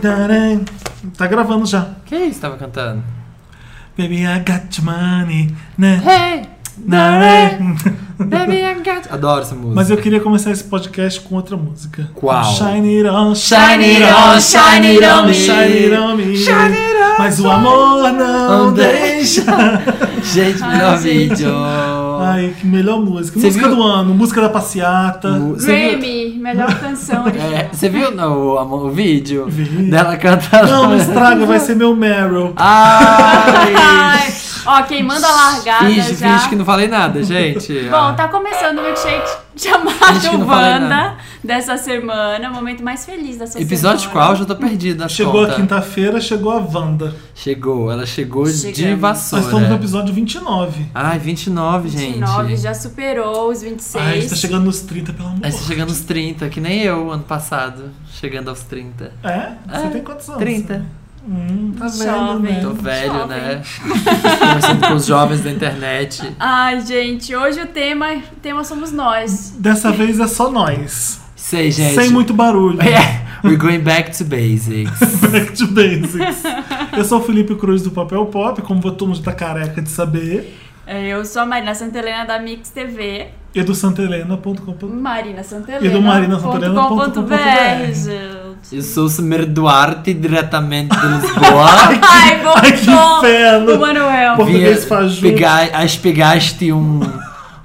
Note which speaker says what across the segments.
Speaker 1: Taran. Tá gravando já.
Speaker 2: é Que isso tava cantando?
Speaker 1: Baby, I got your money. Né?
Speaker 3: É,
Speaker 2: Hey!
Speaker 1: Né?
Speaker 2: Baby, I got... Adoro essa música.
Speaker 1: Mas eu queria começar esse podcast com outra música.
Speaker 2: Qual?
Speaker 1: Shine it on,
Speaker 2: Shine it on, shine it on me.
Speaker 1: Shine it on me.
Speaker 2: Shine it on,
Speaker 1: Mas o amor não
Speaker 2: Não
Speaker 1: deixa.
Speaker 2: Gente,
Speaker 3: Ah,
Speaker 2: melhor vídeo.
Speaker 1: Ai, que melhor música.
Speaker 2: Você
Speaker 1: música
Speaker 2: viu?
Speaker 1: do ano, música da passeata.
Speaker 2: O- Você viu,
Speaker 3: Grammy, melhor canção original.
Speaker 2: é, você viu no, amor, o vídeo
Speaker 1: Vi.
Speaker 2: dela cantando?
Speaker 1: Não, não estraga, vai ser meu Meryl.
Speaker 2: Ai!
Speaker 3: Ai, ó, quem manda largada
Speaker 2: Finge,
Speaker 3: já.
Speaker 2: finge que não falei nada, gente.
Speaker 3: Bom, tá começando o milkshake
Speaker 2: Finge que
Speaker 3: chamado
Speaker 2: não falei
Speaker 3: Wanda
Speaker 2: nada.
Speaker 3: dessa semana, o momento mais feliz da sua
Speaker 2: Ah, Episódio
Speaker 3: semana.
Speaker 2: qual? Já tô perdido nas
Speaker 1: Chegou
Speaker 2: contas.
Speaker 1: a quinta-feira, chegou a Wanda.
Speaker 2: Chegou, ela chegou de
Speaker 3: Chegamos.
Speaker 2: vassoura.
Speaker 1: Nós estamos no episódio 29.
Speaker 2: Ai, 29, gente.
Speaker 3: 29 já superou os 26.
Speaker 1: Ai, você tá chegando nos 30, pelo amor.
Speaker 2: Aí você chegando aos 30, que nem eu ano passado, chegando aos 30.
Speaker 1: É? Você
Speaker 2: É,
Speaker 1: tem quantos anos?
Speaker 2: 30.
Speaker 1: Hum, tá velho,
Speaker 3: Jovem.
Speaker 1: né?
Speaker 2: Tô velho,
Speaker 3: Jovem.
Speaker 2: né? Conversando com os jovens da internet.
Speaker 3: Ai, gente, hoje o tema, o tema somos nós.
Speaker 1: Dessa vez é só nós.
Speaker 2: Sei, gente. É.
Speaker 1: Sem muito barulho.
Speaker 2: Yeah. We're going back to basics.
Speaker 1: Back to basics. Eu sou o Felipe Cruz do Papel Pop, como todo mundo tá careca de saber.
Speaker 3: É, Eu sou a Marina Santelena da Mix TV,
Speaker 1: E do santelena.com.
Speaker 3: Marina Santelena.
Speaker 1: E do marinasantelena.com.br.
Speaker 3: gente.
Speaker 2: Eu sou o Sumir Duarte, diretamente de Lisboa.
Speaker 3: Ai, voltou
Speaker 1: Ai, que inferno.
Speaker 3: o Manuel.
Speaker 1: Por- Português fajuto.
Speaker 2: pegar, as pegaste um,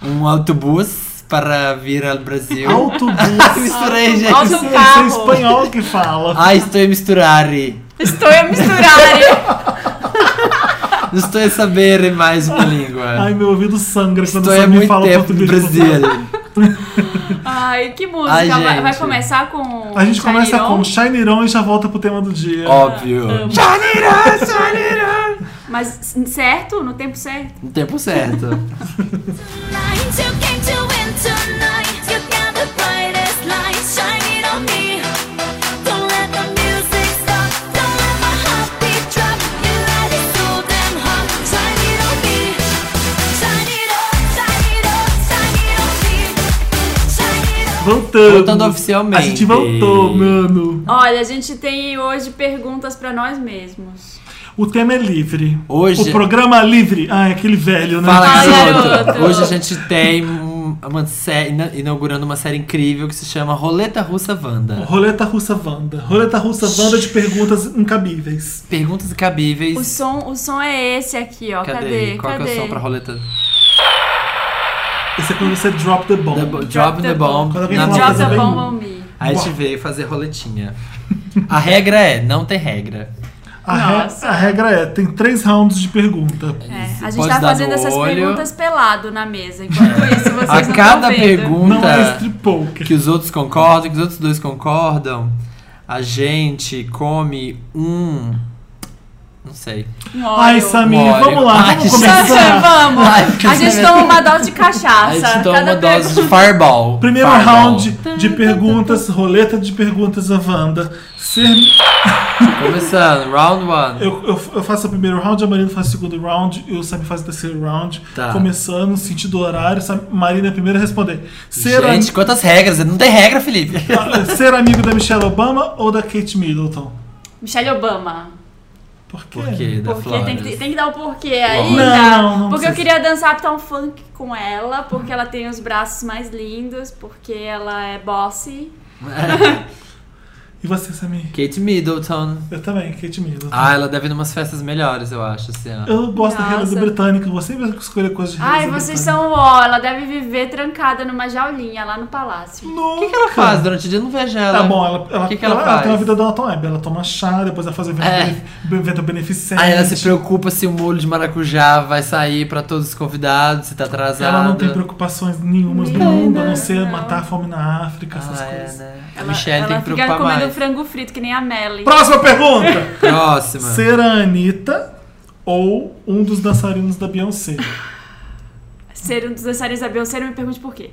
Speaker 2: um autobus para vir ao Brasil.
Speaker 1: Autobus.
Speaker 2: Misturei, gente.
Speaker 3: Autobus.
Speaker 1: Isso
Speaker 3: um
Speaker 1: é-
Speaker 3: carro.
Speaker 1: isso é espanhol que fala.
Speaker 2: Ah, estou a misturar.
Speaker 3: Estou a misturar.
Speaker 2: Não estou a saber mais uma língua.
Speaker 1: Ai, meu ouvido sangra quando
Speaker 2: Ah. estou
Speaker 1: você
Speaker 2: há
Speaker 1: me
Speaker 2: muito
Speaker 1: fala
Speaker 2: tempo no
Speaker 1: português.
Speaker 2: Brasil.
Speaker 3: Ai, que música.
Speaker 2: Ai,
Speaker 3: vai,
Speaker 2: gente.
Speaker 3: vai começar com.
Speaker 1: A gente
Speaker 3: Shine
Speaker 1: começa
Speaker 3: It On?
Speaker 1: com Shine It On e já volta pro tema do dia.
Speaker 2: Óbvio.
Speaker 3: amo.
Speaker 2: Janira, Janira.
Speaker 3: Mas c- certo? No tempo certo?
Speaker 2: No tempo certo.
Speaker 4: Lines you came to win tonight. You got the brightest light shining on me. Don't let the music stop. Don't let my heartbeat drop. You light it so damn hot. Shine it on me. Shine it up, shine it up, shine it on me. Shine it up.
Speaker 1: Voltamos.
Speaker 2: Voltando oficialmente.
Speaker 1: A gente voltou, mano.
Speaker 3: Olha, a gente tem hoje perguntas pra nós mesmos.
Speaker 1: O tema é livre.
Speaker 2: Hoje-
Speaker 1: O programa livre. Ah, é aquele velho, né?
Speaker 2: Fala,
Speaker 3: Fala,
Speaker 2: garoto.
Speaker 3: garoto.
Speaker 2: Hoje a gente tem um- uma série, ina- inaugurando uma série incrível que se chama Roleta Russa Wanda.
Speaker 1: Roleta russa Wanda. Roleta russa Wanda de perguntas incabíveis.
Speaker 2: Perguntas incabíveis.
Speaker 3: O som, o som é esse aqui, ó. Cadê?
Speaker 2: Qual que é
Speaker 3: Cadê?
Speaker 2: o som pra roleta?
Speaker 1: Esse é quando você drop the bomb.
Speaker 2: The bo- Drop the
Speaker 3: the
Speaker 2: bomb.
Speaker 3: bomb.
Speaker 1: Quando alguém
Speaker 2: na
Speaker 1: fala
Speaker 2: mesa.
Speaker 3: Drop
Speaker 1: Coisa
Speaker 3: the
Speaker 1: bem-
Speaker 3: bomb on me.
Speaker 2: Aí a gente veio fazer roletinha. A regra é, não tem regra.
Speaker 1: a, re-
Speaker 3: Nossa.
Speaker 1: a regra é, tem três rounds de pergunta.
Speaker 3: É, a gente
Speaker 2: Pode
Speaker 3: tá
Speaker 2: dar
Speaker 3: fazendo
Speaker 2: no
Speaker 3: essas
Speaker 2: olho.
Speaker 3: perguntas pelado na mesa. Enquanto isso, vocês
Speaker 2: A
Speaker 3: não
Speaker 2: cada
Speaker 3: tão
Speaker 1: Não
Speaker 3: vendo.
Speaker 1: é
Speaker 2: pergunta
Speaker 1: strip poker.
Speaker 2: que os outros concordam, que os outros dois concordam, a gente come um. Não sei.
Speaker 3: Um óleo.
Speaker 1: Ai, Samir,
Speaker 2: Olha.
Speaker 1: vamos lá,
Speaker 2: Ai,
Speaker 1: vamos
Speaker 2: gente.
Speaker 3: Nossa,
Speaker 1: começar.
Speaker 3: vamos!
Speaker 2: Ai,
Speaker 3: a gente toma uma dose de cachaça.
Speaker 2: Aí a gente toma
Speaker 3: cada
Speaker 2: uma dose
Speaker 3: pergunta.
Speaker 2: de fireball.
Speaker 1: Primeiro
Speaker 2: Fireball.
Speaker 1: round de perguntas, roleta de perguntas da Wanda. Ser-
Speaker 2: Começando, round one.
Speaker 1: eu, eu- eu faço o primeiro round, a Marina faz o segundo round, e o Samir faz o terceiro round.
Speaker 2: Tá.
Speaker 1: Começando, sentido horário, Sam- Marina é a primeira a responder. Ser, am-
Speaker 2: Gente, quantas regras? Não tem regra, Felipe.
Speaker 1: ser amigo da Michelle Obama ou da Kate Middleton?
Speaker 3: Michelle Obama.
Speaker 1: Por quê?
Speaker 2: Porque da
Speaker 3: Porque tem que,
Speaker 2: Flores.
Speaker 3: tem que dar o porquê aí,
Speaker 2: Não,
Speaker 3: tá?
Speaker 1: não
Speaker 3: porque
Speaker 1: precisa.
Speaker 3: eu queria dançar Uptown Funk com ela, porque ela tem os braços mais lindos, porque ela é bossy.
Speaker 1: E você, Samir?
Speaker 2: Kate Middleton.
Speaker 1: Eu também, Kate Middleton.
Speaker 2: Ah, ela deve ir umas festas melhores, eu acho, assim, ó.
Speaker 1: Eu gosto da realeza
Speaker 3: Nossa.
Speaker 1: britânica, você mesmo que escolher coisas de
Speaker 3: Ai,
Speaker 1: realeza
Speaker 3: vocês
Speaker 1: britânica.
Speaker 3: são ó, ela deve viver trancada numa jaulinha lá no palácio.
Speaker 1: Nunca.
Speaker 2: O que, que ela faz durante o dia? Eu não vejo ela.
Speaker 1: Tá bom, ela, ela,
Speaker 2: que que ela faz?
Speaker 1: tem uma vida da Dalton Web. Ela toma chá, depois ela faz um evento,
Speaker 2: É.
Speaker 1: benef- evento beneficente.
Speaker 2: Aí ela se preocupa se o molho de maracujá vai sair pra todos os convidados, se tá atrasado.
Speaker 1: Ela não tem preocupações nenhumas no
Speaker 3: Não,
Speaker 1: mundo, a não
Speaker 3: não,
Speaker 1: ser
Speaker 3: não.
Speaker 1: matar a fome na África, essas
Speaker 2: né? Ah, é,
Speaker 1: coisas.
Speaker 2: né? A
Speaker 3: Ela,
Speaker 2: Michelle tem
Speaker 3: ela
Speaker 2: que
Speaker 3: fica
Speaker 2: preocupar
Speaker 3: comendo
Speaker 2: mais.
Speaker 3: frango frito que nem a Melly.
Speaker 1: Próxima pergunta!
Speaker 2: Próxima.
Speaker 1: ser a Anitta ou um dos dançarinos da Beyoncé?
Speaker 3: Ser um dos dançarinos da Beyoncé, não me pergunte por quê.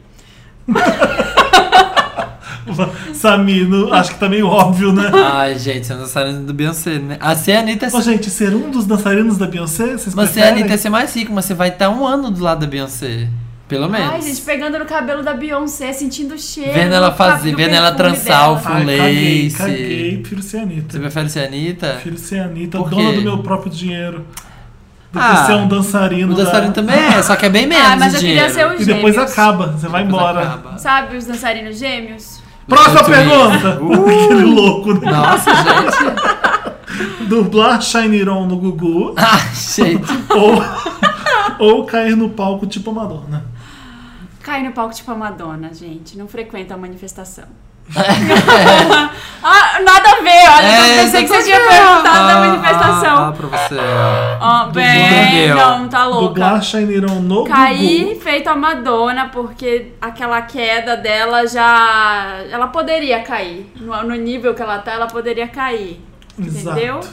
Speaker 1: Samino, acho que tá meio óbvio, né?
Speaker 2: Ai, gente, você não sabe do Beyoncé, né? A ser a Anitta é
Speaker 1: Ô, gente, ser um dos dançarinos da Beyoncé, vocês
Speaker 2: Mas se a é
Speaker 1: preferem?
Speaker 2: tá Anitta ia ser mais rica, mas você vai estar um ano do lado da Beyoncé. Pelo menos.
Speaker 3: Ai, gente, pegando no cabelo da Beyoncé, sentindo o cheiro.
Speaker 2: Vendo ela
Speaker 3: do cab-
Speaker 2: fazer-
Speaker 3: do
Speaker 2: vendo ela
Speaker 3: perfume
Speaker 2: trançar o
Speaker 3: dela.
Speaker 1: Ai, caguei,
Speaker 2: Lace.
Speaker 1: caguei, prefiro ser a Anitta.
Speaker 2: Você prefere ser a Anitta?
Speaker 1: Prefiro ser a Anitta,
Speaker 2: Por
Speaker 1: dona
Speaker 2: quê?
Speaker 1: do meu próprio dinheiro. Do
Speaker 2: Ah,
Speaker 1: que ser um dançarino.
Speaker 2: O dançarino
Speaker 1: da-
Speaker 2: também é, só que é bem menos
Speaker 3: Ah, mas
Speaker 2: o
Speaker 3: eu
Speaker 2: dinheiro.
Speaker 3: queria ser os
Speaker 1: E
Speaker 3: gêmeos.
Speaker 1: depois acaba, você vai
Speaker 2: Depois
Speaker 1: embora.
Speaker 2: acaba.
Speaker 3: Sabe os dançarinos gêmeos?
Speaker 1: Próxima
Speaker 2: Muito
Speaker 1: pergunta! Aquele louco, né?
Speaker 2: Nossa, gente.
Speaker 1: Dublar Shine On no Gugu
Speaker 2: Ah, gente.
Speaker 1: ou, ou cair no palco tipo a Madonna.
Speaker 3: Cai no palco tipo a Madonna, gente. Não frequenta a manifestação. ah, nada a ver, olha. eu pensei que você tinha perguntado da manifestação.
Speaker 2: É, Ah, ah, pra você. ó.
Speaker 3: Ó, bem,
Speaker 2: Entendeu?
Speaker 3: não, tá louca.
Speaker 1: Dublar Shine On no Gugu.
Speaker 3: Caí feito a Madonna, porque aquela queda dela já. Ela poderia cair. No, no nível que ela tá, ela poderia cair. Entendeu?
Speaker 1: Exato.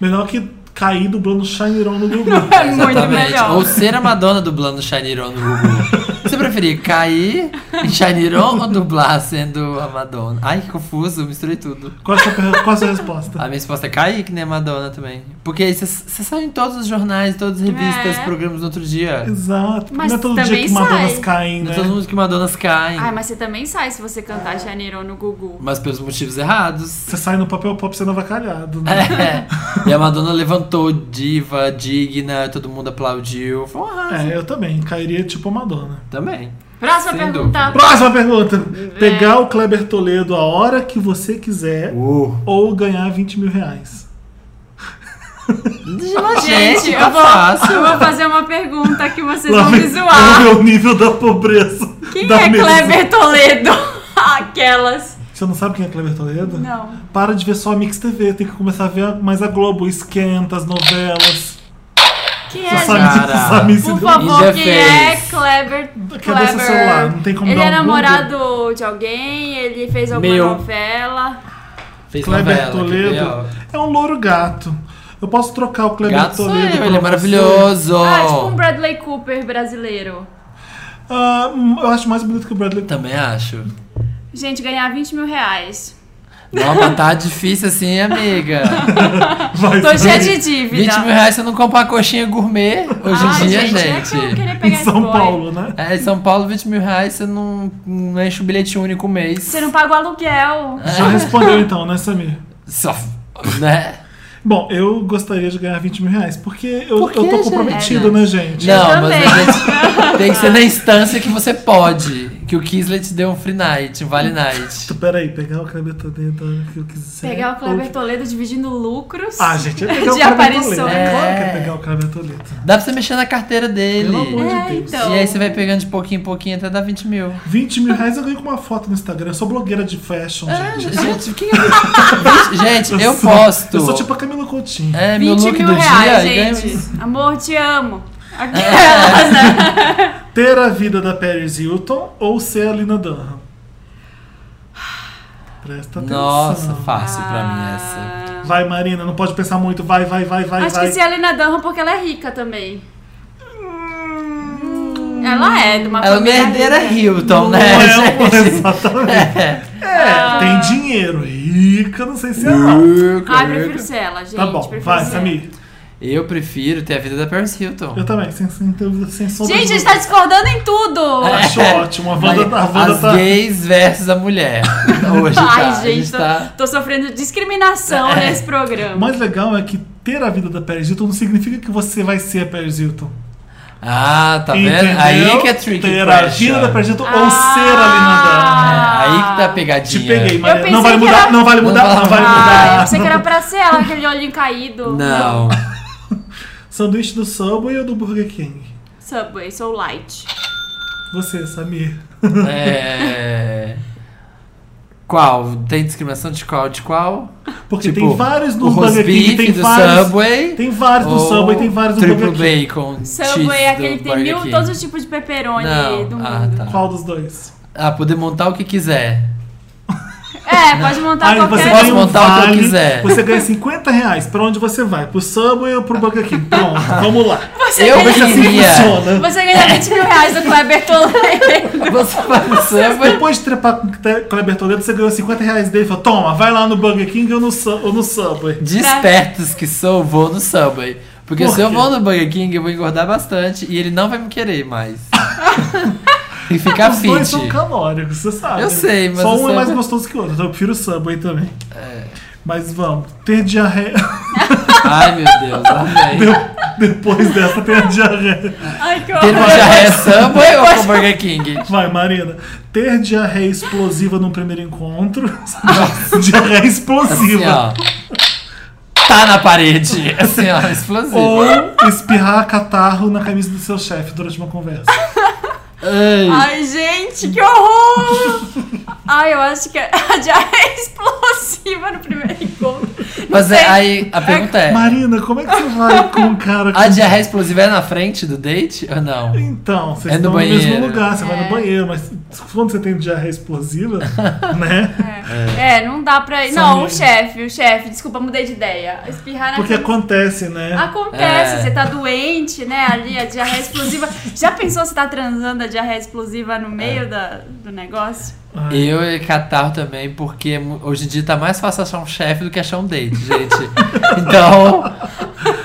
Speaker 1: Melhor que cair dublando Shine On no Gugu.
Speaker 3: É muito
Speaker 2: Exatamente.
Speaker 3: melhor.
Speaker 2: Ou ser a Madonna dublando Shine On no Google. Você preferia cair em Shine On ou dublar sendo a Madonna? Ai, que confuso, misturei tudo.
Speaker 1: Qual é a sua, per- qual a sua resposta?
Speaker 2: A minha resposta é cair, que nem a Madonna também. Porque aí você você sai em todos os jornais, todas as revistas,
Speaker 3: É.
Speaker 2: programas no outro dia.
Speaker 1: Exato.
Speaker 3: Mas
Speaker 1: não é todo dia
Speaker 3: também
Speaker 1: que Madonas
Speaker 3: sai.
Speaker 1: caem, né?
Speaker 2: Todos os que Madonas caem.
Speaker 3: Ai, mas você também sai se você cantar Janeiro no Gugu.
Speaker 2: Mas pelos motivos errados.
Speaker 1: Você sai no papel pop sendo avacalhado, né?
Speaker 2: É. E a Madonna levantou diva, digna, todo mundo aplaudiu. Foi um arraso.
Speaker 1: É, eu também. Cairia tipo a
Speaker 2: É.
Speaker 1: Madonna.
Speaker 2: Também.
Speaker 3: Próxima
Speaker 2: Sem
Speaker 3: pergunta.
Speaker 1: Próxima pergunta. Pegar o Kleber Toledo a hora que você quiser
Speaker 2: Uh.
Speaker 1: ou ganhar 20 mil reais.
Speaker 3: Gente,
Speaker 2: tá
Speaker 3: eu vou,
Speaker 2: fácil.
Speaker 3: eu vou fazer uma pergunta que vocês
Speaker 1: Lá
Speaker 3: vão
Speaker 1: vem-
Speaker 3: me
Speaker 1: lá
Speaker 3: zoar.
Speaker 1: vem o nível da pobreza.
Speaker 3: Quem
Speaker 1: da
Speaker 3: é
Speaker 1: mesa.
Speaker 3: Kleber Toledo? Aquelas.
Speaker 1: Você não sabe quem é Kleber Toledo?
Speaker 3: Não.
Speaker 1: Para de ver só a Mix TV, tem que começar a ver mais a Globo, esquenta as novelas.
Speaker 3: Quem
Speaker 1: Só
Speaker 3: é,
Speaker 1: sabe
Speaker 3: gente?
Speaker 2: Cara,
Speaker 1: disso, sabe isso.
Speaker 3: Por
Speaker 2: Ninja
Speaker 3: favor, quem é
Speaker 2: Face.
Speaker 3: Kleber?
Speaker 1: Cadê seu
Speaker 3: Kleber?
Speaker 1: celular? Não tem como dar
Speaker 3: ele é
Speaker 1: um Google?
Speaker 3: namorado de alguém, ele fez alguma
Speaker 2: Meu.
Speaker 3: novela.
Speaker 2: Fez
Speaker 1: Kleber
Speaker 2: novela,
Speaker 1: Toledo
Speaker 2: quer ver, ó?
Speaker 1: é um louro gato. Eu posso trocar o Kleber
Speaker 2: Gato sou
Speaker 1: Toledo
Speaker 2: eu, ele
Speaker 1: por
Speaker 2: é
Speaker 1: você?
Speaker 2: maravilhoso.
Speaker 3: Ah, tipo um Bradley Cooper brasileiro.
Speaker 1: Ah, hum, eu acho mais bonito que o Bradley
Speaker 2: Também acho.
Speaker 3: Gente, ganhar 20 mil reais.
Speaker 2: Não, mas tá difícil assim, amiga.
Speaker 1: Vai
Speaker 3: Tô cheia
Speaker 1: sair
Speaker 3: de dívida.
Speaker 2: 20 mil reais você não compra uma coxinha gourmet hoje
Speaker 3: Ai,
Speaker 2: em dia, gente.
Speaker 3: é que eu não queria
Speaker 1: em
Speaker 3: pegar esse
Speaker 1: São
Speaker 3: boy.
Speaker 1: Paulo, né?
Speaker 2: É, em São Paulo, 20 mil reais você não, não enche o bilhete único um mês. É.
Speaker 3: Você não paga o aluguel.
Speaker 1: Já respondeu então, né, Samir?
Speaker 2: Só, né?
Speaker 1: Bom, eu gostaria de ganhar 20 mil reais, porque eu,
Speaker 2: Por
Speaker 1: eu
Speaker 2: que,
Speaker 1: tô
Speaker 2: gente?
Speaker 1: comprometido,
Speaker 3: É,
Speaker 1: né, gente?
Speaker 2: Não, mas
Speaker 3: também.
Speaker 2: a gente- tem que ser na instância que você pode. Que o Kisler te deu um free night, um vale night.
Speaker 1: Tu, Peraí, pegar o Kleber Toledo a hora que eu quiser.
Speaker 3: Pegar o Kleber
Speaker 1: Ou-
Speaker 3: Toledo dividindo lucros.
Speaker 1: É, Ah, gente, é pegar
Speaker 3: De
Speaker 1: o Kleber
Speaker 3: aparições.
Speaker 1: Toledo. É claro que é
Speaker 2: É.
Speaker 1: pegar o Kleber Toledo.
Speaker 2: Dá pra você mexer na carteira dele.
Speaker 1: Pelo amor de
Speaker 3: É,
Speaker 1: Deus.
Speaker 3: então.
Speaker 2: E aí você vai pegando de pouquinho em pouquinho até dar 20 mil.
Speaker 1: 20 mil reais eu ganho com uma foto no Instagram. Eu sou blogueira de fashion,
Speaker 3: Ah,
Speaker 1: gente.
Speaker 2: Gente, o que que é- Gente, eu
Speaker 1: sou-
Speaker 2: posto.
Speaker 1: Eu sou tipo a Camila Coutinho.
Speaker 2: É, meu
Speaker 3: 20
Speaker 2: look
Speaker 3: mil
Speaker 2: do
Speaker 3: reais,
Speaker 2: dia. ganha- É.
Speaker 3: gente. Amor, te amo. Aquelas, né?
Speaker 1: Ter a vida da Paris Hilton ou ser a Lina Dunham? Presta atenção.
Speaker 2: Nossa, fácil Assim, pra mim é essa.
Speaker 1: Vai, Marina, não pode pensar muito. Vai, vai, vai, vai,
Speaker 3: Acho
Speaker 1: vai.
Speaker 3: que se ela é na Durham porque ela é rica também. Ela é de uma
Speaker 2: Ela é uma
Speaker 3: família
Speaker 2: herdeira
Speaker 3: rica.
Speaker 2: Hilton, né?
Speaker 1: Não é
Speaker 2: gente?
Speaker 1: uma- exatamente. É, tem dinheiro. Rica, não sei se é não.
Speaker 2: Rico,
Speaker 3: Ah, Ai,
Speaker 2: rico.
Speaker 3: prefiro ser ela, gente.
Speaker 1: Tá bom,
Speaker 3: prefiro
Speaker 1: vai,
Speaker 3: ser.
Speaker 1: Samir.
Speaker 2: Eu prefiro ter a vida da Paris Hilton.
Speaker 1: Eu também, sem, sem, dúvida, sem sombra
Speaker 3: Gente, a
Speaker 1: de
Speaker 3: gente tá
Speaker 1: dúvida.
Speaker 3: discordando em tudo.
Speaker 2: É,
Speaker 1: Acho ótimo. A Wanda, a Wanda
Speaker 2: As
Speaker 1: tá...
Speaker 2: gays versus a mulher. Hoje tá.
Speaker 3: Ai,
Speaker 2: a gente
Speaker 3: gente, tô,
Speaker 2: tá... É.
Speaker 3: tô sofrendo discriminação nesse
Speaker 1: O
Speaker 3: programa.
Speaker 1: mais legal é que ter a vida da Paris Hilton não significa que você vai ser a Paris Hilton.
Speaker 2: Ah, tá vendo?
Speaker 1: Entendeu?
Speaker 2: Aí que é tricky
Speaker 1: Ter a
Speaker 2: question.
Speaker 1: vida da Paris Hilton ou
Speaker 3: Ah.
Speaker 1: ser a Lina Dunham.
Speaker 2: É, aí que tá a
Speaker 1: Te
Speaker 2: pegadinha.
Speaker 1: peguei, Maria.
Speaker 3: pensei
Speaker 1: Não vale
Speaker 3: que
Speaker 1: mudar,
Speaker 3: era-
Speaker 1: não vale mudar,
Speaker 2: Não
Speaker 1: não vale
Speaker 2: vale
Speaker 3: Ah, eu
Speaker 1: mudar.
Speaker 3: pensei que era pra ser ela, aquele olhinho caído.
Speaker 2: Não.
Speaker 1: Sanduíche do Subway ou do Burger King?
Speaker 3: Subway, sou light.
Speaker 1: Você, Samir.
Speaker 2: É... Qual? Tem discriminação de qual? De qual?
Speaker 1: Porque
Speaker 2: Tipo,
Speaker 1: tem vários no
Speaker 2: o roast
Speaker 1: Burger King,
Speaker 2: beef
Speaker 1: tem
Speaker 2: do
Speaker 1: vários.
Speaker 2: Subway.
Speaker 1: Tem vários no
Speaker 2: ou
Speaker 1: Subway, tem vários no
Speaker 2: Triple
Speaker 1: Burger King.
Speaker 2: Bacon.
Speaker 3: Subway é
Speaker 2: cheese do
Speaker 3: aquele que tem
Speaker 2: Burger
Speaker 3: mil,
Speaker 2: King.
Speaker 3: todos os tipos de pepperoni
Speaker 2: Não,
Speaker 3: do
Speaker 2: ah,
Speaker 3: mundo.
Speaker 2: tá.
Speaker 1: Qual dos dois?
Speaker 2: Ah, poder montar o que quiser.
Speaker 3: É, pode montar
Speaker 1: Aí você
Speaker 3: qualquer.
Speaker 2: Posso
Speaker 1: ganha um
Speaker 2: montar o que eu
Speaker 1: vale,
Speaker 2: quiser.
Speaker 1: você ganha 50 reais. Pra onde você vai? Pro Subway ou pro Burger King? Pronto, vamos lá.
Speaker 3: Você,
Speaker 2: Eu
Speaker 1: Vamos ver se assim
Speaker 2: queria.
Speaker 1: funciona.
Speaker 3: você ganha 20 mil reais do Kleber Toledo.
Speaker 2: Você vai no Subway.
Speaker 1: Depois de trepar com o Te- Kleber Toledo, você ganhou 50 reais dele e falou: toma, vai lá no Burger King ou no, Su- ou no Subway.
Speaker 2: Despertos que sou, vou no Subway. Porque
Speaker 1: Por
Speaker 2: se eu
Speaker 1: quê?
Speaker 2: vou no Burger King, eu vou engordar bastante e ele não vai me querer mais. e ficar
Speaker 1: Os
Speaker 2: fit.
Speaker 1: dois são calóricos, você sabe.
Speaker 2: Eu sei, mas
Speaker 1: Só
Speaker 2: o
Speaker 1: um é
Speaker 2: Subway- É.
Speaker 1: mais gostoso que o outro, então eu prefiro o Subway também. Mas vamos, ter diarreia.
Speaker 2: Ai, meu Deus, amém.
Speaker 1: Depois dessa, ter a diarreia.
Speaker 3: Ai, que
Speaker 2: Ter uma
Speaker 3: horror.
Speaker 2: diarreia é Subway ou com Burger King?
Speaker 1: Vai, Marina. Ter diarreia explosiva num primeiro encontro. diarreia
Speaker 2: Assim,
Speaker 1: explosiva.
Speaker 2: ó. Tá na parede. Assim, ó, explosivo.
Speaker 1: Ou espirrar catarro na camisa do seu chefe durante uma conversa.
Speaker 2: Ai.
Speaker 3: Ai, gente, que horror! Ai, eu acho que a diarreia é explosiva no primeiro encontro.
Speaker 2: Mas é,
Speaker 3: sei.
Speaker 2: aí a pergunta é:
Speaker 1: Marina, como é que você vai com um cara
Speaker 2: a
Speaker 1: com-
Speaker 2: diarreia explosiva é na frente do date ou não?
Speaker 1: Então, vocês
Speaker 2: É no
Speaker 1: estão no, mesmo
Speaker 2: banheiro.
Speaker 1: lugar, você vai
Speaker 3: É.
Speaker 1: no banheiro, mas quando você tem diarreia explosiva, né?
Speaker 3: É, não dá pra ir.
Speaker 1: São
Speaker 3: Não, o
Speaker 1: mesmo.
Speaker 3: chefe, o chefe, desculpa, mudei de ideia. Espirrar na
Speaker 1: Porque
Speaker 3: camisa-
Speaker 1: acontece, né?
Speaker 3: Acontece,
Speaker 2: É.
Speaker 3: você tá doente, né? Ali a diarreia explosiva. Já pensou se tá transando a diarreia explosiva no
Speaker 2: É.
Speaker 3: meio da, do negócio?
Speaker 1: Ai.
Speaker 2: Eu e catarro também, porque mu- hoje em dia tá mais fácil achar um chefe do que achar um date, gente. Então,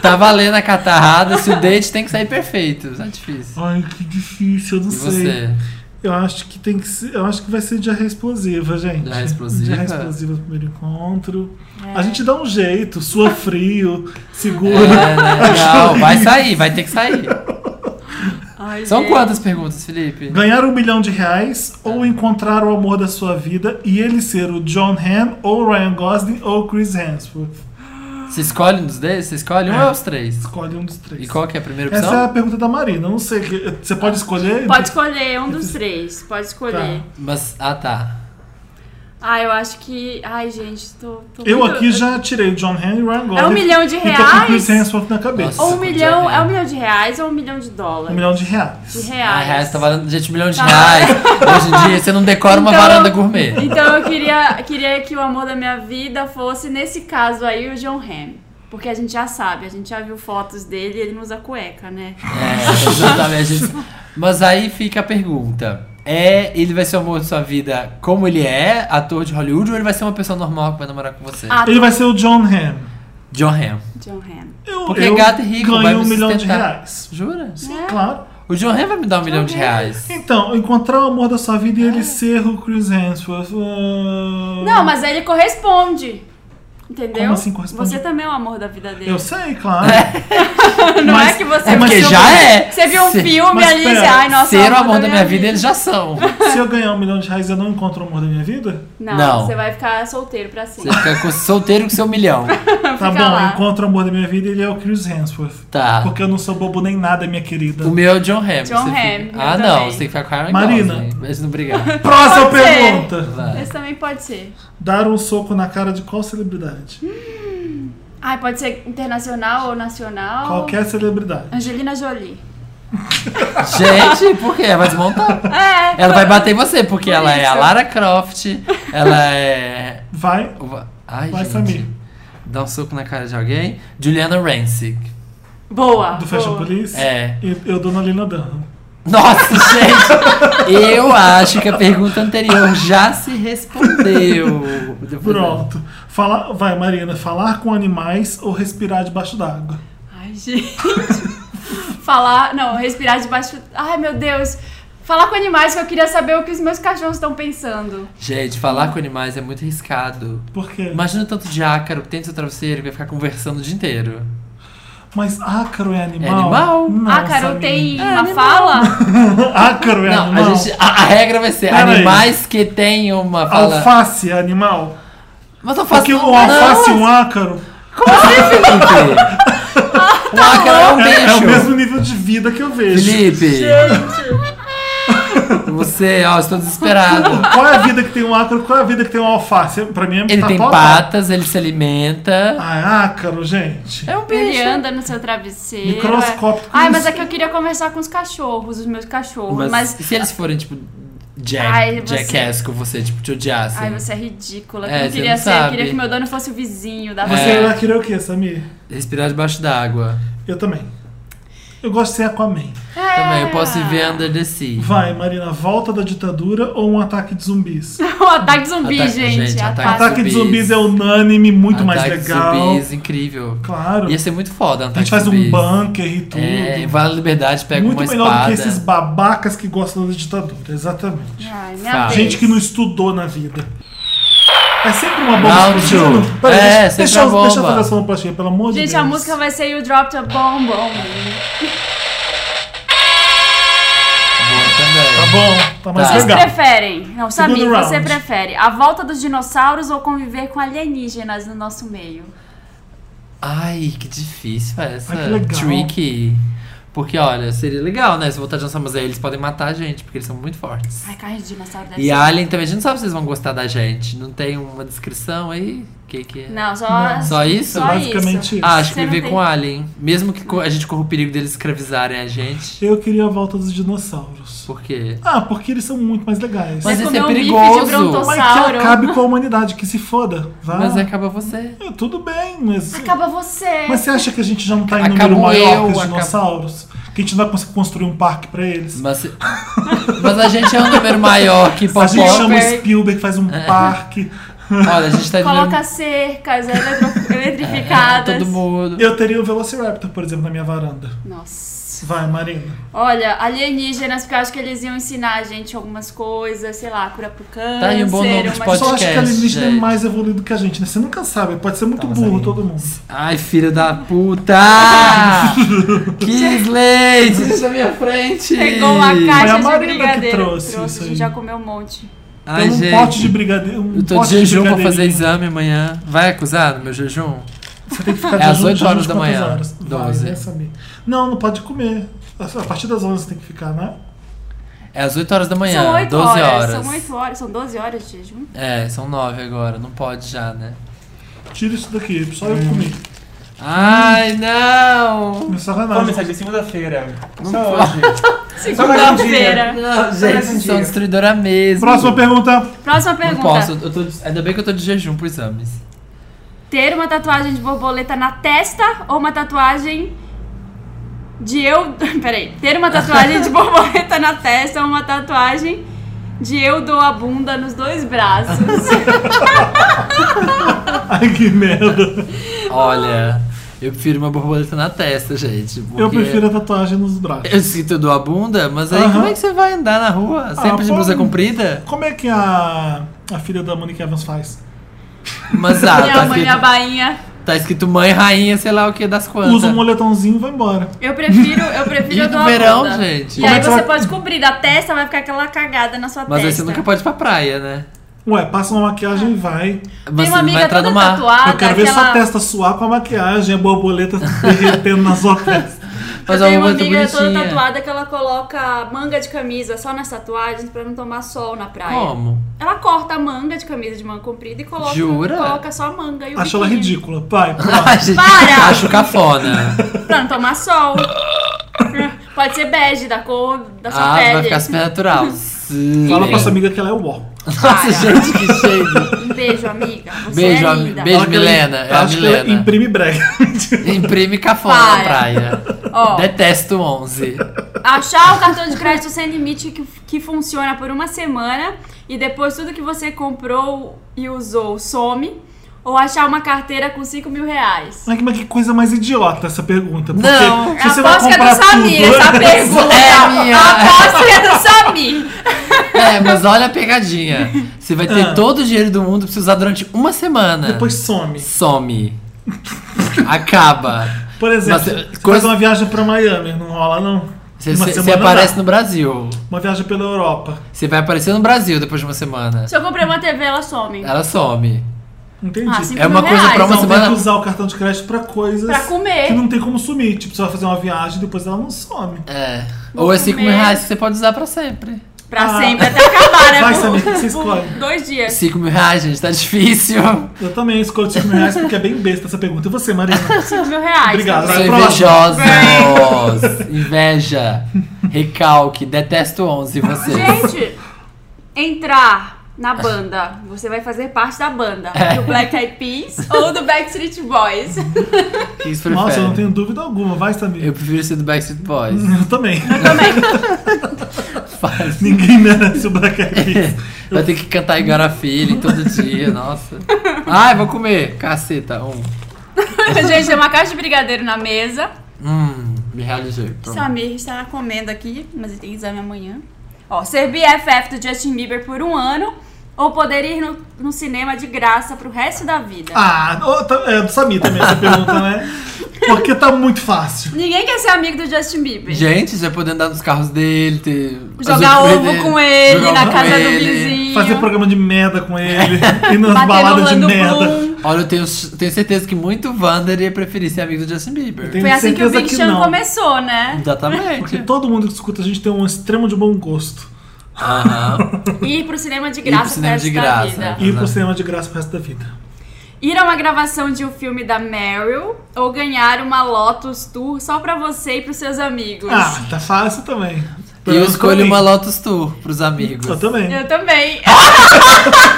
Speaker 2: tá valendo a catarrada. Se o date tem que sair perfeito, não é difícil.
Speaker 1: Ai, que difícil, eu não
Speaker 2: E
Speaker 1: sei.
Speaker 2: você?
Speaker 1: Eu acho que tem que ser, eu acho que vai ser diarreia explosiva, gente.
Speaker 2: Diarreia explosiva?
Speaker 1: Diarreia explosiva no primeiro encontro. A gente dá um jeito, sua frio, segura.
Speaker 2: É, né? Não, vai sair, vai ter que sair.
Speaker 3: Ai,
Speaker 2: São
Speaker 1: É.
Speaker 3: gente.
Speaker 2: quantas perguntas, Felipe?
Speaker 1: Ganhar um milhão de reais ou encontrar o amor da sua vida e ele ser o John Hamm ou Ryan Gosling ou Chris Hemsworth.
Speaker 2: Você escolhe um dos deles? Você escolhe um
Speaker 1: É.
Speaker 2: ou os três?
Speaker 1: Escolhe um dos três.
Speaker 2: E qual que é a primeira opção?
Speaker 1: Essa é a pergunta da Marina. eu Não sei, que- você pode escolher?
Speaker 3: Pode escolher um dos três, pode escolher.
Speaker 1: Tá.
Speaker 2: Mas, ah tá.
Speaker 3: Ah, eu acho que. Ai, gente, tô. tô
Speaker 1: Eu
Speaker 3: muito-
Speaker 1: aqui já tirei o John Henry e o Ryan Gosling.
Speaker 3: É um milhão de
Speaker 1: E tô com o Chris
Speaker 3: reais?
Speaker 1: Hemsworth na cabeça.
Speaker 2: Nossa.
Speaker 3: Ou um milhão.
Speaker 2: Diarreia.
Speaker 3: É um milhão de reais ou um milhão de dólares?
Speaker 1: Um milhão de reais.
Speaker 3: de
Speaker 2: Ah,
Speaker 3: reais.
Speaker 2: reais tá valendo, gente, um milhão de
Speaker 3: Tá.
Speaker 2: reais. Hoje em dia você não decora uma
Speaker 3: Então-
Speaker 2: varanda gourmet.
Speaker 3: Então eu queria, queria que o amor da minha vida fosse, nesse caso aí, o John Hamm. Porque a gente já sabe, a gente já viu fotos dele e ele não usa cueca, né?
Speaker 2: É, exatamente. isso. Mas aí fica a pergunta. É, ele vai ser o amor de sua vida como ele é, ator de Hollywood, ou ele vai ser uma pessoa normal que vai namorar com você?
Speaker 3: Ah,
Speaker 1: Ele vai ser o John Hamm.
Speaker 2: John Hamm.
Speaker 3: John Hamm.
Speaker 1: Eu,
Speaker 2: Porque
Speaker 1: eu
Speaker 2: gato é rico, vai
Speaker 1: ganho
Speaker 2: me
Speaker 1: um milhão de
Speaker 2: sustentar.
Speaker 1: reais.
Speaker 2: Jura?
Speaker 1: Sim,
Speaker 3: Né?
Speaker 1: claro.
Speaker 2: O John Hamm vai me dar um milhão de reais.
Speaker 1: Então, encontrar o amor da sua vida e ele ser o Chris Hemsworth. ah,
Speaker 3: É. Não, mas aí ele corresponde. Entendeu?
Speaker 1: Como assim corresponde?
Speaker 3: Você também é o amor da vida dele.
Speaker 1: Eu sei, claro.
Speaker 3: Não
Speaker 1: mas-
Speaker 3: é que você.
Speaker 2: É
Speaker 1: mas
Speaker 2: porque
Speaker 1: se eu-
Speaker 2: já é.
Speaker 3: Você viu um
Speaker 2: Se-
Speaker 3: filme
Speaker 1: mas
Speaker 3: ali e
Speaker 1: pera,
Speaker 3: você. Ai, nossa.
Speaker 2: Ser o amor da minha vida, eles já são.
Speaker 1: Se eu ganhar um milhão de reais, eu não encontro o amor da minha vida?
Speaker 3: Não,
Speaker 2: Não.
Speaker 3: você vai ficar solteiro pra
Speaker 2: Você
Speaker 3: sempre.
Speaker 2: fica com- solteiro com seu milhão.
Speaker 1: Tá bom,
Speaker 3: lá.
Speaker 1: eu encontro o amor da minha vida e ele é o Chris Hemsworth.
Speaker 2: Tá.
Speaker 1: Porque eu não sou bobo nem nada, minha querida.
Speaker 2: O meu é o John Hamm. você
Speaker 3: John Hamm,
Speaker 2: fica-
Speaker 3: eu
Speaker 2: Ah, não.
Speaker 3: também.
Speaker 2: Você tem que ficar com a Aaron
Speaker 1: Marina.
Speaker 2: Gosling. Mas né? não brigar.
Speaker 1: Próxima
Speaker 3: Pode ser.
Speaker 1: pergunta.
Speaker 2: Vai.
Speaker 3: Esse também pode ser.
Speaker 1: Dar um soco na cara de qual celebridade?
Speaker 3: Hum. Ai, pode ser internacional ou nacional.
Speaker 1: Qualquer celebridade.
Speaker 3: Angelina Jolie.
Speaker 2: Gente, por quê? Vai desmontar.
Speaker 3: É.
Speaker 2: Ela vai bater em você, porque
Speaker 3: Por
Speaker 2: ela é a
Speaker 3: isso.
Speaker 2: Lara Croft, ela é.
Speaker 1: Vai.
Speaker 2: Ai,
Speaker 1: Vai,
Speaker 2: gente.
Speaker 1: Samir.
Speaker 2: Dá um soco na cara de alguém. Juliana Rancic.
Speaker 3: Boa.
Speaker 1: Do Fashion
Speaker 3: boa.
Speaker 1: Police?
Speaker 2: É.
Speaker 1: E eu dou na Lina Dunham.
Speaker 2: Nossa, gente! Eu acho que a pergunta anterior já se respondeu. Depois-
Speaker 1: Pronto. Fala, vai, Marina. Falar com animais ou respirar debaixo d'água?
Speaker 3: Ai, gente. Falar. Não, respirar debaixo. Ai, meu Deus. Falar com animais que eu queria saber o que os meus cachorros estão pensando.
Speaker 2: Gente, falar com animais é muito arriscado.
Speaker 1: Por quê? Mas,
Speaker 2: Imagina o tanto de ácaro que tem no seu travesseiro que vai ficar conversando o dia inteiro.
Speaker 1: ácaro é animal?
Speaker 2: É animal?
Speaker 1: Não,
Speaker 3: ah, Carol,
Speaker 1: Samir.
Speaker 3: tem uma fala?
Speaker 1: um ácaro é
Speaker 2: Não, a,
Speaker 1: animal?
Speaker 2: gente, a, a regra vai ser
Speaker 1: Pera aí.
Speaker 2: animais que tem uma fala.
Speaker 1: Alface é animal?
Speaker 2: Mas alface
Speaker 1: Porque
Speaker 2: não-
Speaker 1: o alface e
Speaker 2: não,
Speaker 1: um ácaro
Speaker 2: Como assim, Felipe? O ácaro é um
Speaker 1: é, é o
Speaker 2: bicho.
Speaker 1: mesmo nível de vida que eu vejo.
Speaker 2: Felipe. Você, ó, estou desesperado.
Speaker 1: Qual é a vida que tem um ácaro? Qual é a vida que tem um alface? Pra mim é
Speaker 2: Ele
Speaker 1: tá
Speaker 2: tem
Speaker 1: pau a pau.
Speaker 2: patas, ele se alimenta.
Speaker 1: Ah, ácaro, gente.
Speaker 2: É um
Speaker 3: Ele
Speaker 2: bicho.
Speaker 3: anda no seu travesseiro.
Speaker 1: Microscópico.
Speaker 3: Ai, mas é que eu queria conversar com os cachorros, os meus cachorros.
Speaker 2: Mas,
Speaker 3: Mas.
Speaker 2: se eles forem, tipo, Jack,
Speaker 3: Ai, você-
Speaker 2: Jackass com você, tipo, te odiassem.
Speaker 3: Ai, você é ridícula.
Speaker 2: É,
Speaker 3: eu não
Speaker 2: você
Speaker 3: queria
Speaker 2: não
Speaker 3: ser. Eu queria
Speaker 2: sabe.
Speaker 3: que meu dono fosse o vizinho da
Speaker 1: Você
Speaker 2: É.
Speaker 1: ia querer o quê, Samir?
Speaker 2: Respirar debaixo d'água.
Speaker 1: Eu também. Eu gosto de ser Aquaman.
Speaker 2: Também, eu posso ir
Speaker 3: É.
Speaker 2: ver Under the Sea.
Speaker 1: Vai, Marina, volta da ditadura ou um ataque de zumbis?
Speaker 3: O Um ataque zumbi,
Speaker 2: Ataque-
Speaker 3: gente.
Speaker 2: gente, ataque
Speaker 1: ataque de
Speaker 2: zumbis.
Speaker 1: zumbis é unânime, muito mais
Speaker 2: Ataque de
Speaker 1: legal.
Speaker 2: Zumbis, incrível.
Speaker 1: Claro.
Speaker 2: Ia ser muito foda,
Speaker 1: A gente faz um bunker e tudo.
Speaker 2: É, em Vale da Liberdade pega
Speaker 1: muito
Speaker 2: uma
Speaker 1: melhor
Speaker 2: espada.
Speaker 1: do que esses babacas que gostam da ditadura, exatamente.
Speaker 2: Fala.
Speaker 3: Ai, minha vez.
Speaker 1: Gente que não estudou na vida. É sempre uma bomba
Speaker 2: Round
Speaker 1: explodindo.
Speaker 2: two.
Speaker 1: Peraí,
Speaker 2: É,
Speaker 1: deixa,
Speaker 2: sempre
Speaker 1: deixa, eu-
Speaker 2: uma
Speaker 1: deixa eu
Speaker 2: bomba.
Speaker 1: fazer essa sonoplastia, pelo amor de Deus.
Speaker 3: Gente, a música vai ser You Dropped a Bomb on Me.
Speaker 2: Boa também.
Speaker 1: Tá bom, tá mais
Speaker 2: Tá.
Speaker 3: Vocês
Speaker 1: legal.
Speaker 3: preferem? Não,
Speaker 1: Segundo
Speaker 3: Samir, você
Speaker 1: round.
Speaker 3: prefere a volta dos dinossauros ou conviver com alienígenas no nosso meio?
Speaker 2: Ai, que difícil é essa.
Speaker 1: Ai, que legal.
Speaker 2: Tricky. Porque, olha, seria legal, né? Se voltar de dançar, mas aí eles podem matar a gente, porque eles são muito fortes.
Speaker 3: Ai, carne de dinossauro deve
Speaker 2: E
Speaker 3: ser.
Speaker 2: Alien também, a gente não sabe se vocês vão gostar da gente. Não tem uma descrição aí? Que que é?
Speaker 3: Não, só.
Speaker 1: Não.
Speaker 2: Só isso?
Speaker 3: Só
Speaker 1: Basicamente
Speaker 3: isso.
Speaker 1: isso.
Speaker 2: Ah, acho
Speaker 3: Você
Speaker 2: que
Speaker 3: não
Speaker 2: viver
Speaker 3: tem-
Speaker 2: com Alien. Mesmo que co- a gente corra o perigo deles escravizarem a gente.
Speaker 1: Eu queria a volta dos dinossauros.
Speaker 2: Por quê?
Speaker 1: Ah, porque eles são muito mais legais.
Speaker 2: Mas
Speaker 3: Você
Speaker 2: isso é
Speaker 3: comeu um bife de
Speaker 2: perigoso.
Speaker 3: brontossauro.
Speaker 1: Mas que acabe com a humanidade, que se foda. Vá.
Speaker 2: Mas acaba você.
Speaker 1: É, Tudo bem, mas.
Speaker 3: Acaba você.
Speaker 1: Mas você acha que a gente já não tá em
Speaker 2: Acabou
Speaker 1: número maior
Speaker 2: eu,
Speaker 1: que os
Speaker 2: acabou-
Speaker 1: dinossauros? Que a gente não vai conseguir construir um parque pra eles?
Speaker 2: Mas, se- mas a gente é um número maior que
Speaker 1: a gente
Speaker 2: Popó.
Speaker 1: chama o Spielberg, faz um
Speaker 2: É.
Speaker 1: parque.
Speaker 2: Olha, a gente tá em número...
Speaker 3: Coloca cercas eletro-
Speaker 2: Ah,
Speaker 3: eletrificadas.
Speaker 2: todo É, mundo.
Speaker 1: Eu teria o Velociraptor, por exemplo, na minha varanda.
Speaker 3: Nossa.
Speaker 1: Vai, Marina.
Speaker 3: Olha, alienígenas, porque eu acho que eles iam ensinar a gente algumas coisas, sei lá, cura pro câncer.
Speaker 2: aí um bom nome de
Speaker 3: uma-
Speaker 1: Eu
Speaker 2: podcast.
Speaker 1: só acho que a alienígena é
Speaker 2: gente.
Speaker 1: mais evoluído que a gente, né? Você nunca sabe, pode ser muito
Speaker 2: Tá, mas
Speaker 1: burro
Speaker 2: aí-
Speaker 1: todo mundo.
Speaker 2: Ai, filho da puta! Kisley, isso na minha frente!
Speaker 3: Pegou uma
Speaker 1: Foi a
Speaker 3: caixa de
Speaker 1: Marina que
Speaker 3: brigadeiro.
Speaker 1: trouxe isso
Speaker 3: a
Speaker 1: aí.
Speaker 3: gente já comeu um monte.
Speaker 2: Ai,
Speaker 1: Tem um
Speaker 2: gente,
Speaker 1: pote de brigadeiro. Um
Speaker 2: eu tô
Speaker 1: pote
Speaker 2: de jejum
Speaker 1: de
Speaker 2: pra fazer
Speaker 1: brigadeirinho.
Speaker 2: exame amanhã. Vai acusar no meu jejum?
Speaker 1: Você tem que ficar
Speaker 2: É
Speaker 1: de
Speaker 2: às
Speaker 1: jejum
Speaker 2: oito
Speaker 1: de
Speaker 2: horas da
Speaker 1: quantas
Speaker 2: manhã.
Speaker 1: horas? Vai,
Speaker 2: Doze.
Speaker 1: né, Samir? Não, não pode comer. A partir das 11 você tem que ficar, né?
Speaker 2: É às 8 horas da manhã,
Speaker 3: são 8
Speaker 2: 12
Speaker 3: horas,
Speaker 2: horas.
Speaker 3: São 8 horas, são 12 horas de jejum.
Speaker 2: É, são 9 agora, não pode já, né?
Speaker 1: Tira isso daqui, só eu comi.
Speaker 2: Hum. Ai, não!
Speaker 1: Meu
Speaker 5: Come,
Speaker 1: sacanagem.
Speaker 5: Sérgio, segunda-feira. Só hoje.
Speaker 3: Segunda-feira.
Speaker 2: Não, gente, vocês são
Speaker 5: mentira.
Speaker 2: destruidora mesmo.
Speaker 1: Próxima pergunta.
Speaker 3: Próxima
Speaker 2: Não
Speaker 3: pergunta.
Speaker 2: posso, eu tô, de- ainda bem que eu tô de jejum pro exames.
Speaker 3: Ter uma tatuagem de borboleta na testa ou uma tatuagem de eu. Peraí. Ter uma tatuagem de borboleta na testa ou uma tatuagem de eu dou a bunda nos dois braços.
Speaker 1: Ai, que merda.
Speaker 2: Olha, eu prefiro uma borboleta na testa, gente.
Speaker 1: Eu
Speaker 2: porque-
Speaker 1: prefiro a tatuagem nos braços.
Speaker 2: Eu sinto eu dou a bunda, mas aí
Speaker 1: Aham. Ah,
Speaker 2: como é que você vai andar na rua? Sempre de
Speaker 1: pô,
Speaker 2: blusa comprida?
Speaker 1: Como é que a, a filha da Monique Evans faz?
Speaker 2: Mas ah,
Speaker 3: minha
Speaker 2: tá,
Speaker 3: mãe, minha
Speaker 2: escrito,
Speaker 3: bainha.
Speaker 2: tá escrito mãe, rainha, sei lá o que das quantas.
Speaker 1: Usa um moletomzinho e vai embora.
Speaker 3: Eu prefiro, eu prefiro
Speaker 2: E
Speaker 3: eu
Speaker 2: no
Speaker 3: dou a
Speaker 2: verão,
Speaker 3: bunda.
Speaker 2: gente?
Speaker 3: E
Speaker 1: Como é
Speaker 3: aí
Speaker 1: que
Speaker 3: você
Speaker 1: ela-
Speaker 3: pode cobrir da testa, vai ficar aquela cagada na sua
Speaker 2: Mas aí
Speaker 3: testa.
Speaker 2: você nunca pode ir pra praia, né?
Speaker 1: Ué, passa uma maquiagem e vai.
Speaker 2: Mas
Speaker 3: Tem uma
Speaker 2: você não vai
Speaker 3: amiga
Speaker 2: entrar
Speaker 3: toda
Speaker 2: no mar.
Speaker 3: tatuada,
Speaker 1: eu quero ver
Speaker 3: Ah, aquela...
Speaker 1: sua testa suar com a maquiagem, a borboleta derretendo na sua testa.
Speaker 2: Mas
Speaker 3: eu tenho uma
Speaker 2: borboleta
Speaker 3: amiga toda
Speaker 2: bonitinha.
Speaker 3: tatuada que ela coloca manga de camisa só nas tatuagens pra não tomar sol na praia.
Speaker 2: Como?
Speaker 3: Ela corta a manga de camisa de manga comprida e coloca,
Speaker 2: Jura?
Speaker 3: coloca só a manga e o
Speaker 1: Acho ela
Speaker 3: biquinho.
Speaker 1: ridícula. Vai,
Speaker 2: Ai, gente,
Speaker 3: Para!
Speaker 2: Acho cafona.
Speaker 3: Pra não tomar sol. Pode ser bege, da cor da sua
Speaker 2: ah,
Speaker 3: pele.
Speaker 2: vai ficar super natural. Sim.
Speaker 1: fala pra sua amiga que ela é o ó.
Speaker 2: Nossa,
Speaker 3: Para.
Speaker 2: gente, que cheio.
Speaker 3: Um beijo, amiga. Você
Speaker 2: Beijo,
Speaker 3: é
Speaker 2: ami-
Speaker 3: linda.
Speaker 2: beijo.
Speaker 1: Fala que ela-
Speaker 2: Milena, é a
Speaker 1: acho que ela
Speaker 2: Milena.
Speaker 1: imprime brega.
Speaker 2: Imprime cafona na
Speaker 3: Para.
Speaker 2: praia.
Speaker 3: Ó.
Speaker 2: Detesto 11.
Speaker 3: Achar o cartão de crédito sem limite que, que funciona por uma semana e depois tudo que você comprou e usou some. Ou achar uma carteira com 5 mil reais.
Speaker 1: Mas que- mas que coisa mais idiota essa pergunta. Porque
Speaker 2: Não,
Speaker 1: se você vai
Speaker 3: Aposto que é do
Speaker 1: comprar
Speaker 3: Samir, essa
Speaker 1: tudo... né?
Speaker 3: pergunta.
Speaker 2: É minha.
Speaker 3: Aposto que é do Samir.
Speaker 2: É, mas olha a pegadinha. Você vai ter
Speaker 1: Ah.
Speaker 2: todo o dinheiro do mundo pra você usar durante uma semana.
Speaker 1: Depois some.
Speaker 2: some. Acaba.
Speaker 1: Por exemplo,
Speaker 2: Mas, é,
Speaker 1: você faz
Speaker 2: coisa-
Speaker 1: uma viagem pra Miami, não rola não?
Speaker 2: Você,
Speaker 1: Uma
Speaker 2: você- você
Speaker 1: semana
Speaker 2: aparece
Speaker 1: dá.
Speaker 2: no Brasil.
Speaker 1: Uma viagem pela Europa.
Speaker 2: Você vai aparecer no Brasil depois de uma semana.
Speaker 3: Se eu comprei uma TV, ela some.
Speaker 2: Ela some.
Speaker 1: Entendi.
Speaker 3: Ah, cinco
Speaker 2: É uma
Speaker 3: mil
Speaker 2: coisa
Speaker 3: reais.
Speaker 2: pra uma
Speaker 1: Então tem
Speaker 2: semana-
Speaker 1: que usar o cartão de crédito pra coisas
Speaker 3: Pra comer.
Speaker 1: que não tem como sumir. Tipo, você vai fazer uma viagem e depois ela não some.
Speaker 2: É.
Speaker 3: Vou
Speaker 2: Ou é 5 mil
Speaker 3: comer.
Speaker 2: reais que você pode usar pra sempre.
Speaker 3: Pra
Speaker 1: Ah.
Speaker 3: sempre, até acabar, né?
Speaker 1: Vai,
Speaker 3: Por-
Speaker 1: Samir, o que você
Speaker 3: por
Speaker 1: escolhe?
Speaker 3: Dois dias.
Speaker 2: 5 mil reais, gente, tá difícil.
Speaker 1: Eu também escolho 5 mil reais porque é bem besta essa pergunta. E você, Marina?
Speaker 3: 5 mil reais.
Speaker 1: Obrigado.
Speaker 2: São
Speaker 1: Vai, próximo.
Speaker 2: invejosos. Inveja. Recalque. Detesto 11. Você.
Speaker 3: Gente, entrar na banda. Você vai fazer parte da banda.
Speaker 1: É.
Speaker 3: Do Black Eyed Peas ou do Backstreet Boys.
Speaker 2: Quem você prefere?
Speaker 1: Nossa, eu não tenho dúvida alguma. Vai, Samir.
Speaker 2: Eu prefiro ser do Backstreet Boys.
Speaker 1: Eu também.
Speaker 2: Faz.
Speaker 1: Ninguém merece o Black Eyed Peas.
Speaker 2: Vai ter que cantar Igor a Feeling todo dia, nossa. Ai, vou comer. Caceta, um.
Speaker 3: Gente, tem uma caixa de brigadeiro na mesa.
Speaker 2: Hum, me realizei. Pronto.
Speaker 3: Samir está comendo aqui, mas ele tem exame amanhã. Ó, ser BFF do Justin Bieber por um ano ou poder ir no, no cinema de graça pro resto da vida.
Speaker 1: Ah, ô, tá- é do Samir também essa pergunta, né? Porque tá muito fácil.
Speaker 3: Ninguém quer ser amigo do Justin Bieber.
Speaker 2: Gente, você vai poder andar nos carros dele, ter...
Speaker 3: Jogar
Speaker 2: as
Speaker 3: ovo
Speaker 2: dele,
Speaker 3: com ele
Speaker 2: jogar ovo
Speaker 3: na
Speaker 2: com
Speaker 3: casa do
Speaker 2: ele.
Speaker 3: vizinho.
Speaker 1: Fazer programa de merda com ele. E nas
Speaker 3: bater no
Speaker 1: baladas de
Speaker 3: Orlando
Speaker 1: merda.
Speaker 3: Bloom.
Speaker 2: Olha, eu tenho, tenho certeza que muito Wander ia preferir ser amigo do Justin Bieber.
Speaker 1: Eu tenho
Speaker 3: Foi assim que o
Speaker 1: certeza
Speaker 3: Big
Speaker 1: que
Speaker 3: Chan
Speaker 1: não.
Speaker 3: começou, né?
Speaker 1: Porque
Speaker 2: Exatamente.
Speaker 1: todo mundo que escuta a gente tem um extremo de bom gosto.
Speaker 2: Aham.
Speaker 3: Ir pro cinema de
Speaker 2: pro
Speaker 3: graça pro
Speaker 2: cinema
Speaker 3: resto
Speaker 2: de
Speaker 3: da
Speaker 2: graça.
Speaker 3: vida.
Speaker 1: E ir
Speaker 2: Uhum.
Speaker 1: pro cinema de graça pro resto da vida.
Speaker 3: Ir a uma gravação de um filme da Meryl ou ganhar uma Lotus Tour só pra você e pros seus amigos.
Speaker 1: Ah, tá fácil também.
Speaker 2: E eu escolho uma Lotus Tour pros amigos.
Speaker 1: Eu também.
Speaker 3: Eu também. É,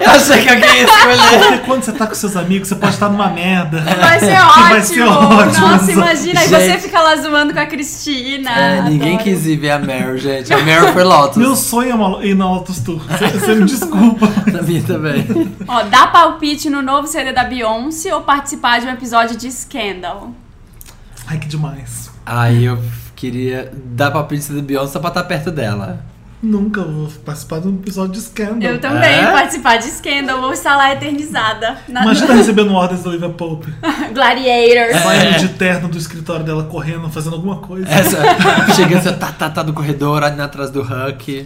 Speaker 2: Eu achei que alguém ia escolher.
Speaker 1: Porque quando você tá com seus amigos, você pode estar numa merda.
Speaker 3: Vai ser ótimo.
Speaker 1: Vai ser ótimo.
Speaker 3: Nossa, imagina. Aí você
Speaker 2: Gente.
Speaker 3: fica lá zoando com a Cristina.
Speaker 2: É, ninguém
Speaker 3: Ah, Adoro.
Speaker 2: quis ir ver a Meryl, gente. A Meryl foi Lotus.
Speaker 1: Meu sonho é uma- ir na Lotus Tour. Você você me desculpa.
Speaker 2: Pra mim também.
Speaker 3: Ó, dar palpite no novo CD da Beyoncé ou participar de um episódio de Scandal.
Speaker 1: Ai, que demais.
Speaker 2: Aí eu queria dar palpite da Beyoncé só pra estar perto dela.
Speaker 1: Nunca vou participar de um episódio de Scandal.
Speaker 3: Eu também,
Speaker 2: É?
Speaker 3: participar de Scandal. Vou estar lá eternizada. Na...
Speaker 1: Imagina tá recebendo ordens da Olivia Pope.
Speaker 2: É.
Speaker 3: Gladiators.
Speaker 1: Saindo de terno do escritório dela, correndo, fazendo alguma coisa.
Speaker 2: Essa, chegando assim, tá, tá, tá do corredor, ali atrás do Huck.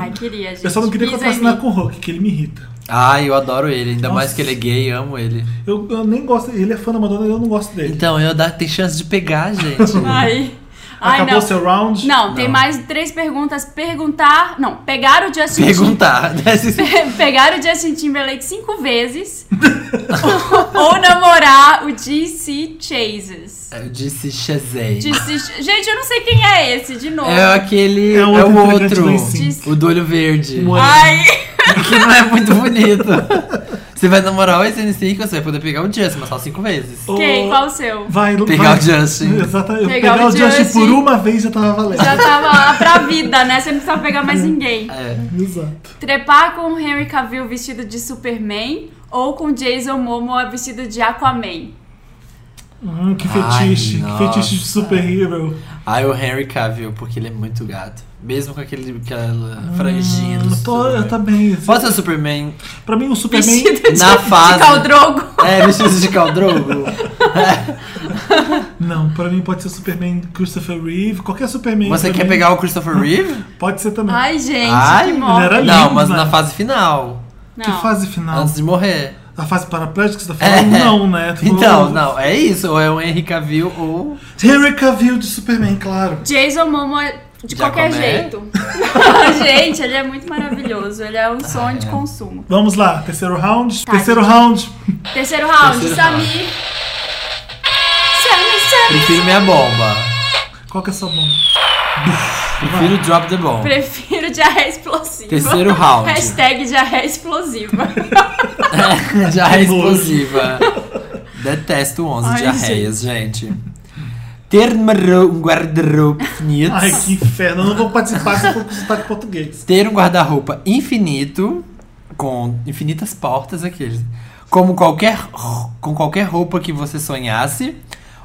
Speaker 3: Ai, queria, gente.
Speaker 1: Eu só não queria que eu
Speaker 3: Pisa em
Speaker 1: fosse na
Speaker 3: mim.
Speaker 1: com o Hulk, que ele me irrita.
Speaker 2: Ai, eu adoro ele. Ainda mais
Speaker 1: Nossa.
Speaker 2: que ele é gay, amo ele.
Speaker 1: Eu, eu nem gosto Ele é fã da Madonna e eu não gosto dele.
Speaker 2: Então, eu dar, tem chance de pegar, gente.
Speaker 3: Ai. Ai,
Speaker 1: Acabou
Speaker 3: não.
Speaker 1: seu round?
Speaker 3: Não, tem
Speaker 2: Não.
Speaker 3: mais três perguntas. Perguntar. Não, pegar o Justin
Speaker 2: Perguntar. né? Desse-
Speaker 3: Timberlake. Pegar o Justin Timberlake cinco vezes. ou, ou namorar o DC Chases.
Speaker 2: Eu disse Shazay.
Speaker 3: DC... Gente, eu não sei quem é esse, de novo.
Speaker 2: É aquele.
Speaker 1: É
Speaker 2: É,
Speaker 1: o
Speaker 2: o
Speaker 1: outro integrante
Speaker 2: outro.
Speaker 1: do NSYNC.
Speaker 2: O do olho verde.
Speaker 1: O olho-
Speaker 3: Ai,
Speaker 2: Que não é muito bonito. Você vai namorar o SN5, você vai poder pegar o Justin, mas só cinco vezes.
Speaker 3: quem?
Speaker 1: Ô,
Speaker 3: Qual o seu?
Speaker 1: Vai, Lu-
Speaker 2: Pegar
Speaker 1: vai.
Speaker 2: o Justin.
Speaker 1: Exatamente.
Speaker 3: Pegar
Speaker 1: Pegar,
Speaker 3: o
Speaker 1: o Justin,
Speaker 3: Justin.
Speaker 1: por uma vez já tava valendo.
Speaker 3: Já tava lá pra vida, né? Você não precisava pegar mais ninguém.
Speaker 2: É.
Speaker 1: Exato.
Speaker 3: Trepar com o Henry Cavill vestido de Superman ou com Jason Momoa vestido de Aquaman.
Speaker 1: Hum, que
Speaker 2: Ai,
Speaker 1: fetiche. que
Speaker 2: nossa.
Speaker 1: fetiche de super-hero.
Speaker 2: Aí Ah, o Henry Cavill, porque ele é muito gato. Mesmo com aquele, aquela franjinha do
Speaker 1: Hum, Eu tô, eu
Speaker 2: Superman.
Speaker 1: também. assim,
Speaker 2: Pode ser o Superman
Speaker 1: Pra mim, o Superman.
Speaker 3: Vestido de,
Speaker 2: na
Speaker 3: de
Speaker 2: fase.
Speaker 3: Caldrogo.
Speaker 2: É, vestido de caldrogo.
Speaker 1: Não, pra mim pode ser o Superman Christopher Reeve. Qualquer Superman.
Speaker 2: Você
Speaker 1: pra
Speaker 2: quer
Speaker 1: mim,
Speaker 2: pegar o Christopher Reeve?
Speaker 1: Pode ser também.
Speaker 3: Ai, gente,
Speaker 2: Ai,
Speaker 3: que
Speaker 2: ele
Speaker 3: morte.
Speaker 1: era
Speaker 2: Não,
Speaker 1: lindo,
Speaker 2: mas na
Speaker 1: né?
Speaker 2: fase final.
Speaker 1: Que
Speaker 3: Não.
Speaker 1: fase final?
Speaker 2: Antes de morrer.
Speaker 1: A fase paraplégica que você tá falando?
Speaker 2: É.
Speaker 1: Não, né? Tu falou-
Speaker 2: Então, não, é isso. Ou é o Henry Cavill ou.
Speaker 1: Henry Cavill de Superman, claro.
Speaker 3: Jason Momoa de
Speaker 2: Já é?
Speaker 3: qualquer
Speaker 2: comeu?
Speaker 3: jeito. gente, ele é muito maravilhoso. Ele
Speaker 2: Ah,
Speaker 3: é um sonho de consumo.
Speaker 1: Vamos lá, terceiro round.
Speaker 3: Tá,
Speaker 1: terceiro
Speaker 3: gente.
Speaker 1: round.
Speaker 3: Terceiro round,
Speaker 2: Terceiro
Speaker 3: Samir. Samir, Samir.
Speaker 2: Prefiro minha bomba.
Speaker 1: Qual que é a sua bomba?
Speaker 2: Prefiro drop the bomb.
Speaker 3: Prefiro diarreia explosiva.
Speaker 2: Terceiro round.
Speaker 3: Hashtag diarreia explosiva.
Speaker 2: Já é
Speaker 1: Que nojo.
Speaker 2: explosiva. Detesto 11
Speaker 3: Ai,
Speaker 2: diarreias, gente. Ter um guarda-roupa infinito.
Speaker 1: Ai, que inferno. Eu não vou participar se for com sotaque português.
Speaker 2: Ter um guarda-roupa infinito, com infinitas portas aqueles. Como qualquer, com qualquer roupa que você sonhasse.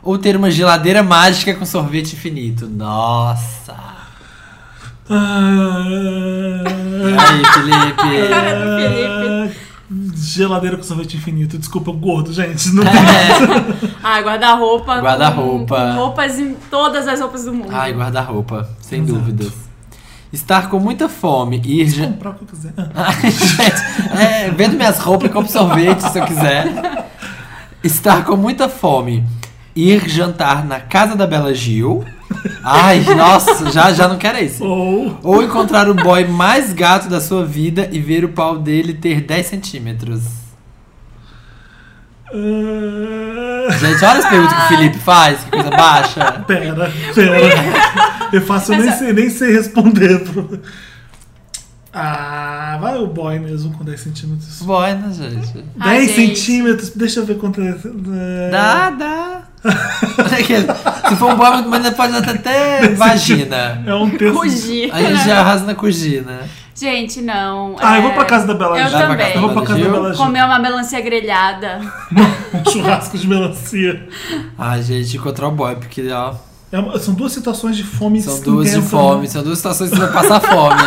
Speaker 2: Ou ter uma geladeira mágica com sorvete infinito. Nossa!
Speaker 1: Ah,
Speaker 2: Aí, Felipe.
Speaker 3: Cara do Felipe.
Speaker 1: Geladeira com sorvete infinito. Desculpa, gordo, gente. Não tem-
Speaker 2: É.
Speaker 3: Ah, guarda-roupa. com-
Speaker 2: Guarda-roupa.
Speaker 3: com Roupas em todas as roupas do mundo.
Speaker 2: Ai, guarda-roupa, sem
Speaker 1: Exato.
Speaker 2: dúvidas. Estar com muita fome e ir. ja-
Speaker 1: comprar o que eu quiser. Ah,
Speaker 2: Ai, gente, é, vendo minhas roupas e compro sorvete se eu quiser. Estar com muita fome. Ir jantar na casa da Bela Gil. Ai, nossa, já, já não quero isso.
Speaker 1: Ou.
Speaker 2: Ou encontrar o boy mais gato da sua vida e ver o pau dele ter 10 centímetros.
Speaker 1: ah,
Speaker 2: Gente, olha as perguntas que o Felipe faz, que coisa baixa.
Speaker 1: pera, pera. Eu faço, eu nem sei, nem sei responder. Pro... Ah, vai o boy mesmo com 10 centímetros.
Speaker 2: Boy, né, gente?
Speaker 1: 10
Speaker 3: Ah, gente.
Speaker 1: centímetros, deixa eu ver quanto é. é,
Speaker 2: Dá, dá. Aquele, Se for um boy, mas ainda pode até ter vagina.
Speaker 1: É um terço.
Speaker 3: Fugir.
Speaker 2: Aí já arrasa na cugina.
Speaker 3: Gente, não.
Speaker 1: Ah, eu vou
Speaker 3: é,
Speaker 1: pra casa da Bela
Speaker 3: Eu
Speaker 1: Gil.
Speaker 2: Vai pra
Speaker 3: também.
Speaker 2: casa
Speaker 1: Eu vou pra
Speaker 2: da
Speaker 1: casa da
Speaker 2: Gil.
Speaker 1: Bela Gil.
Speaker 3: Comer uma melancia grelhada.
Speaker 1: Um churrasco de melancia.
Speaker 2: Ai, gente, encontrar o boy, porque ó,
Speaker 1: É uma- são duas situações de fome
Speaker 2: são duas de
Speaker 1: intensa,
Speaker 2: fome,
Speaker 1: né?
Speaker 2: são duas situações que você vai passar fome.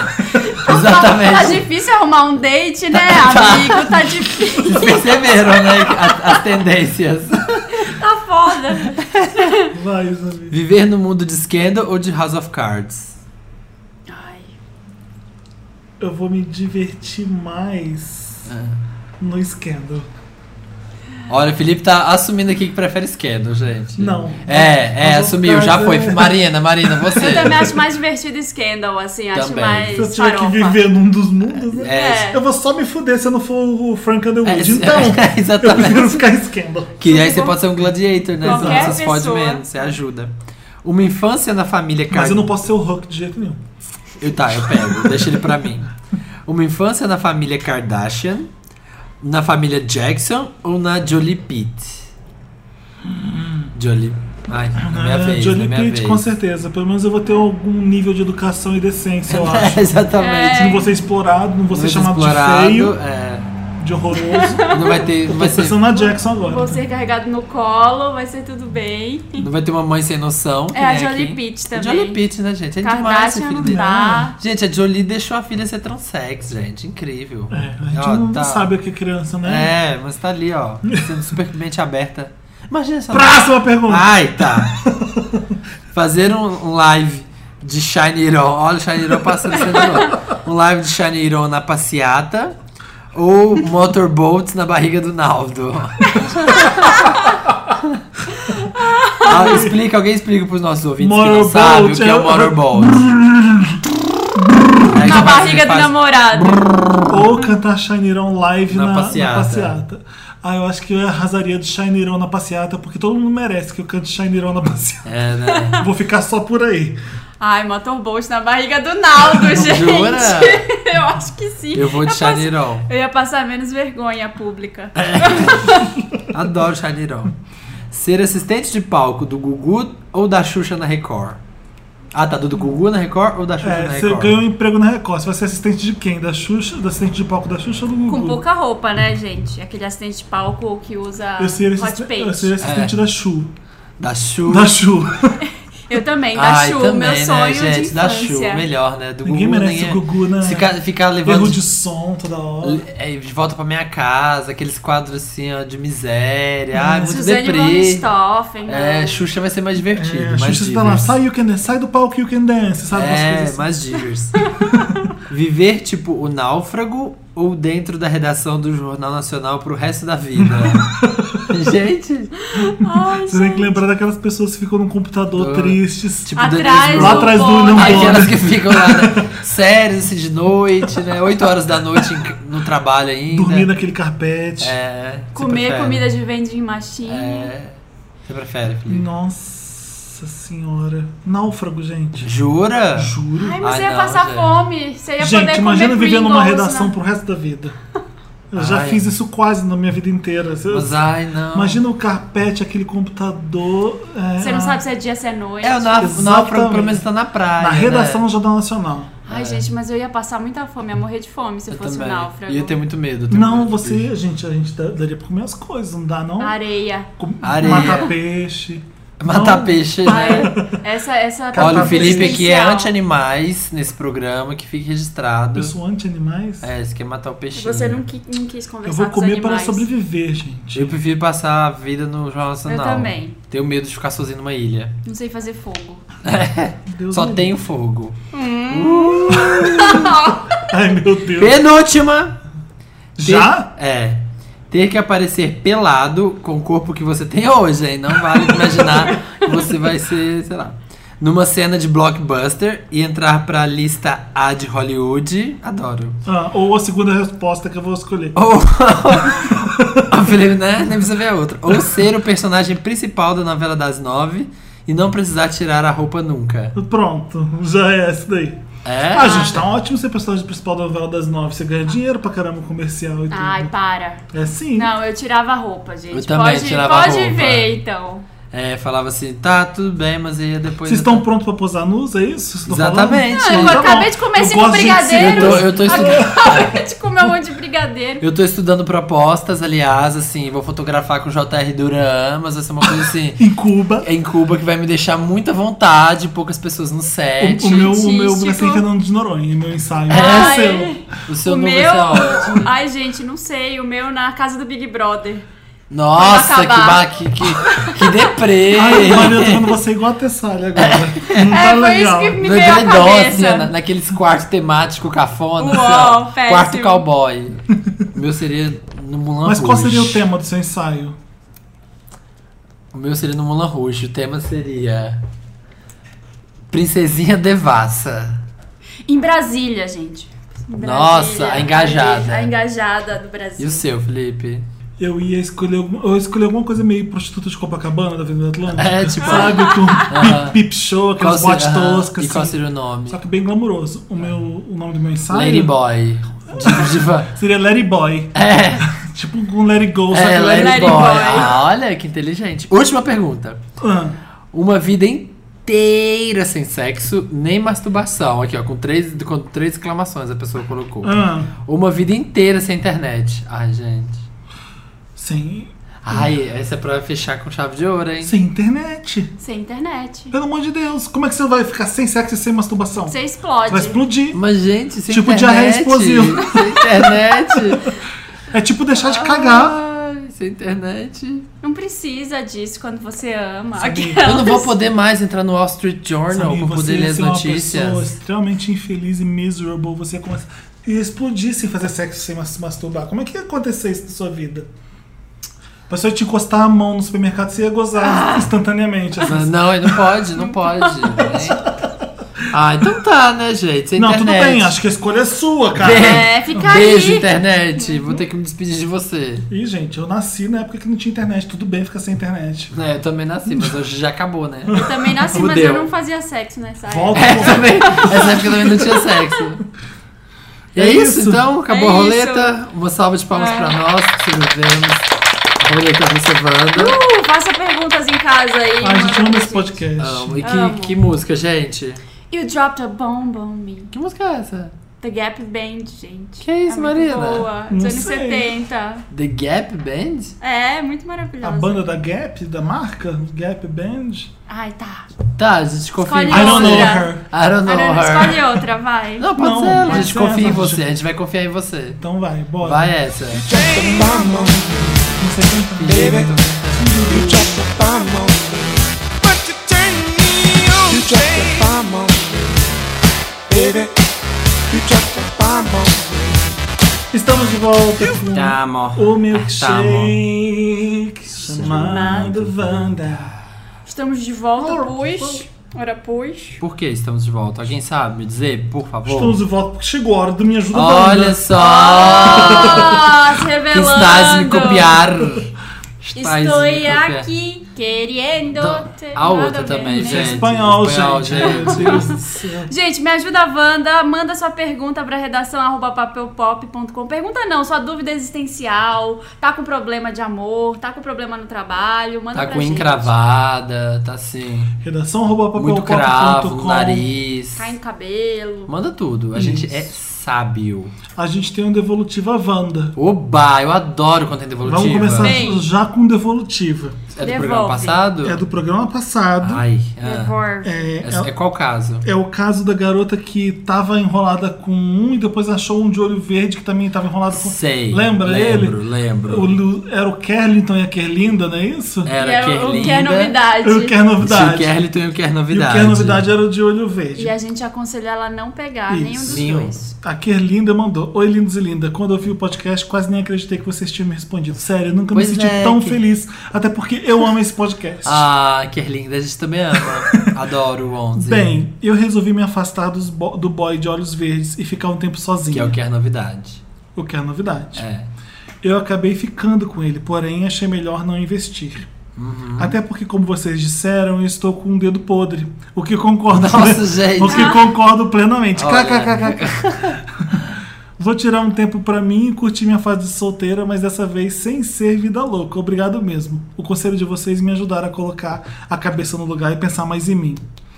Speaker 2: Exatamente.
Speaker 3: Tá difícil arrumar um date, né, amigo? Tá difícil,
Speaker 2: Vocês perceberam, né? a- As tendências.
Speaker 3: tá foda.
Speaker 1: Vai, Isabel.
Speaker 2: Viver no mundo de Scandal ou de House of Cards?
Speaker 3: Ai,
Speaker 1: Eu vou me divertir mais no Scandal.
Speaker 2: É. Olha, o Felipe tá assumindo aqui que prefere Scandal, gente.
Speaker 1: Não.
Speaker 2: É, é,
Speaker 1: House of
Speaker 2: assumiu, já
Speaker 1: Cards
Speaker 2: foi.
Speaker 1: é-
Speaker 2: Marina, Marina, você.
Speaker 3: Eu também acho mais divertido Scandal, assim, acho
Speaker 2: Também.
Speaker 1: Se eu
Speaker 3: mais
Speaker 1: tiver
Speaker 3: farofa.
Speaker 1: que viver num dos mundos, né?
Speaker 2: É,
Speaker 3: É.
Speaker 1: Eu vou só me fuder se eu não for o Frank
Speaker 2: É,
Speaker 1: Underwood.
Speaker 2: é,
Speaker 1: então, eu
Speaker 2: exatamente.
Speaker 1: prefiro ficar Scandal.
Speaker 2: Que aí você pode ser um gladiator, né?
Speaker 3: Qualquer
Speaker 2: Você se fode
Speaker 3: pessoa.
Speaker 2: menos, você ajuda. Uma infância na família
Speaker 1: Mas eu
Speaker 2: Kardashian.
Speaker 1: não posso ser o Hulk de jeito nenhum.
Speaker 2: Eu, tá, eu pego, deixa ele pra mim. Uma infância na família Kardashian, na família Jackson ou na Jolie Pitt? Jolie. Ai, na minha
Speaker 1: É,
Speaker 2: vez.
Speaker 1: Johnny
Speaker 2: na minha
Speaker 1: Pitt,
Speaker 2: vez.
Speaker 1: com certeza. Pelo menos eu vou ter algum nível de educação e decência, eu acho.
Speaker 2: É, exatamente.
Speaker 1: Não vou ser explorado, não vou ser
Speaker 2: Muito
Speaker 1: chamado
Speaker 2: explorado,
Speaker 1: de feio,
Speaker 2: é.
Speaker 1: de horroroso.
Speaker 2: não vai ter, não vai,
Speaker 1: Tô
Speaker 2: ser,
Speaker 1: pensando na Jackson
Speaker 3: Vou
Speaker 1: agora.
Speaker 3: ser carregado no colo, vai ser tudo bem.
Speaker 2: não vai ter uma mãe sem noção. que
Speaker 3: É, a
Speaker 2: nem
Speaker 3: Jolie
Speaker 2: aqui.
Speaker 3: Pitt
Speaker 2: A
Speaker 3: também.
Speaker 2: Jolie Pitt, né, gente? É demais esse
Speaker 3: Kardashian
Speaker 2: filho
Speaker 3: não
Speaker 2: dele.
Speaker 3: dá.
Speaker 2: Gente, a Jolie deixou a filha ser transsex, gente. Incrível.
Speaker 1: É, a gente
Speaker 2: Ó,
Speaker 1: não
Speaker 2: tá.
Speaker 1: sabe o que é criança, né?
Speaker 2: É, mas tá ali, ó. Sendo super mente aberta. Imagina só.
Speaker 1: Próxima pergunta.
Speaker 2: Ai, tá. Fazer um um live de Shiny Iron. Olha o Shiny Iron passando sendo louco. Um live de Shiny Iron na passeata. Ou motorboat na barriga do Naldo. Ah, explica, alguém explica pros nossos ouvintes que não
Speaker 1: Motorboat,
Speaker 2: sabem o que é
Speaker 1: é
Speaker 2: o
Speaker 1: o-
Speaker 2: motorboat. Aí
Speaker 3: Na
Speaker 2: já faz-
Speaker 3: barriga do
Speaker 2: faz-
Speaker 3: namorado.
Speaker 1: Ou cantar Shineirão live
Speaker 2: Na
Speaker 1: na, na
Speaker 2: passeata.
Speaker 1: passeata. Ah, eu acho que eu arrasaria de Shineirão na passeata, porque todo mundo merece que eu cante Shineirão na passeata.
Speaker 2: É, né?
Speaker 1: Vou ficar só por aí.
Speaker 3: Ai, motorboat na barriga do Naldo, gente.
Speaker 2: Jura?
Speaker 3: Eu acho que sim.
Speaker 2: Eu vou de
Speaker 3: passo-
Speaker 2: Shaniron.
Speaker 3: Eu ia passar menos vergonha pública.
Speaker 2: Adoro Shaniron. Ser assistente de palco do Gugu ou da Xuxa na Record? Ah, tá. Do, do Gugu na Record ou da Xuxa
Speaker 1: É,
Speaker 2: na
Speaker 1: você
Speaker 2: Record?
Speaker 1: ganhou um emprego na Record. Você vai ser assistente de quem? Da Xuxa? Da assistente de palco da Xuxa ou do Gugu?
Speaker 3: Com pouca roupa, né, gente? Aquele assistente de palco que usa
Speaker 1: Eu seria
Speaker 3: hot
Speaker 1: assistente, eu
Speaker 3: paint.
Speaker 1: seria assistente
Speaker 2: É.
Speaker 1: da Xu.
Speaker 2: Da Xuxa.
Speaker 1: Da Xu.
Speaker 3: Eu também, da
Speaker 2: Ai,
Speaker 3: Chu,
Speaker 2: também,
Speaker 3: meu
Speaker 2: né,
Speaker 3: sonho
Speaker 2: gente?
Speaker 3: de
Speaker 2: da
Speaker 3: infância.
Speaker 2: Xuxa, melhor, né? Do
Speaker 1: Ninguém
Speaker 2: Gugu,
Speaker 1: merece
Speaker 2: nem é-
Speaker 1: o Gugu, né?
Speaker 2: Ficar, ficar levando...
Speaker 1: Erro de som toda hora.
Speaker 2: É, de volta pra minha casa, aqueles quadros assim, ó, de miséria. Ai, muito
Speaker 3: Hum, Suzane von
Speaker 2: deprê.
Speaker 3: Richthofen.
Speaker 2: É,
Speaker 3: né?
Speaker 2: Xuxa vai ser mais divertido.
Speaker 1: É, a
Speaker 2: mais
Speaker 1: Xuxa tá lá,
Speaker 2: divers.
Speaker 1: sai, you can dance, sai do palco, you can dance, sabe? umas
Speaker 2: É,
Speaker 1: coisas assim.
Speaker 2: mais divers. Viver, tipo, o náufrago ou dentro da redação do Jornal Nacional pro resto da vida? Gente,
Speaker 3: Ai,
Speaker 1: Você tem que lembrar daquelas pessoas que ficam no computador
Speaker 2: Ah.
Speaker 1: tristes.
Speaker 2: tipo,
Speaker 3: Atrás
Speaker 2: Denise
Speaker 1: Lá
Speaker 3: do
Speaker 2: Bloch.
Speaker 1: atrás do
Speaker 3: bonde.
Speaker 1: Não
Speaker 2: Aquelas
Speaker 1: Bora.
Speaker 2: que ficam lá, né? Sérias, assim, de noite, né? 8 horas da noite em- no trabalho ainda.
Speaker 1: Dormir naquele carpete.
Speaker 2: É, você
Speaker 3: Comer
Speaker 2: prefere?
Speaker 3: comida de vending machine.
Speaker 2: É. Você prefere, Felipe?
Speaker 1: Nossa senhora. Náufrago, gente.
Speaker 2: Jura?
Speaker 1: Juro.
Speaker 3: Ai, mas
Speaker 2: Ai,
Speaker 3: você ia
Speaker 2: Ah, não,
Speaker 3: passar
Speaker 2: gente.
Speaker 3: fome. Você ia poder
Speaker 1: gente,
Speaker 3: comer
Speaker 1: imagina viver numa
Speaker 3: Pringles,
Speaker 1: redação
Speaker 3: né?
Speaker 1: pro resto da vida. Eu já
Speaker 2: Ai.
Speaker 1: fiz isso quase na minha vida inteira. Você-
Speaker 2: Mas é. ai, não.
Speaker 1: Imagina o carpete, aquele computador. é,
Speaker 3: Você não sabe se é dia, se é noite.
Speaker 2: É, o nau- o náufrago pelo menos tá na praia.
Speaker 1: Na redação
Speaker 2: né?
Speaker 1: do Jornal Nacional.
Speaker 3: Ai, gente, mas eu ia passar muita fome, ia morrer de fome se
Speaker 2: É. Eu
Speaker 3: fosse
Speaker 2: também.
Speaker 3: um náufrago.
Speaker 2: Ia ter muito medo. eu tenho
Speaker 1: Não,
Speaker 2: muito medo.
Speaker 1: você, gente, a gente dá- daria pra comer as coisas, não dá não?
Speaker 3: Areia.
Speaker 1: Com-
Speaker 2: Areia.
Speaker 1: Matar peixe.
Speaker 2: Matar
Speaker 1: Não.
Speaker 2: peixe, né?
Speaker 3: Ai, essa, essa
Speaker 2: Olha, o
Speaker 1: Catapulta
Speaker 2: Felipe aqui é
Speaker 3: existencial.
Speaker 2: anti-animais nesse programa, que fique registrado.
Speaker 1: Eu sou anti-animais.
Speaker 2: É, isso quer matar o peixinho.
Speaker 3: Você não, qui- não quis conversar
Speaker 1: Eu vou
Speaker 3: com os
Speaker 1: comer para
Speaker 3: animais.
Speaker 1: sobreviver, gente.
Speaker 2: Eu prefiro passar a vida no Jornal Nacional.
Speaker 3: também.
Speaker 2: Tenho medo de ficar sozinho numa ilha.
Speaker 3: Não sei fazer fogo.
Speaker 1: Deus
Speaker 2: Só
Speaker 1: me-
Speaker 2: tenho fogo.
Speaker 1: Ai, meu Deus.
Speaker 2: Penúltima! Ter-
Speaker 1: Já?
Speaker 2: É. Ter que aparecer pelado com o corpo que você tem hoje, hein? Não vale imaginar que você vai ser, sei lá. Numa cena de blockbuster e entrar pra lista A de Hollywood. Adoro.
Speaker 1: Ah, ou a segunda resposta que eu vou escolher.
Speaker 2: Ou. o Felipe, né? Nem precisa ver a outra. Ou ser o personagem principal da novela das nove e não precisar tirar a roupa nunca.
Speaker 1: Pronto, já é essa daí.
Speaker 2: É?
Speaker 1: Ah, gente, tá ótimo ser personagem principal da novela das nove. Você ganha dinheiro pra caramba comercial e tudo.
Speaker 3: Ai, para.
Speaker 1: É sim.
Speaker 3: Não, eu tirava a roupa, gente.
Speaker 2: Eu também
Speaker 3: pode
Speaker 2: tirava a
Speaker 3: pode
Speaker 2: roupa.
Speaker 3: ver, então.
Speaker 2: É, falava assim, tá, tudo bem, mas aí depois...
Speaker 1: Vocês estão prontos pra posar nus, é isso? Vocês estão
Speaker 2: Exatamente.
Speaker 1: falando?
Speaker 3: Não, Ah, eu
Speaker 1: Então tá
Speaker 3: acabei
Speaker 1: bom.
Speaker 3: de comer
Speaker 1: Eu
Speaker 3: cinco
Speaker 1: gosto de gente que se
Speaker 2: Eu
Speaker 3: brigadeiros.
Speaker 2: tô, eu, tô estu-
Speaker 3: Acabei de comer um monte de brigadeiro.
Speaker 2: eu tô estudando propostas, aliás, assim, vou fotografar com o JR Duran, mas vai ser uma coisa assim...
Speaker 1: Em Cuba,
Speaker 2: é em Cuba que vai me deixar muita vontade, poucas pessoas no set.
Speaker 1: o, o meu, o meu
Speaker 3: artístico.
Speaker 1: Brasil Fernando de Noronha, meu ensaio.
Speaker 3: Ai.
Speaker 1: É seu.
Speaker 2: O seu
Speaker 3: o
Speaker 2: nome
Speaker 3: meu.
Speaker 2: vai ser ótimo.
Speaker 3: Ai, gente, não sei. O meu na casa do Big Brother.
Speaker 2: Nossa, que, ba...
Speaker 3: acabar.
Speaker 2: que, que, que deprê!
Speaker 1: Ai, Maria, eu tô vendo você igual a Tessalha agora. Não tá
Speaker 3: É, foi
Speaker 1: legal.
Speaker 3: isso que me
Speaker 2: No
Speaker 3: veio à
Speaker 2: Gredócia, na,
Speaker 3: cabeça.
Speaker 2: assim, naqueles quartos temáticos cafona.
Speaker 3: Uau,
Speaker 2: assim, ó.
Speaker 3: péssimo.
Speaker 2: quarto cowboy. O meu seria no Mulan
Speaker 1: Mas
Speaker 2: Rouge.
Speaker 1: qual seria o tema do seu ensaio?
Speaker 2: O meu seria no Mulan Rouge. O tema seria. Princesinha Devassa.
Speaker 3: Em Brasília, gente. Em
Speaker 2: Nossa, a engajada.
Speaker 3: A engajada do
Speaker 2: E o
Speaker 3: Brasil.
Speaker 2: seu, Felipe?
Speaker 1: Eu ia escolher, algum- eu escolhi alguma coisa meio prostituta de Copacabana, da Avenida Atlântica.
Speaker 2: É, tipo-
Speaker 1: Sabe, com
Speaker 2: Aham.
Speaker 1: pip, pip show, aquelas
Speaker 2: Qual
Speaker 1: botes
Speaker 2: seria- aham,
Speaker 1: toscas.
Speaker 2: E qual
Speaker 1: assim.
Speaker 2: seria o nome?
Speaker 1: Só que bem glamuroso. O, meu, o nome do meu ensaio
Speaker 2: Ladyboy. Diva- Diva.
Speaker 1: seria Larry Boy.
Speaker 2: É,
Speaker 1: Tipo um Let It Go, só
Speaker 2: é
Speaker 1: que Larry
Speaker 3: Larry
Speaker 2: Ladyboy.
Speaker 3: Boy.
Speaker 2: Ah, olha que inteligente. Última pergunta.
Speaker 1: Ah,
Speaker 2: uma vida inteira sem sexo nem masturbação. Aqui, ó, com três, com três exclamações a pessoa colocou.
Speaker 1: ah,
Speaker 2: Uma vida inteira sem internet. Ai, gente.
Speaker 1: sem,
Speaker 2: Ai, essa é pra fechar com chave de ouro, hein?
Speaker 1: sem internet.
Speaker 3: Sem internet.
Speaker 1: Pelo amor de Deus, como é que você vai ficar sem sexo e sem masturbação?
Speaker 3: Você explode.
Speaker 1: Vai explodir.
Speaker 2: Mas, gente, sem
Speaker 1: Tipo diarreia
Speaker 2: internet.
Speaker 1: explosiva.
Speaker 2: Sem internet.
Speaker 1: É tipo deixar de cagar.
Speaker 2: Ai, sem internet.
Speaker 3: Não precisa disso quando você ama.
Speaker 1: Sabia.
Speaker 3: Aquela-
Speaker 2: Eu não vou poder mais entrar no Wall Street Journal
Speaker 1: Samir,
Speaker 2: pra poder
Speaker 1: você
Speaker 2: ler as
Speaker 1: ser uma pessoa
Speaker 2: notícias.
Speaker 1: extremamente infeliz e miserable, você começa a explodir sem fazer sexo, sem mas- masturbar. Como é que ia acontecer isso na sua vida? A pessoa ia te encostar a mão no supermercado, você ia
Speaker 2: Ah.
Speaker 1: gozar instantaneamente. assim.
Speaker 2: Mas não, não pode, não pode. né? Ah, então tá, né, gente? Sem
Speaker 1: Não, tudo
Speaker 2: internet.
Speaker 1: bem, acho que a escolha é sua, cara.
Speaker 2: Bem.
Speaker 3: É, fica
Speaker 2: Beijo,
Speaker 3: aí.
Speaker 2: internet. Vou ter que me despedir de você.
Speaker 1: Ih, gente, eu nasci na época que não tinha internet. Tudo bem ficar sem internet.
Speaker 2: É, eu também nasci, mas hoje já acabou, né?
Speaker 3: Eu também nasci, mas
Speaker 2: Fudeu.
Speaker 3: eu não fazia sexo nessa época.
Speaker 1: Volta,
Speaker 2: É,
Speaker 1: volta.
Speaker 2: também, essa época eu também não tinha sexo. E é,
Speaker 1: É
Speaker 2: isso,
Speaker 1: isso.
Speaker 2: então. Acabou
Speaker 3: É
Speaker 2: a roleta. Uma salva de palmas
Speaker 3: É.
Speaker 2: pra nós, que sobrevivemos. A roleta observando.
Speaker 3: Uh, faça perguntas em casa aí.
Speaker 1: Ai, gente, eu amo
Speaker 3: manda
Speaker 1: esse podcast.
Speaker 2: Amo. E
Speaker 3: Amo.
Speaker 2: que, que música, gente?
Speaker 3: You dropped a bomb on me.
Speaker 2: Que música é essa?
Speaker 3: The Gap Band, gente.
Speaker 2: Que isso,
Speaker 3: é muito
Speaker 2: Marina?
Speaker 3: Boa.
Speaker 1: Não
Speaker 3: Dos anos
Speaker 1: sei.
Speaker 3: 70.
Speaker 2: The Gap Band?
Speaker 3: É, muito
Speaker 1: A
Speaker 3: maravilhosa.
Speaker 1: banda da Gap, da marca Gap Band.
Speaker 3: Ai, tá.
Speaker 2: Tá, a gente confia em você.
Speaker 3: Escolhe
Speaker 1: I don't know
Speaker 3: outra.
Speaker 1: her.
Speaker 2: I don't know
Speaker 3: Arana,
Speaker 2: her.
Speaker 3: escolhe outra, vai.
Speaker 2: Não, pode
Speaker 1: Não,
Speaker 2: ser ela. A
Speaker 1: pode
Speaker 2: gente
Speaker 1: ser
Speaker 2: confia em
Speaker 1: essa,
Speaker 2: você.
Speaker 1: gente.
Speaker 2: A gente vai confiar em você.
Speaker 1: Então vai, bora.
Speaker 2: Vai essa.
Speaker 1: Não sei tá. cantar. Estamos de volta com
Speaker 2: Tá, amor.
Speaker 1: o
Speaker 2: Tá, amor.
Speaker 1: milkshake chamado Wanda.
Speaker 3: Estamos de volta, pois. Ora, pois.
Speaker 2: Por que estamos de volta? Alguém sabe me dizer, por favor?
Speaker 1: Estamos de volta porque chegou a hora do Me Ajuda
Speaker 2: Olha
Speaker 1: Wanda.
Speaker 2: só!
Speaker 3: Ah, se
Speaker 2: que
Speaker 3: revelando.
Speaker 2: estás me copiar! Estás
Speaker 3: Estou
Speaker 2: me copiar.
Speaker 3: aqui querendo te
Speaker 2: A outra
Speaker 3: nada
Speaker 2: também,
Speaker 3: bem.
Speaker 1: Isso é
Speaker 2: gente.
Speaker 1: espanhol,
Speaker 2: Espanhol,
Speaker 1: gente.
Speaker 2: gente.
Speaker 1: Meu Deus do céu.
Speaker 3: Gente, me ajuda a Wanda, manda sua pergunta pra redação arroba papelpop.com. Pergunta não, sua dúvida existencial, tá com problema de amor, tá com problema no trabalho, manda
Speaker 2: Tá
Speaker 3: pra
Speaker 2: com
Speaker 3: gente.
Speaker 2: encravada, tá assim.
Speaker 1: Redação arroba
Speaker 2: Muito cravo no
Speaker 1: papelpop.com.
Speaker 2: nariz.
Speaker 3: Cai no cabelo.
Speaker 2: Manda tudo, a gente
Speaker 1: Isso.
Speaker 2: é sábio.
Speaker 1: A gente tem um Devolutiva Wanda.
Speaker 2: Oba, eu adoro quando tem devolutiva.
Speaker 1: Vamos começar
Speaker 3: Vem.
Speaker 1: já com Devolutiva.
Speaker 2: É do
Speaker 3: Devolve.
Speaker 2: programa passado?
Speaker 1: É do programa passado.
Speaker 2: Ai, ah.
Speaker 3: Devolve.
Speaker 1: É,
Speaker 2: é, é qual caso?
Speaker 1: é o caso da garota que tava enrolada com um e depois achou um de olho verde que também tava enrolado com.
Speaker 2: Sei.
Speaker 1: Lembra
Speaker 2: lembro,
Speaker 1: ele?
Speaker 2: Lembro,
Speaker 1: O Lu- era o Kerlington e a Kerlinda, não é isso?
Speaker 2: Era
Speaker 3: e é o- o que é
Speaker 2: Kerlinda.
Speaker 3: novidade.
Speaker 1: Eu quero
Speaker 2: Se o
Speaker 1: é novidade.
Speaker 2: Kerliton e o Quer
Speaker 1: E o
Speaker 2: Novidade.
Speaker 1: que é novidade era o de olho verde.
Speaker 3: E a gente aconselha ela a não pegar nenhum dos
Speaker 1: Isso.
Speaker 2: Nenhum.
Speaker 3: dois.
Speaker 1: A Kerlinda mandou. Oi, lindos e linda. Quando eu vi o podcast, quase nem acreditei que vocês tinham me respondido. Sério, eu nunca
Speaker 2: Pois
Speaker 1: me senti
Speaker 2: é,
Speaker 1: tão
Speaker 2: que-
Speaker 1: feliz. Até porque eu amo esse podcast.
Speaker 2: Ah, Kerlinda, a gente também ama. Adoro o 11.
Speaker 1: Bem, eu resolvi me afastar dos bo- do boy de olhos verdes e ficar um tempo sozinho.
Speaker 2: Que é o Quer Novidade.
Speaker 1: O que é novidade.
Speaker 2: É.
Speaker 1: Eu acabei ficando com ele, porém achei melhor não investir.
Speaker 2: Uhum.
Speaker 1: Até porque, como vocês disseram, eu estou com um dedo podre. O que concordo
Speaker 2: Nossa, gente.
Speaker 1: O que concordo plenamente.
Speaker 2: Olha.
Speaker 1: KKKK. Vou tirar um tempo pra mim e curtir minha fase de solteira, mas dessa vez sem ser vida louca. Obrigado mesmo. O conselho de vocês me ajudaram a colocar a cabeça no lugar e pensar mais em mim.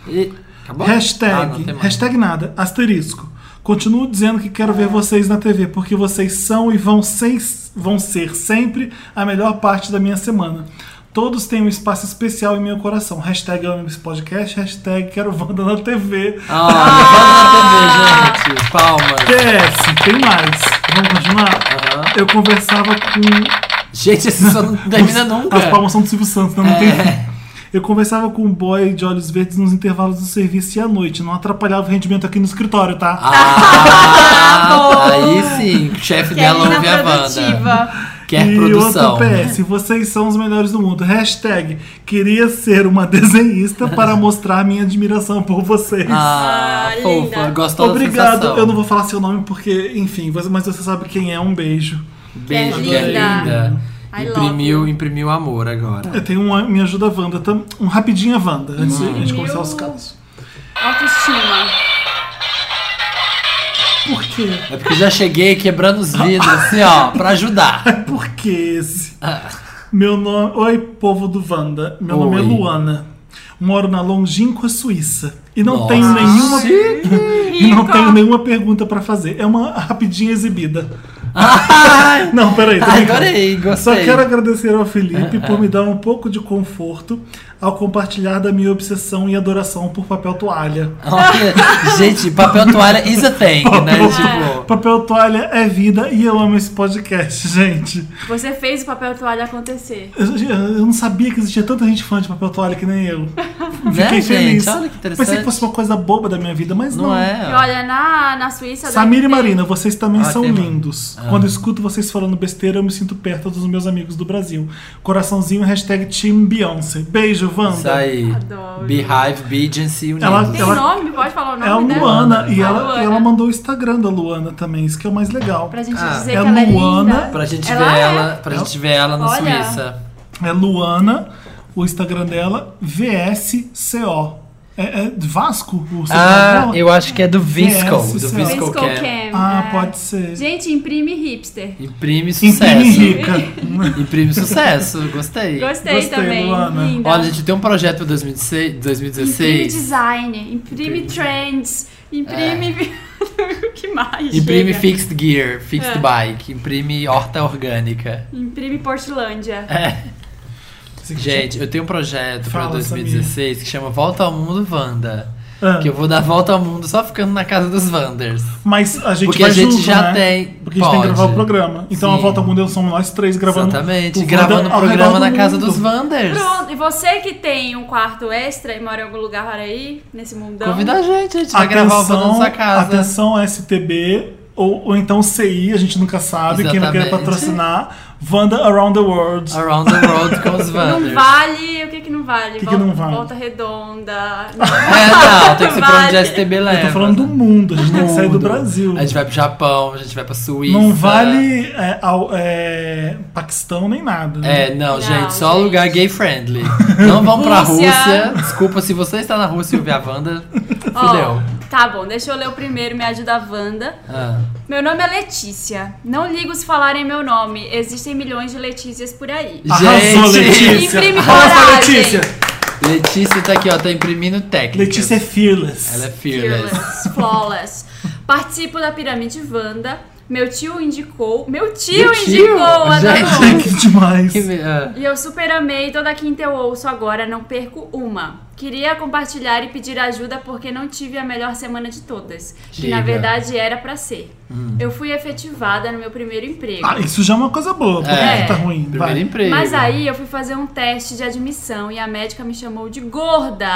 Speaker 2: E- acabou? Ah, não,
Speaker 1: Hashtag,
Speaker 2: tem mais.
Speaker 1: hashtag nada, asterisco. Continuo dizendo que quero ver vocês na TV, porque vocês são e vão ser, vão ser sempre a melhor parte da minha semana. Todos têm um espaço especial em meu coração. Hashtag eu amo esse podcast, hashtag quero Wanda na TV.
Speaker 2: Ah, levanta na TV, gente. Palmas.
Speaker 1: PS, tem mais. Vamos continuar? Eu conversava com
Speaker 2: Gente, esse só não termina nunca.
Speaker 1: As palmas são do Silvio Santos, né? não, não
Speaker 2: É.
Speaker 1: tem fim. Eu conversava com um boy de olhos verdes nos intervalos do serviço e à noite. Não atrapalhava o rendimento aqui no escritório, tá?
Speaker 2: Ah, aí sim, o chefe dela
Speaker 3: Kelly
Speaker 2: ouve a
Speaker 3: na
Speaker 2: banda.
Speaker 3: produtiva.
Speaker 2: Quer
Speaker 1: e
Speaker 2: é produção.
Speaker 1: outro PS, vocês são os melhores do mundo. Hashtag, queria ser uma desenhista para mostrar minha admiração por vocês.
Speaker 2: Ah,
Speaker 3: Ah,
Speaker 2: fofa,
Speaker 3: linda.
Speaker 2: gostosa da
Speaker 1: Obrigado.
Speaker 2: sensação.
Speaker 1: Eu não vou falar seu nome porque, enfim, você- mas você sabe quem é. Um beijo.
Speaker 2: Beijo,
Speaker 3: Que
Speaker 2: que é
Speaker 3: linda.
Speaker 2: linda.
Speaker 3: I love
Speaker 2: Imprimiu,
Speaker 3: you.
Speaker 2: imprimiu amor agora.
Speaker 1: Eu tenho uma Me Ajuda Wanda, tam- um rapidinho a Wanda, antes de a gente
Speaker 3: Meu-
Speaker 1: começar os casos.
Speaker 3: Autoestima.
Speaker 1: Por quê?
Speaker 2: É porque já cheguei quebrando os vidros, assim, ó, pra ajudar.
Speaker 1: Por que esse? Meu nome. Oi, povo do Wanda. Meu nome é
Speaker 2: Ah. Oi.
Speaker 1: Luana. Moro na longínqua Suíça. E não
Speaker 2: Nossa.
Speaker 1: tenho nenhuma. e não
Speaker 3: Rico.
Speaker 1: tenho nenhuma pergunta pra fazer. É uma rapidinha exibida.
Speaker 2: Ai, é
Speaker 1: Não, peraí. tô brincando.
Speaker 2: Adorei, gostei.
Speaker 1: Só quero agradecer ao Felipe
Speaker 2: Ah,
Speaker 1: por me dar um pouco de conforto ao compartilhar da minha obsessão e adoração por papel toalha.
Speaker 2: Olha, gente, papel toalha is a thing, né?
Speaker 1: Papel-
Speaker 2: Tipo,
Speaker 1: Papel toalha é vida e eu amo esse podcast, gente.
Speaker 3: Você fez o papel toalha acontecer.
Speaker 1: Eu, eu não sabia que existia tanta gente fã de papel toalha que nem eu. Fiquei
Speaker 2: né,
Speaker 1: feliz.
Speaker 2: gente? Olha que interessante.
Speaker 1: Pensei que fosse uma coisa boba da minha vida, mas não.
Speaker 2: Não é?
Speaker 3: E
Speaker 2: ó.
Speaker 3: olha, na, na Suíça.
Speaker 1: Samir e
Speaker 3: deve ter-
Speaker 1: Marina, vocês também
Speaker 2: Ah,
Speaker 1: são
Speaker 2: tem- Ah.
Speaker 1: lindos. Quando escuto vocês falando besteira, eu me sinto perto dos meus amigos do Brasil. Coraçãozinho, hashtag Team Beyoncé. Beijo,
Speaker 2: Isso
Speaker 1: Wanda.
Speaker 2: aí.
Speaker 3: Adoro.
Speaker 2: Beehive, Beagency Unidos.
Speaker 1: Ela-
Speaker 3: Tem
Speaker 1: ela-
Speaker 3: nome? Pode falar o nome
Speaker 1: É a
Speaker 3: dela?
Speaker 1: Luana. E
Speaker 3: A
Speaker 1: ela,
Speaker 3: Luana.
Speaker 1: e ela mandou o Instagram da Luana também, isso que é o mais legal.
Speaker 3: Pra gente
Speaker 2: Ah,
Speaker 3: dizer
Speaker 1: é
Speaker 3: que ela
Speaker 1: Luana.
Speaker 3: é linda.
Speaker 2: Pra gente
Speaker 3: Ela
Speaker 2: ver
Speaker 3: é.
Speaker 2: ela, pra gente ver ela na
Speaker 3: Olha.
Speaker 2: Suíça.
Speaker 1: É Luana, o Instagram dela, VSCO. É, é Vasco? O Instagram
Speaker 2: Ah,
Speaker 1: dela?
Speaker 2: eu acho que é do Visco.
Speaker 1: Yes,
Speaker 2: do
Speaker 1: isso é.
Speaker 2: Visco
Speaker 3: Visco
Speaker 2: Cam.
Speaker 3: Cam,
Speaker 1: Ah,
Speaker 3: é.
Speaker 1: pode ser.
Speaker 3: Gente, imprime hipster.
Speaker 2: Imprime
Speaker 1: Imprime
Speaker 2: sucesso.
Speaker 1: rica.
Speaker 2: Imprime sucesso, gostei.
Speaker 3: Gostei,
Speaker 1: Gostei,
Speaker 3: também.
Speaker 1: Luana.
Speaker 3: Linda.
Speaker 2: Olha, a gente tem um projeto pra 2016,
Speaker 3: imprime
Speaker 2: 2016.
Speaker 3: design, imprime trends, imprime. o que mais?
Speaker 2: É. Imprime
Speaker 3: chega?
Speaker 2: fixed gear, fixed
Speaker 3: É.
Speaker 2: bike, imprime horta orgânica.
Speaker 3: Imprime Portland.
Speaker 2: É. Gente, eu tenho um projeto pra
Speaker 1: Fala,
Speaker 2: 2016 que chama Volta ao Mundo Wanda.
Speaker 1: Ah,
Speaker 2: Que eu vou dar volta ao mundo só ficando na casa dos Wanders.
Speaker 1: Mas a gente
Speaker 2: Porque
Speaker 1: vai
Speaker 2: a gente
Speaker 1: junto,
Speaker 2: já
Speaker 1: né?
Speaker 2: tem-
Speaker 1: Porque a gente tem que
Speaker 2: pode.
Speaker 1: gravar o programa. Então a
Speaker 2: Sim.
Speaker 1: volta ao mundo somos nós três gravando.
Speaker 2: Exatamente.
Speaker 1: o
Speaker 2: Gravando
Speaker 1: Wanda
Speaker 2: o
Speaker 1: ao
Speaker 2: programa
Speaker 1: redor
Speaker 2: na
Speaker 1: do
Speaker 2: casa
Speaker 1: mundo.
Speaker 2: dos Wanders.
Speaker 3: Pronto, e você que tem um quarto extra e mora em algum lugar aí, nesse mundão.
Speaker 2: Convida a gente, a gente vai gravar o Wanda na
Speaker 1: Atenção,
Speaker 2: sua casa.
Speaker 1: atenção STB ou, ou então CI, a gente nunca sabe quem vai querer
Speaker 2: Exatamente.
Speaker 1: patrocinar. Wanda Around the World.
Speaker 2: Around the Road com os
Speaker 3: Não
Speaker 2: Wanders.
Speaker 3: vale, o que que não vale?
Speaker 1: O que que não vale?
Speaker 3: Volta redonda.
Speaker 2: É, não, tem que ser pra onde
Speaker 3: Vale.
Speaker 2: a STB leva.
Speaker 1: Eu tô falando do mundo, a gente tem que sair do
Speaker 2: Mundo.
Speaker 1: Brasil.
Speaker 2: A gente vai pro Japão, a gente vai pra Suíça.
Speaker 1: Não vale é, ao- é, Paquistão nem nada. né?
Speaker 2: É, não,
Speaker 3: Não,
Speaker 2: gente, só
Speaker 3: gente.
Speaker 2: lugar gay friendly. Não vão pra
Speaker 3: Rússia.
Speaker 2: Rússia. Desculpa, se você está na Rússia e ouvir a Wanda,
Speaker 3: Ó,
Speaker 2: fudeu.
Speaker 3: tá bom, deixa eu ler o primeiro, me ajuda a Wanda.
Speaker 2: Ah,
Speaker 3: Meu nome é Letícia. Não ligo se falarem meu nome. Existem milhões de Letícias por aí.
Speaker 1: Arrasou,
Speaker 2: Gente.
Speaker 1: Letícia.
Speaker 3: Imprime
Speaker 1: Arrasou,
Speaker 3: coragem.
Speaker 1: Letícia.
Speaker 2: Letícia tá aqui, ó, tá imprimindo técnica.
Speaker 1: Letícia é fearless.
Speaker 2: Ela é fearless.
Speaker 3: Fearless, flawless. Participo da Pirâmide Wanda. Meu tio indicou. Meu tio
Speaker 2: Meu tio? é
Speaker 3: indicou a da
Speaker 2: Gente.
Speaker 3: Wanda.
Speaker 1: que demais.
Speaker 2: Que me- ah,
Speaker 3: E eu super amei. Toda quinta eu ouço agora, não perco uma. Queria compartilhar e pedir ajuda porque não tive a melhor semana de todas. Que na
Speaker 2: Diga. Hum.
Speaker 3: verdade era pra ser. Eu fui efetivada no meu primeiro emprego.
Speaker 1: Ah, isso já é uma coisa boa, porque
Speaker 2: É.
Speaker 1: tá ruim.
Speaker 2: primeiro
Speaker 1: Vai.
Speaker 2: emprego.
Speaker 3: Mas aí eu fui fazer um teste de admissão e a médica me chamou de gorda.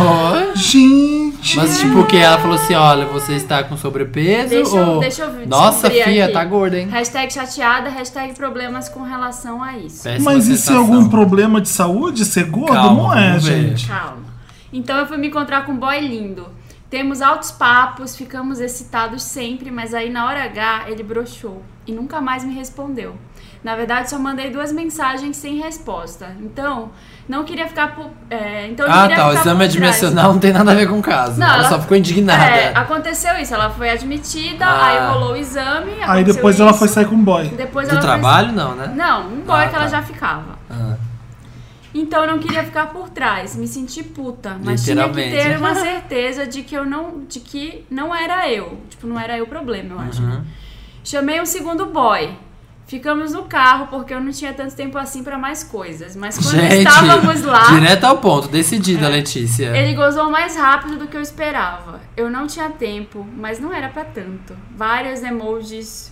Speaker 2: Ó,
Speaker 1: Gente,
Speaker 2: Mas tipo, o que? Ela falou assim, olha, você está com sobrepeso
Speaker 3: Deixa eu-
Speaker 2: ou...
Speaker 3: deixa eu
Speaker 2: Nossa,
Speaker 3: descobrir
Speaker 2: fia,
Speaker 3: aqui.
Speaker 2: tá gorda, hein?
Speaker 3: Hashtag chateada, hashtag problemas com relação a isso.
Speaker 2: Péssima
Speaker 1: mas isso é
Speaker 2: sensação.
Speaker 1: algum problema de saúde? Ser gordo?
Speaker 2: Calma,
Speaker 1: não é,
Speaker 2: vamos ver.
Speaker 1: gente.
Speaker 3: Calma. Então eu fui me encontrar com um boy lindo. Temos altos papos, ficamos excitados sempre, mas aí na hora H ele broxou e nunca mais me respondeu. Na verdade, só mandei duas mensagens sem resposta. Então, não queria ficar. Por, é, então não
Speaker 2: Ah,
Speaker 3: queria
Speaker 2: tá. O
Speaker 3: ficar
Speaker 2: exame
Speaker 3: por trás.
Speaker 2: admissional não tem nada a ver com o caso.
Speaker 3: Não,
Speaker 2: ela,
Speaker 3: ela-
Speaker 2: só ficou indignada.
Speaker 3: É, aconteceu isso. Ela foi admitida,
Speaker 2: Ah.
Speaker 3: aí rolou o exame.
Speaker 1: Aí
Speaker 3: É, aconteceu
Speaker 1: depois ela
Speaker 3: isso,
Speaker 1: foi sair com um boy.
Speaker 3: Depois
Speaker 2: Do
Speaker 3: ela foi-
Speaker 2: trabalho, não, né?
Speaker 3: Não, um boy
Speaker 2: Ah,
Speaker 3: que ela
Speaker 2: tá.
Speaker 3: já ficava.
Speaker 2: Ah.
Speaker 3: Então eu não queria ficar por trás, me senti puta, mas tinha que
Speaker 2: Literalmente.
Speaker 3: ter uma certeza de que eu não, de que não era eu, tipo não era eu o problema, eu acho. né?
Speaker 2: Uhum.
Speaker 3: Chamei um segundo boy. Ficamos no carro porque eu não tinha tanto tempo assim pra mais coisas, mas quando
Speaker 2: Gente,
Speaker 3: estávamos lá, É.
Speaker 2: direto ao ponto, decidida, Letícia.
Speaker 3: ele gozou mais rápido do que eu esperava. Eu não tinha tempo, mas não era pra tanto. Vários emojis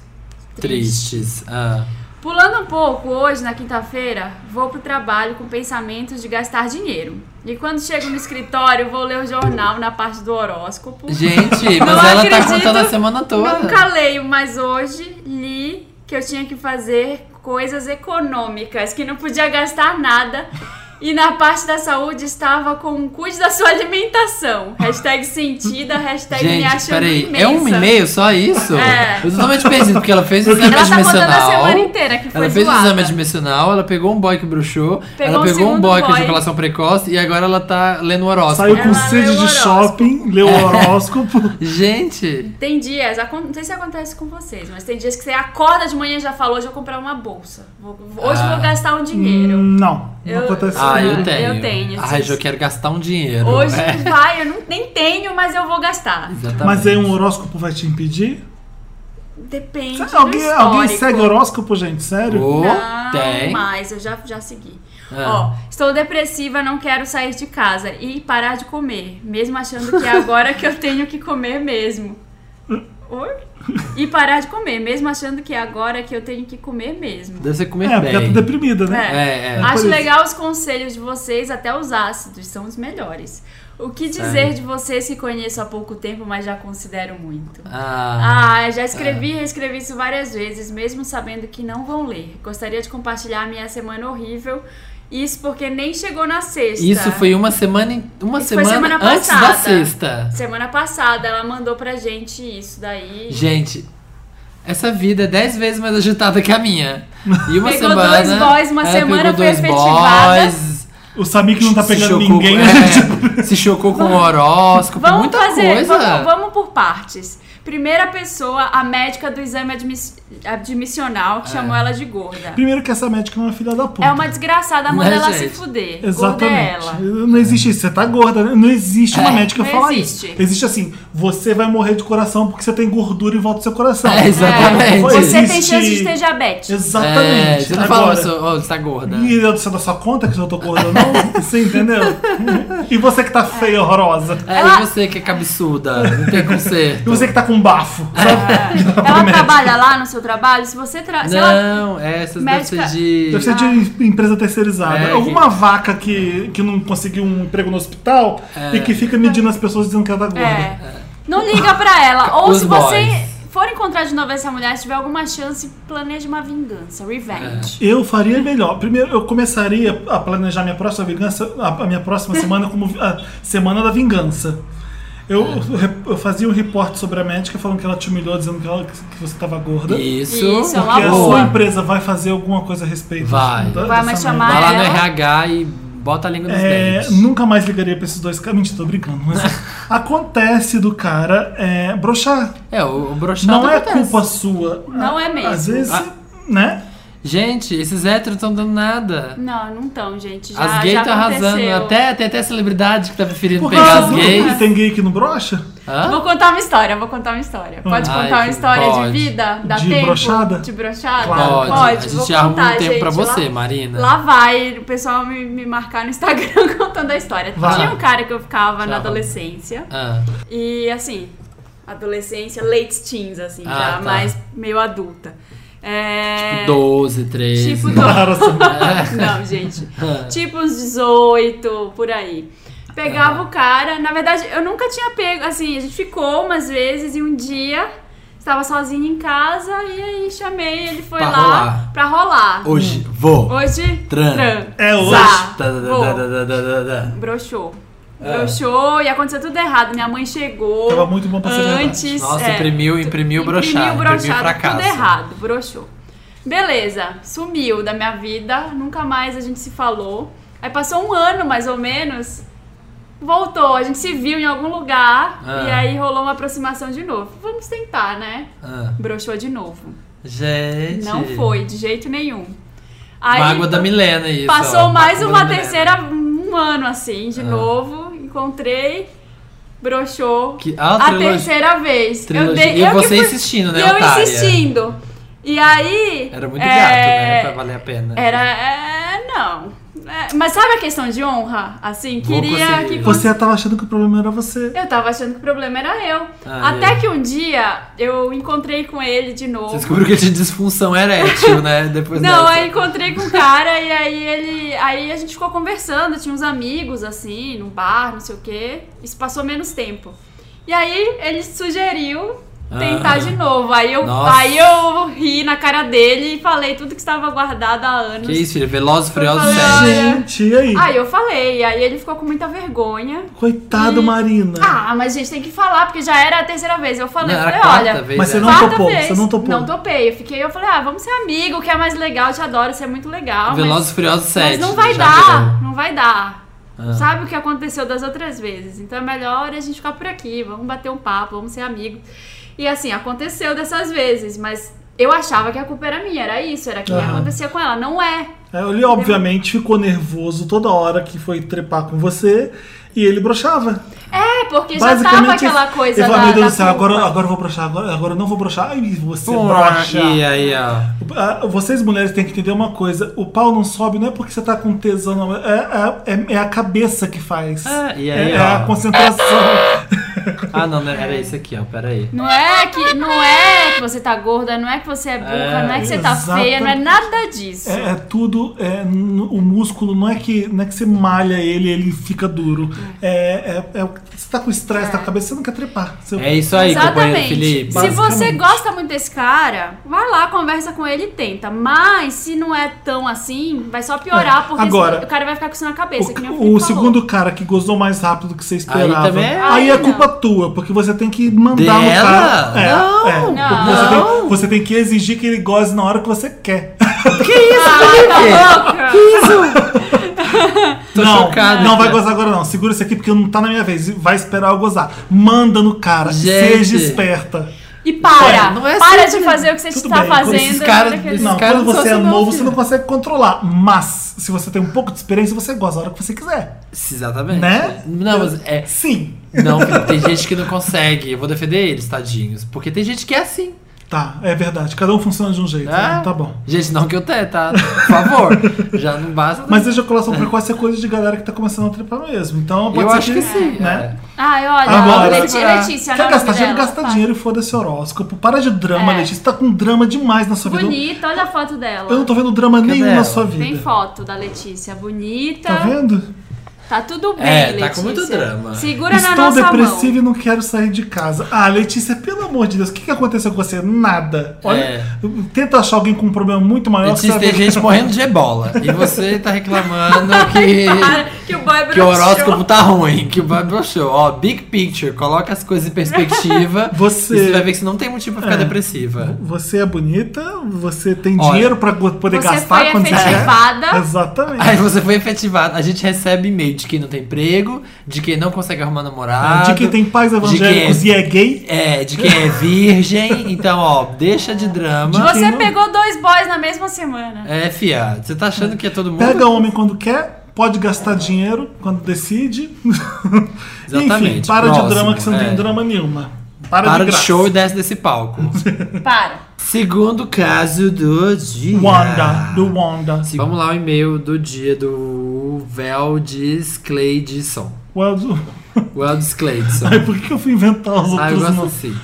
Speaker 3: tristes.
Speaker 2: Tristes. Ah.
Speaker 3: Pulando um pouco, hoje, na quinta-feira, vou pro trabalho com pensamentos de gastar dinheiro. E quando chego no escritório, vou ler o jornal na parte do horóscopo.
Speaker 2: Gente, mas
Speaker 3: Não
Speaker 2: ela
Speaker 3: acredito.
Speaker 2: tá contando a semana toda.
Speaker 3: Nunca leio, mas hoje li que eu tinha que fazer coisas econômicas, que não podia gastar nada. E na parte da saúde estava com um cuide da sua alimentação. Hashtag sentida, hashtag tá? me
Speaker 2: Gente,
Speaker 3: achando
Speaker 2: peraí,
Speaker 3: imensa.
Speaker 2: é um e-mail só isso?
Speaker 3: É.
Speaker 2: Eu tô totalmente perdido, porque ela fez o exame
Speaker 3: Ela tá contando a
Speaker 2: admissional.
Speaker 3: semana inteira que foi
Speaker 2: Ela fez o
Speaker 3: zoada.
Speaker 2: exame admissional, ela pegou um boy que bruxou,
Speaker 3: Pegou um
Speaker 2: ela pegou um
Speaker 3: segundo
Speaker 2: boy,
Speaker 3: boy.
Speaker 2: com ejaculação precoce e agora ela tá lendo o horóscopo.
Speaker 1: Saiu com
Speaker 3: Ela leu
Speaker 1: sede
Speaker 3: o
Speaker 1: de
Speaker 3: horóscopo.
Speaker 1: shopping, leu o
Speaker 2: É.
Speaker 1: horóscopo.
Speaker 2: Gente,
Speaker 3: Tem dias, acon- não sei se acontece com vocês, mas tem dias que você acorda de manhã e já fala, hoje eu vou comprar uma bolsa. Vou- hoje eu
Speaker 2: Ah.
Speaker 3: vou gastar um dinheiro.
Speaker 1: Hum, Não, não
Speaker 3: Eu-
Speaker 1: acontece
Speaker 2: ah,
Speaker 1: isso.
Speaker 2: eu
Speaker 3: Eu
Speaker 2: tenho.
Speaker 3: tenho,
Speaker 2: Ai,
Speaker 3: sim.
Speaker 2: eu quero gastar um dinheiro.
Speaker 3: Hoje
Speaker 2: É,
Speaker 3: vai, eu não, nem tenho, mas eu vou gastar.
Speaker 2: exatamente.
Speaker 1: Mas aí um horóscopo vai te impedir?
Speaker 3: Depende
Speaker 1: Sabe,
Speaker 3: do
Speaker 1: alguém, alguém
Speaker 3: é histórico.
Speaker 1: segue horóscopo, gente? Sério?
Speaker 2: Ô,
Speaker 3: Não,
Speaker 2: tem.
Speaker 3: mas eu já, já segui.
Speaker 2: Ah.
Speaker 3: Ó, estou depressiva, não quero sair de casa e parar de comer, mesmo achando que é agora que eu tenho que comer mesmo. Oi? E parar de comer, mesmo achando que é agora que eu tenho que comer mesmo.
Speaker 2: Deve ser comer
Speaker 1: é, porque ela
Speaker 2: bem.
Speaker 1: tá deprimida, né?
Speaker 2: É, é.
Speaker 3: Acho
Speaker 1: Por isso.
Speaker 3: legal os conselhos de vocês, até os ácidos, são os melhores. O que
Speaker 2: É.
Speaker 3: dizer de vocês que conheço há pouco tempo, mas já considero muito?
Speaker 2: Ah,
Speaker 3: Ah, já escrevi e reescrevi isso várias vezes, mesmo sabendo que não vão ler. Gostaria de compartilhar a minha semana horrível. Isso porque nem chegou na sexta.
Speaker 2: isso foi uma semana, em- uma
Speaker 3: Isso foi
Speaker 2: semana,
Speaker 3: semana
Speaker 2: antes da
Speaker 3: passada.
Speaker 2: sexta.
Speaker 3: Semana passada ela mandou pra gente isso daí.
Speaker 2: Gente, essa vida é 10 vezes mais agitada que a minha. E uma
Speaker 3: Pegou
Speaker 2: semana.
Speaker 3: dois boys, uma
Speaker 2: é,
Speaker 3: semana
Speaker 2: pegou
Speaker 3: foi
Speaker 2: dois
Speaker 3: efetivada.
Speaker 2: boys,
Speaker 1: O Samir que não tá
Speaker 2: se
Speaker 1: pegando
Speaker 2: chocou,
Speaker 1: ninguém. Tipo-
Speaker 2: é, se chocou com o horóscopo,
Speaker 3: Vamos
Speaker 2: é muita
Speaker 3: fazer,
Speaker 2: coisa.
Speaker 3: Vamos, vamos por partes. Primeira pessoa, a médica do exame admiss- admissional,
Speaker 2: É.
Speaker 3: que chamou ela de gorda.
Speaker 1: Primeiro que essa médica é uma filha da puta.
Speaker 3: É uma desgraçada, manda
Speaker 2: Né,
Speaker 3: ela
Speaker 2: gente?
Speaker 3: se fuder.
Speaker 1: Exatamente.
Speaker 3: Gorda é ela.
Speaker 1: Não existe isso. Você tá gorda, né? Não existe uma
Speaker 2: É.
Speaker 1: médica
Speaker 3: Não
Speaker 1: falar
Speaker 3: existe.
Speaker 1: isso. Existe assim, você vai morrer de coração porque você tem gordura em volta do seu coração.
Speaker 2: É, exatamente.
Speaker 1: Não
Speaker 3: Você tem
Speaker 1: existe-
Speaker 3: chance de ter diabetes.
Speaker 2: É,
Speaker 1: Exatamente.
Speaker 2: você não fala,
Speaker 1: Agora,
Speaker 2: "Ô, seu- ô, você tá gorda.
Speaker 1: E eu sou da sua conta que se eu tô gorda ou não? Você entendeu? E você que tá feia, horrorosa.
Speaker 2: É,
Speaker 3: Ela-
Speaker 2: e você que é cabeçuda, não tem
Speaker 1: E
Speaker 2: conserto.
Speaker 1: você que tá com bafo.
Speaker 2: É.
Speaker 1: Sabe?
Speaker 3: Ah. Ela trabalha lá no seu trabalho? Se você tra... se ela-
Speaker 2: Não, é, essas
Speaker 3: Médica-
Speaker 2: deve ser de...
Speaker 1: Deve ser de empresa terceirizada.
Speaker 2: É,
Speaker 1: Alguma vaca que, que não conseguiu um emprego no hospital
Speaker 2: É.
Speaker 1: e que fica medindo as pessoas dizendo que ela tá gorda.
Speaker 3: É. Não liga pra ela. Ou
Speaker 2: Os
Speaker 3: se você
Speaker 2: boys.
Speaker 3: for encontrar de novo essa mulher, se tiver alguma chance, planeje uma vingança. Revenge.
Speaker 1: Eu faria melhor. Primeiro, eu começaria a planejar minha próxima vingança, a, a minha próxima semana como a semana da vingança. Eu,
Speaker 3: É.
Speaker 1: eu fazia um reporte sobre a médica falando que ela te humilhou, dizendo que, ela- que você estava gorda.
Speaker 2: Isso,
Speaker 3: Isso, é uma
Speaker 1: que a
Speaker 3: boa.
Speaker 1: sua empresa vai fazer alguma coisa a respeito.
Speaker 2: Vai.
Speaker 1: da- dessa
Speaker 3: Vai, mas
Speaker 1: merda.
Speaker 3: chamar
Speaker 2: Vai lá no
Speaker 3: Ela-
Speaker 2: RH e bota a língua nos
Speaker 1: É,
Speaker 2: dentes.
Speaker 1: nunca mais ligaria pra esses dois caras. Mentira, tô brincando. Mas assim, acontece do cara é, broxar.
Speaker 2: É, o, o broxado
Speaker 1: Não é
Speaker 2: acontece.
Speaker 1: culpa sua.
Speaker 3: Não é mesmo.
Speaker 1: Às vezes,
Speaker 2: Ah.
Speaker 1: né?
Speaker 2: Gente, esses héteros não estão dando nada.
Speaker 3: Não, não tão, gente. Já,
Speaker 2: É. As gays
Speaker 3: já
Speaker 2: estão arrasando.
Speaker 3: aconteceu.
Speaker 2: Até, tem até celebridade que tá preferindo
Speaker 1: Por
Speaker 2: pegar
Speaker 1: causa
Speaker 2: as
Speaker 1: do-
Speaker 2: gays.
Speaker 1: Tem gay que não broxa?
Speaker 2: Hã? Hum.
Speaker 3: Vou contar uma história, vou contar uma história. Pode
Speaker 2: Ai,
Speaker 3: contar uma
Speaker 2: que
Speaker 3: história
Speaker 2: pode.
Speaker 3: de vida? Dá
Speaker 1: De
Speaker 3: tempo?
Speaker 1: broxada?
Speaker 3: De broxada?
Speaker 1: Claro.
Speaker 2: Pode. A
Speaker 3: vou
Speaker 2: gente arruma
Speaker 3: contar,
Speaker 2: um tempo
Speaker 3: gente.
Speaker 2: pra você,
Speaker 3: Lá-
Speaker 2: Marina.
Speaker 3: Lá vai o pessoal me, me marcar no Instagram contando a história.
Speaker 1: Vai.
Speaker 3: Tinha um cara que eu ficava
Speaker 2: Já arruma.
Speaker 3: na adolescência.
Speaker 2: Ah,
Speaker 3: E assim, adolescência, late teens, assim,
Speaker 2: Ah,
Speaker 3: já
Speaker 2: tá.
Speaker 3: mais meio adulta. É...
Speaker 2: 12, 13.
Speaker 3: Tipo,
Speaker 1: Claro, assim.
Speaker 3: não, gente. Tipo uns 18, por aí.
Speaker 2: Tá.
Speaker 3: Pegava o cara, na verdade, eu nunca tinha pego, assim, a gente ficou umas vezes e um dia estava sozinha em casa e aí chamei, ele foi
Speaker 2: Pra
Speaker 3: lá
Speaker 2: rolar.
Speaker 3: pra rolar.
Speaker 2: Hoje vou.
Speaker 3: Hoje,
Speaker 2: Tran. Tá,
Speaker 3: tran.
Speaker 1: É hoje.
Speaker 3: Zá,
Speaker 2: Da, da, da,
Speaker 3: vou.
Speaker 2: tá, da, da, da, da, da.
Speaker 3: Broxou.
Speaker 2: É.
Speaker 3: Broxou e aconteceu tudo errado. Minha mãe chegou.
Speaker 1: Tava muito bom pra ser verdade.
Speaker 3: Antes.
Speaker 2: Nossa,
Speaker 3: é,
Speaker 2: imprimiu, imprimiu brochado.
Speaker 3: Imprimiu
Speaker 2: Imprimiu
Speaker 3: brochado,
Speaker 2: fracasso.
Speaker 3: tudo errado, broxou. Beleza, sumiu da minha vida, nunca mais a gente se falou. Aí passou um ano mais ou menos, voltou, a gente se viu em algum lugar
Speaker 2: Ah.
Speaker 3: e aí rolou uma aproximação de novo. Vamos tentar, né?
Speaker 2: Ah,
Speaker 3: Broxou de novo.
Speaker 2: gente.
Speaker 3: Não foi, de jeito nenhum. Aí
Speaker 2: Mágoa da Milena isso.
Speaker 3: passou
Speaker 2: ó,
Speaker 3: mais
Speaker 2: mágoa
Speaker 3: uma
Speaker 2: da Milena.
Speaker 3: terceira, um ano assim, de
Speaker 2: Ah.
Speaker 3: novo, encontrei, broxou
Speaker 2: Que, ah,
Speaker 3: a
Speaker 2: trilogia.
Speaker 3: terceira vez.
Speaker 2: trilogia.
Speaker 3: dei-
Speaker 2: e
Speaker 3: que
Speaker 2: você
Speaker 3: fui-
Speaker 2: insistindo, né,
Speaker 3: e eu
Speaker 2: otária?
Speaker 3: insistindo. E aí.
Speaker 2: Era muito
Speaker 3: é,
Speaker 2: gato, né? Pra valer a pena.
Speaker 3: Era. é, não. É, mas sabe a questão de honra? Assim,
Speaker 2: Vou
Speaker 3: queria
Speaker 2: conseguir.
Speaker 3: que. cons-
Speaker 1: Você tava achando que o problema era você.
Speaker 3: Eu tava achando que o problema era eu.
Speaker 2: Ah,
Speaker 3: Até
Speaker 2: é.
Speaker 3: que um dia eu encontrei com ele de
Speaker 2: Você
Speaker 3: novo.
Speaker 2: descobriu que ele tinha disfunção erétil, né? Depois
Speaker 3: Não, é
Speaker 2: dessa.
Speaker 3: aí encontrei com o cara e aí ele. Aí a gente ficou conversando, tinha uns amigos assim, num bar, não sei o quê. Isso passou menos tempo. E aí ele sugeriu tentar
Speaker 2: Ah.
Speaker 3: de novo. Aí eu,
Speaker 2: Nossa.
Speaker 3: aí eu ri na cara dele e falei tudo que estava guardado há anos.
Speaker 2: Que isso, filho? Velozes,
Speaker 3: Eu
Speaker 2: Furiosos
Speaker 3: falei,
Speaker 2: sete.
Speaker 3: olha.
Speaker 1: Gente, e aí?
Speaker 3: Aí eu falei, aí ele ficou com muita vergonha.
Speaker 1: Coitado,
Speaker 3: E-
Speaker 1: Marina.
Speaker 3: Ah, mas gente tem que falar, porque já era a terceira vez. Eu falei,
Speaker 2: Não,
Speaker 3: eu
Speaker 2: era a
Speaker 3: falei,
Speaker 2: quarta
Speaker 3: olha.
Speaker 2: vez.
Speaker 1: Mas
Speaker 2: né?
Speaker 1: você não
Speaker 3: quarta
Speaker 1: topou,
Speaker 3: vez.
Speaker 1: você não topou.
Speaker 3: Não topei. Eu fiquei, eu falei, ah, vamos ser amigo, que é mais legal, eu te adoro, você é muito legal. mas-
Speaker 2: Velozes, Furiosos 7.
Speaker 3: Mas não vai
Speaker 2: já
Speaker 3: dar,
Speaker 2: virou.
Speaker 3: não vai dar.
Speaker 2: Ah.
Speaker 3: Sabe o que aconteceu das outras vezes. Então é melhor a gente ficar por aqui, vamos bater um papo, vamos ser amigos. E assim, aconteceu dessas vezes, mas eu achava que a culpa era minha, era isso, era que
Speaker 1: Aham.
Speaker 3: acontecia com ela. Não é.
Speaker 1: É, Ele obviamente ficou nervoso toda hora que foi trepar com você e ele broxava.
Speaker 3: É, porque já tava aquela coisa
Speaker 1: ele
Speaker 3: da.
Speaker 1: falou, meu Deus
Speaker 3: da
Speaker 1: do céu, agora,
Speaker 3: culpa."
Speaker 1: agora eu vou broxar, agora, agora eu não vou broxar. E você
Speaker 2: Pô,
Speaker 1: broxa.
Speaker 2: E é. aí, ó.
Speaker 1: Ah, Vocês mulheres têm que entender uma coisa: o pau não sobe não é porque você tá com tesão, não. É, é- é- é a cabeça que faz.
Speaker 2: Ah, e aí,
Speaker 1: é, é
Speaker 2: ó.
Speaker 1: a concentração.
Speaker 2: Ah, não, não, era isso aqui, ó. Pera aí.
Speaker 3: Não é que não é que você tá gorda, não é que você é burra,
Speaker 2: É,
Speaker 3: não é que você tá
Speaker 1: exata-
Speaker 3: feia, não é nada disso.
Speaker 1: É, é tudo. é, n- o músculo não é, que, não é que você malha ele ele fica duro. É, é- é o- você tá com estresse
Speaker 3: É.
Speaker 1: na cabeça, você não quer trepar. Você-
Speaker 2: É isso aí, companheiro
Speaker 3: Exatamente.
Speaker 2: Felipe.
Speaker 3: Se você
Speaker 1: Basicamente.
Speaker 3: gosta muito desse cara, vai lá, conversa com ele e tenta. Mas se não é tão assim, vai só piorar, porque
Speaker 1: Agora,
Speaker 3: esse- o cara vai ficar com isso na cabeça. que nem
Speaker 1: O, o
Speaker 3: Felipe falou.
Speaker 1: segundo cara que gozou mais rápido do que você esperava.
Speaker 2: também é-
Speaker 1: aí é
Speaker 3: Aí não.
Speaker 1: culpa tua, porque você tem que mandar no
Speaker 2: Dela?
Speaker 1: cara. É,
Speaker 2: Não,
Speaker 1: é, porque
Speaker 3: não.
Speaker 1: Você, tem, você tem que exigir que ele goze na hora que você quer.
Speaker 3: Ah, tá louca.
Speaker 2: Tô
Speaker 1: não,
Speaker 2: chocado.
Speaker 1: não vai
Speaker 2: cara.
Speaker 1: gozar agora, não. Segura isso aqui porque não tá na minha vez. Vai esperar eu gozar. Manda no cara.
Speaker 2: Gente.
Speaker 1: Seja esperta.
Speaker 3: E para!
Speaker 2: Olha, não é
Speaker 3: para
Speaker 2: assim,
Speaker 3: de fazer o que você
Speaker 1: tudo
Speaker 3: está
Speaker 1: bem, quando
Speaker 3: fazendo.
Speaker 2: esses caras-
Speaker 3: olha que-
Speaker 2: esses
Speaker 1: Não,
Speaker 2: caras
Speaker 1: quando
Speaker 2: não são
Speaker 1: você é
Speaker 2: assim, não,
Speaker 1: novo,
Speaker 2: filho.
Speaker 1: você não consegue controlar. Mas, se você tem um pouco de experiência, você goza a hora que você quiser.
Speaker 2: Exatamente.
Speaker 1: Né?
Speaker 2: Não, mas é.
Speaker 1: Sim.
Speaker 2: Não, Felipe, tem gente que não consegue. Eu vou defender eles, tadinhos. Porque tem gente que é assim.
Speaker 1: Tá, é verdade. Cada um funciona de um jeito.
Speaker 2: Ah.
Speaker 1: né? Tá bom.
Speaker 2: Gente, não que eu tenha, tá? Por favor. Já não basta.
Speaker 1: Mas a ejaculação precoce é coisa de galera que tá começando a trepar mesmo. Então pode
Speaker 2: eu
Speaker 1: ser
Speaker 2: acho que sim.
Speaker 1: Né?
Speaker 2: é.
Speaker 3: Ai, olha,
Speaker 1: Agora.
Speaker 3: Leti- Letícia,
Speaker 1: Quer
Speaker 3: não
Speaker 1: gastar dinheiro? Gasta dinheiro e foda-se horóscopo. Para de drama,
Speaker 3: É.
Speaker 1: Letícia. Você tá com drama demais na sua vida.
Speaker 3: Bonita, olha a foto dela.
Speaker 1: Eu não tô vendo drama nenhum
Speaker 2: ela?
Speaker 1: na sua vida.
Speaker 3: Tem foto da Letícia, bonita.
Speaker 1: Tá vendo?
Speaker 3: Tá tudo bem,
Speaker 2: É,
Speaker 3: Letícia.
Speaker 2: tá com muito drama.
Speaker 3: Segura na
Speaker 1: Estou
Speaker 3: nossa
Speaker 1: depressiva
Speaker 3: mão.
Speaker 1: e não quero sair de casa. Ah, Letícia, pelo amor de Deus, o que, que aconteceu com você? Nada. Olha,
Speaker 2: É.
Speaker 1: tenta achar alguém com um problema muito maior que
Speaker 2: Letícia,
Speaker 1: você.
Speaker 2: tem gente morrendo de ebola. E você tá reclamando que.
Speaker 3: Para, que o boy
Speaker 2: Que o
Speaker 3: broxou.
Speaker 2: horóscopo tá ruim, que o Bible broxou. Ó, big picture, coloca as coisas em perspectiva.
Speaker 1: Você-
Speaker 2: e você vai ver que você não tem motivo pra ficar
Speaker 1: É.
Speaker 2: depressiva.
Speaker 1: Você é bonita, você tem
Speaker 2: Olha,
Speaker 1: dinheiro pra go- poder
Speaker 3: você
Speaker 1: gastar
Speaker 3: foi
Speaker 1: quando você
Speaker 3: efetivada.
Speaker 1: quer. Exatamente.
Speaker 2: Aí você foi efetivado. A gente recebe e-mail de quem não tem emprego, de quem não consegue arrumar namorado.
Speaker 1: de quem tem pais
Speaker 2: de quem
Speaker 1: evangélicos
Speaker 2: é-
Speaker 1: e é gay.
Speaker 2: É, de quem é virgem. Então, ó, deixa de drama.
Speaker 3: Você
Speaker 1: Quem não-
Speaker 3: pegou dois boys na mesma semana.
Speaker 2: É, fia, você tá achando que é todo mundo?
Speaker 1: Pega homem quando quer, pode gastar dinheiro quando decide. Enfim,
Speaker 2: Exatamente,
Speaker 1: para
Speaker 2: próximo,
Speaker 1: de drama que você não
Speaker 2: é.
Speaker 1: tem drama nenhuma. Para,
Speaker 2: Para
Speaker 1: de,
Speaker 2: de
Speaker 1: graça.
Speaker 2: show e desce desse palco.
Speaker 3: Para.
Speaker 2: Segundo caso do dia. Ah.
Speaker 1: Wanda, do Wanda.
Speaker 2: Sim. Vamos lá, o e-mail do dia do Veldis Cleidson.
Speaker 1: Well,
Speaker 2: Veldis Cleidson.
Speaker 1: Ai, por que eu fui inventar os
Speaker 2: Ah, eu
Speaker 1: outros
Speaker 2: gosto
Speaker 1: nomes?
Speaker 2: assim.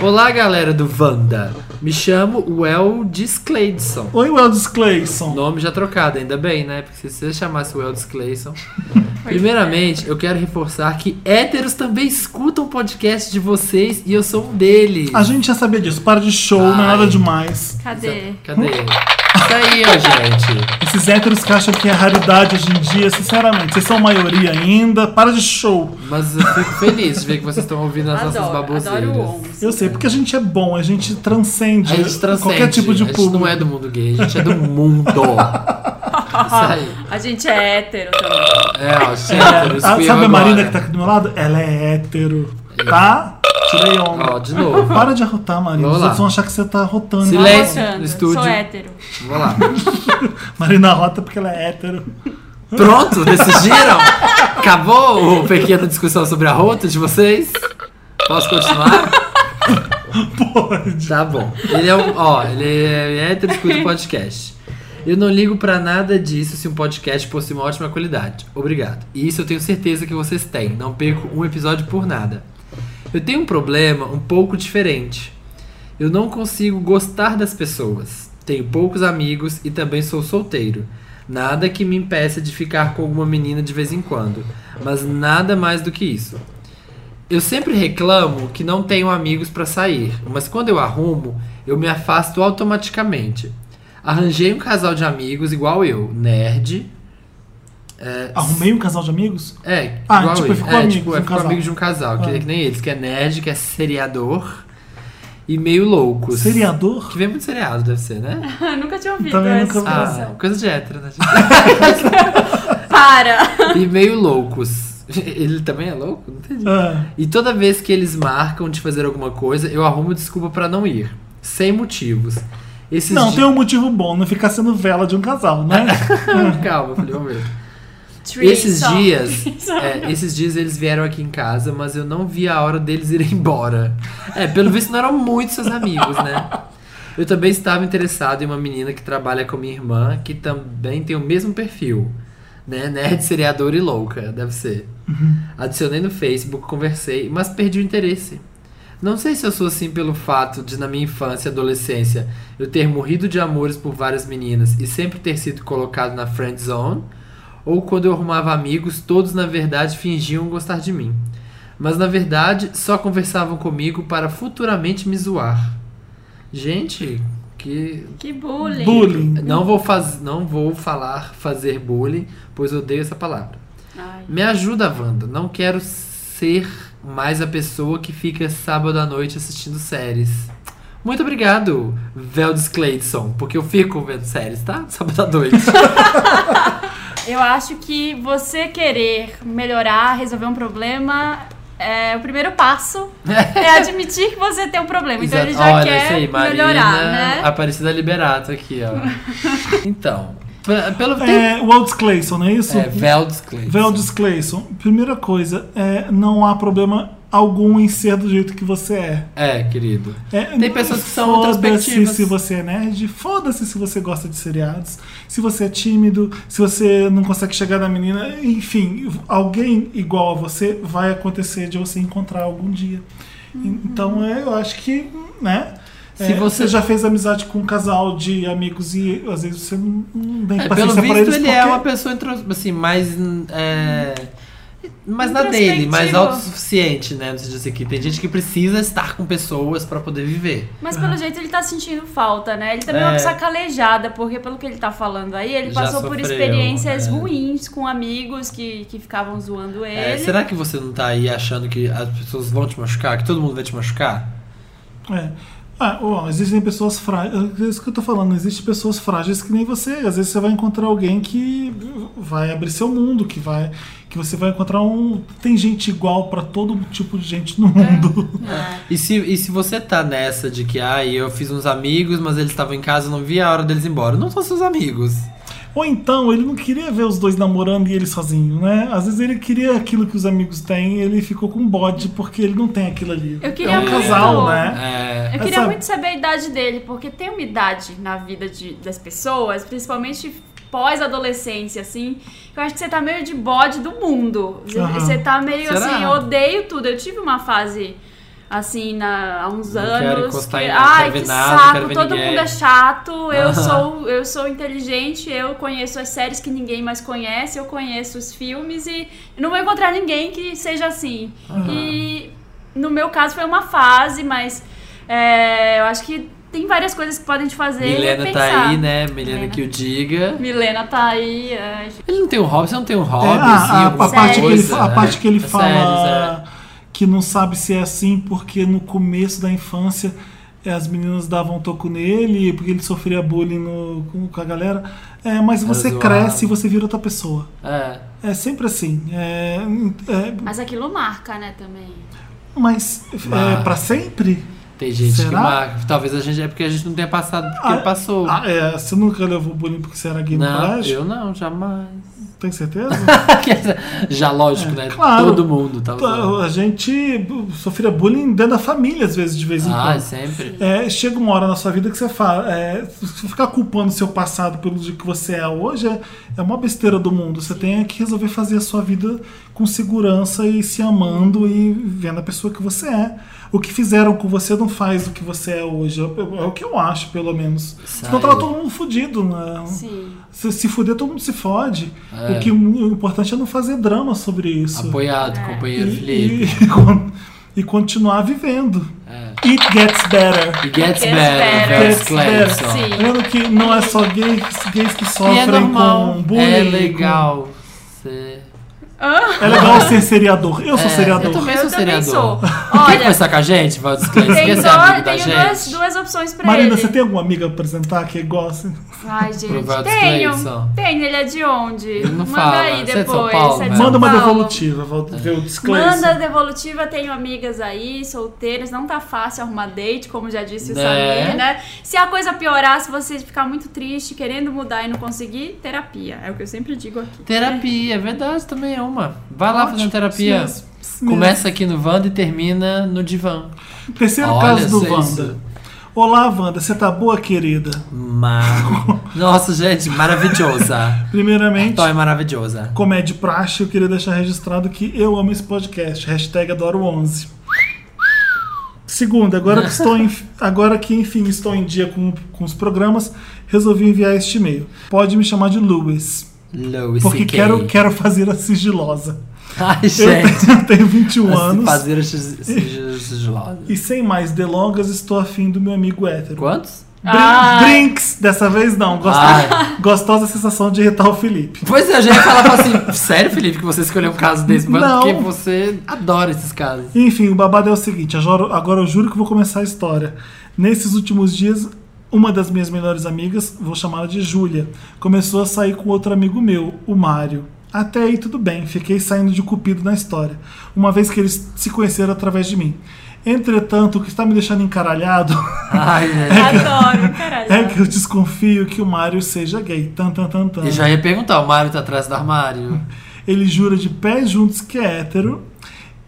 Speaker 2: Olá, galera do Wanda. Me chamo Weldis Cleidson.
Speaker 1: Oi, Weldes Clayson.
Speaker 2: Nome já trocado, ainda bem, né? Porque se você chamasse Weldis Clayson. Primeiramente, eu quero reforçar que héteros também escutam podcast de vocês e eu sou um deles.
Speaker 1: A gente já sabia disso. Para de show, não
Speaker 2: Ai.
Speaker 1: é nada demais.
Speaker 3: Cadê?
Speaker 2: Cadê?
Speaker 1: Hum?
Speaker 2: Isso aí, ó, gente.
Speaker 1: Esses héteros que acham que é raridade hoje em dia, sinceramente, vocês são maioria ainda. Para de show.
Speaker 2: Mas eu fico feliz de ver que vocês estão ouvindo as nossas
Speaker 3: Adoro, adoro o
Speaker 2: baboseiras.
Speaker 3: 11.
Speaker 1: Eu sei, porque a gente é bom, a gente transcende,
Speaker 2: A gente transcende.
Speaker 1: qualquer tipo de
Speaker 2: a gente
Speaker 1: público.
Speaker 2: não é do mundo gay, a gente é do mundo. Isso aí.
Speaker 3: A gente é hétero também.
Speaker 2: É, ó, gente,
Speaker 1: É,
Speaker 2: eu
Speaker 1: a-
Speaker 2: espio
Speaker 1: sabe a Marina
Speaker 2: agora.
Speaker 1: que tá aqui do meu lado? Ela é hétero. Tá? Tirei
Speaker 2: Ó,
Speaker 1: onda.
Speaker 2: de novo.
Speaker 1: Para de arrotar, Marina.
Speaker 2: Vamos
Speaker 1: Os
Speaker 2: lá.
Speaker 1: outros vão achar que você tá arrotando.
Speaker 2: Silêncio.
Speaker 3: Tô
Speaker 2: Silêncio
Speaker 3: votando,
Speaker 2: no estúdio.
Speaker 3: Sou hétero.
Speaker 2: Vamos lá.
Speaker 1: Marina arrota porque ela é hétero.
Speaker 2: Pronto, decidiram? Acabou a pequena discussão sobre a rota de vocês? Posso continuar? Pode. Tá bom. Ele é um, ó, ele é hétero escuta podcast. Eu não ligo pra nada disso se um podcast possui uma ótima qualidade. Obrigado. E isso eu tenho certeza que vocês têm. Não perco um episódio por nada. Eu tenho um problema um pouco diferente. Eu não consigo gostar das pessoas. Tenho poucos amigos e também sou solteiro. Nada que me impeça de ficar com alguma menina de vez em quando, mas nada mais do que isso. Eu sempre reclamo que não tenho amigos pra sair, mas quando eu arrumo, eu me afasto automaticamente. Arranjei um casal de amigos igual eu, nerd.
Speaker 1: Arrumei um casal de amigos?
Speaker 2: É,
Speaker 1: Ah,
Speaker 2: igual
Speaker 1: tipo,
Speaker 2: eu.
Speaker 1: ficou
Speaker 2: é,
Speaker 1: amigo
Speaker 2: tipo,
Speaker 1: de
Speaker 2: é,
Speaker 1: um
Speaker 2: ficou
Speaker 1: casal.
Speaker 2: amigo de um casal, que,
Speaker 1: Ah.
Speaker 2: é que nem eles, que é nerd, que é seriador e meio loucos.
Speaker 1: Seriador?
Speaker 2: Que vem muito seriado, deve ser, né?
Speaker 3: Eu nunca tinha ouvido
Speaker 1: Também
Speaker 3: essa
Speaker 1: nunca ouvi.
Speaker 3: expressão.
Speaker 2: Ah, coisa de hétero, né?
Speaker 3: Para!
Speaker 2: e meio loucos. Ele também é louco? Não entendi.
Speaker 1: Ah,
Speaker 2: E toda vez que eles marcam de fazer alguma coisa, eu arrumo desculpa pra não ir. Sem motivos. Esses
Speaker 1: não,
Speaker 2: dias...
Speaker 1: tem um motivo bom, não ficar sendo vela de um casal, né?
Speaker 2: Calma, falei, vamos ver.
Speaker 3: Tree
Speaker 2: esses
Speaker 3: song.
Speaker 2: dias, é, esses dias eles vieram aqui em casa, mas eu não vi a hora deles irem embora. É, pelo visto não eram muito seus amigos, né? Eu também estava interessado em uma menina que trabalha com minha irmã, que também tem o mesmo perfil, né? Nerd, seriadora e louca, deve ser. Adicionei no Facebook, conversei, mas perdi o interesse. Não sei se eu sou assim pelo fato de, na minha infância e adolescência, eu ter morrido de amores por várias meninas e sempre ter sido colocado na friend zone, ou quando eu arrumava amigos, todos na verdade fingiam gostar de mim. Mas na verdade só conversavam comigo para futuramente me zoar. Gente, que.
Speaker 3: Que bullying.
Speaker 1: Bullying.
Speaker 2: Não vou, faz... não vou falar fazer bullying, pois odeio essa palavra.
Speaker 3: Ai.
Speaker 2: Me ajuda, Wanda. Não quero ser mais a pessoa que fica sábado à noite assistindo séries. Muito obrigado, Veldes Clayson, porque eu fico vendo séries, tá? Sábado à noite.
Speaker 3: Eu acho que você querer melhorar, resolver um problema, é, o primeiro passo é admitir que você tem um problema. Então ele
Speaker 2: Exato.
Speaker 3: já
Speaker 2: Olha,
Speaker 3: quer
Speaker 2: isso aí, Marina,
Speaker 3: melhorar, né?
Speaker 2: Aparecida Liberato aqui, ó. então, p- pelo tempo.
Speaker 1: É, o Walt Clayson, não é isso?
Speaker 2: É, Veldes Clayson.
Speaker 1: Veldes Clayson, primeira coisa, é, não há problema algum em ser do jeito que você é.
Speaker 2: É, querido.
Speaker 1: É,
Speaker 2: Tem pessoas que são
Speaker 1: Foda-se
Speaker 2: introspectivas.
Speaker 1: se você é nerd, foda-se se você gosta de seriados, se você é tímido, se você não consegue chegar na menina, enfim, alguém igual a você vai acontecer de você encontrar algum dia. Então é, eu acho que, né?
Speaker 2: Uhum. Se
Speaker 1: é,
Speaker 2: você-
Speaker 1: você já fez amizade com um casal de amigos e às vezes você não não tem
Speaker 2: É, pelo
Speaker 1: paciência
Speaker 2: visto,
Speaker 1: pra
Speaker 2: ele
Speaker 1: eles
Speaker 2: é
Speaker 1: porque-
Speaker 2: uma pessoa intros- assim, mais. É, mais na dele, mais
Speaker 3: Introspectivo.
Speaker 2: autossuficiente, né? Não sei dizer aqui. Tem gente que precisa estar com pessoas pra poder viver.
Speaker 3: Mas pelo jeito ele tá sentindo falta, né? Ele também é uma
Speaker 2: É.
Speaker 3: pessoa calejada, porque pelo que ele tá falando aí, ele
Speaker 2: Já
Speaker 3: passou por
Speaker 2: sofreu,
Speaker 3: experiências
Speaker 2: é.
Speaker 3: ruins com amigos que, que ficavam zoando ele.
Speaker 2: É, será que você não tá aí achando que as pessoas vão te machucar? Que todo mundo vai te machucar?
Speaker 1: É. Ah, ó, existem pessoas frágeis. É isso que eu tô falando. Existem pessoas frágeis que nem você. Às vezes você vai encontrar alguém que vai abrir seu mundo, que vai. Que você vai encontrar um. Tem gente igual pra todo tipo de gente no mundo.
Speaker 3: É.
Speaker 2: E se, e se você tá nessa de que, ai, eu fiz uns amigos, mas eles estavam em casa, eu não vi a hora deles ir embora. Não são seus amigos.
Speaker 1: Ou então, ele não queria ver os dois namorando e ele sozinho, né? Às vezes ele queria aquilo que os amigos têm e ele ficou com bode porque ele não tem aquilo ali.
Speaker 3: Eu queria
Speaker 1: é um
Speaker 3: muito.
Speaker 1: casal, né?
Speaker 2: É.
Speaker 3: Eu queria
Speaker 1: Sabe-
Speaker 3: muito saber a idade dele, porque tem uma idade na vida de- das pessoas, principalmente pós-adolescência, assim, que eu acho que você tá meio de bode do mundo. Você-
Speaker 1: Aham.
Speaker 3: Você tá meio
Speaker 2: Será?
Speaker 3: assim, eu odeio tudo. Eu tive uma fase assim, na- há uns
Speaker 2: Não
Speaker 3: anos.
Speaker 2: quero encostar
Speaker 3: que,
Speaker 2: em- não
Speaker 3: Ai,
Speaker 2: quero
Speaker 3: que
Speaker 2: ver nada, não
Speaker 3: saco,
Speaker 2: quero ver
Speaker 3: todo
Speaker 2: ninguém."
Speaker 3: mundo é chato, eu,
Speaker 2: Aham.
Speaker 3: sou, eu sou inteligente, eu conheço as séries que ninguém mais conhece, eu conheço os filmes e não vou encontrar ninguém que seja assim. E no meu caso foi uma fase, mas é, eu acho que tem várias coisas que podem te fazer
Speaker 2: Milena
Speaker 3: pensar.
Speaker 2: tá aí, né? Milena
Speaker 3: Milena.
Speaker 2: que o diga.
Speaker 3: Milena tá aí. é,
Speaker 2: Ele não tem um hobby, você não tem um hobby,
Speaker 1: É,
Speaker 2: assim,
Speaker 1: a, a-
Speaker 2: alguma
Speaker 1: a parte que ele,
Speaker 2: coisa,
Speaker 1: fa- a
Speaker 2: né?
Speaker 1: parte que ele
Speaker 2: É
Speaker 1: fala
Speaker 2: sério,
Speaker 1: que não sabe se é assim porque no começo da infância eh, as meninas davam toco nele porque ele sofria bullying no- com, com a galera. É, mas você
Speaker 2: zoado.
Speaker 1: cresce e você vira outra pessoa.
Speaker 2: Zé. É.
Speaker 1: É sempre assim. É, é,
Speaker 3: Mas aquilo marca, né, também.
Speaker 1: mas é,
Speaker 2: Mas-
Speaker 1: para sempre?
Speaker 2: Tem gente que
Speaker 1: Será?
Speaker 2: marca. Talvez a gente. É porque a gente não tenha passado porque
Speaker 1: Ah,
Speaker 2: passou.
Speaker 1: Ah, é, você nunca levou bullying porque você era gay no
Speaker 2: não,
Speaker 1: colégio?
Speaker 2: eu não, jamais.
Speaker 1: Tem certeza?
Speaker 2: Já lógico, né?
Speaker 1: É, claro.
Speaker 2: Todo mundo tá usando.
Speaker 1: a gente bu- sofria bullying dentro da família, às vezes, de vez em
Speaker 2: Ah,
Speaker 1: quando.
Speaker 2: sempre.
Speaker 1: É, chega uma hora na sua vida que você fala. é, se você ficar culpando o seu passado pelo dia que você é hoje é, é uma besteira do mundo. Você tem que resolver fazer a sua vida com segurança e se amando e vendo a pessoa que você é. O que fizeram com você não faz o que você é hoje. É, é o que eu acho, pelo menos. Senão tava
Speaker 2: Saiu.
Speaker 1: todo mundo fudido, né?
Speaker 3: Sim.
Speaker 1: Se, se fuder, todo mundo se fode.
Speaker 2: É.
Speaker 1: O que o importante é não fazer drama sobre isso.
Speaker 2: Apoiado,
Speaker 1: E,
Speaker 2: companheiro Felipe.
Speaker 1: e, con- e continuar vivendo.
Speaker 2: É.
Speaker 1: It gets better.
Speaker 2: E gets,
Speaker 3: Gets
Speaker 2: better,
Speaker 3: better.
Speaker 2: Vers
Speaker 1: Gets better.
Speaker 2: Clayson.
Speaker 3: Sim.
Speaker 1: Lembrando que não é só gays, gays que
Speaker 2: E é
Speaker 1: sofrem
Speaker 2: normal.
Speaker 1: com bullying.
Speaker 2: é
Speaker 1: com-
Speaker 2: legal. ser-
Speaker 1: É legal ser seriador. Eu sou
Speaker 2: É,
Speaker 1: seriador.
Speaker 2: Eu também sou
Speaker 3: Eu também
Speaker 2: seriador.
Speaker 3: sou.
Speaker 2: Quer
Speaker 3: Olha-
Speaker 2: conversar com a gente, Valdes Clayson?
Speaker 3: Tem,
Speaker 2: Quer ser
Speaker 3: só-
Speaker 2: amigo da
Speaker 3: tenho
Speaker 2: gente?
Speaker 3: duas, duas opções pra
Speaker 1: Marina,
Speaker 3: ele.
Speaker 1: você tem alguma amiga pra apresentar que gosta?
Speaker 3: Ai, gente.
Speaker 2: Provados
Speaker 3: Tenho.
Speaker 2: Clayson.
Speaker 3: Tenho, ele é de onde?
Speaker 2: Ele não
Speaker 3: Manda
Speaker 2: fala.
Speaker 3: aí
Speaker 2: Você é de São
Speaker 3: depois.
Speaker 2: Paulo,
Speaker 3: é
Speaker 2: né?
Speaker 3: de São
Speaker 1: Manda uma
Speaker 3: Paulo.
Speaker 1: devolutiva, vou ver o disclaimer.
Speaker 3: Manda devolutiva, tenho amigas aí, solteiras, não tá fácil arrumar date, como já disse o
Speaker 2: Né?
Speaker 3: Samir, né? Se a coisa piorar, se você ficar muito triste, querendo mudar e não conseguir, terapia. É o que eu sempre digo aqui.
Speaker 2: Terapia, é verdade, também é uma. Vai lá
Speaker 1: Ótimo,
Speaker 2: fazendo terapia.
Speaker 1: isso mesmo, isso
Speaker 2: Começa aqui no Wanda e termina no divã.
Speaker 1: Terceiro
Speaker 2: Olha,
Speaker 1: caso do
Speaker 2: sei
Speaker 1: Wanda.
Speaker 2: isso.
Speaker 1: Olá, Wanda, você tá boa, querida?
Speaker 2: Mar... Nossa, gente, maravilhosa.
Speaker 1: Primeiramente,
Speaker 2: Então é maravilhosa.
Speaker 1: Como é de praxe, eu queria deixar registrado que eu amo esse podcast. Hashtag adoro 11. Segundo, agora que, estou em- agora que enfim estou em dia com, com os programas, resolvi enviar este e-mail. Pode me chamar de Lewis,
Speaker 2: Louis
Speaker 1: porque
Speaker 2: CK.
Speaker 1: quero, quero fazer a sigilosa.
Speaker 2: Ai,
Speaker 1: Eu
Speaker 2: gente.
Speaker 1: tenho, eu tenho 21
Speaker 2: Anos.
Speaker 1: anos
Speaker 2: Fazer os sig- sig- sigilosos.
Speaker 1: e sem mais delongas estou afim do meu amigo hétero.
Speaker 2: Quantos?
Speaker 1: Brin-
Speaker 3: Ai.
Speaker 1: Brinks, dessa vez não. Gostosa,
Speaker 2: Ai.
Speaker 1: gostosa sensação de irritar o Felipe.
Speaker 2: Pois é, eu já ia falar pra assim, sério, Felipe, que você escolheu um caso desse, mas
Speaker 1: Não.
Speaker 2: porque você adora esses casos.
Speaker 1: Enfim, o babado é o seguinte, agora, agora eu juro que vou começar a história. Nesses últimos dias, uma das minhas melhores amigas, vou chamá-la de Júlia, começou a sair com outro amigo meu, o Mário. Até aí tudo bem, fiquei saindo de cupido na história, uma vez que eles se conheceram através de mim. Entretanto, o que está me deixando encaralhado
Speaker 2: Ai, né? gente.
Speaker 3: Adoro, caralho.
Speaker 1: é que eu desconfio que o Mário seja gay. Tan, tan, tan, tan.
Speaker 2: Eu já ia perguntar, o Mário tá atrás do armário?
Speaker 1: Ele jura de pés juntos que é hétero.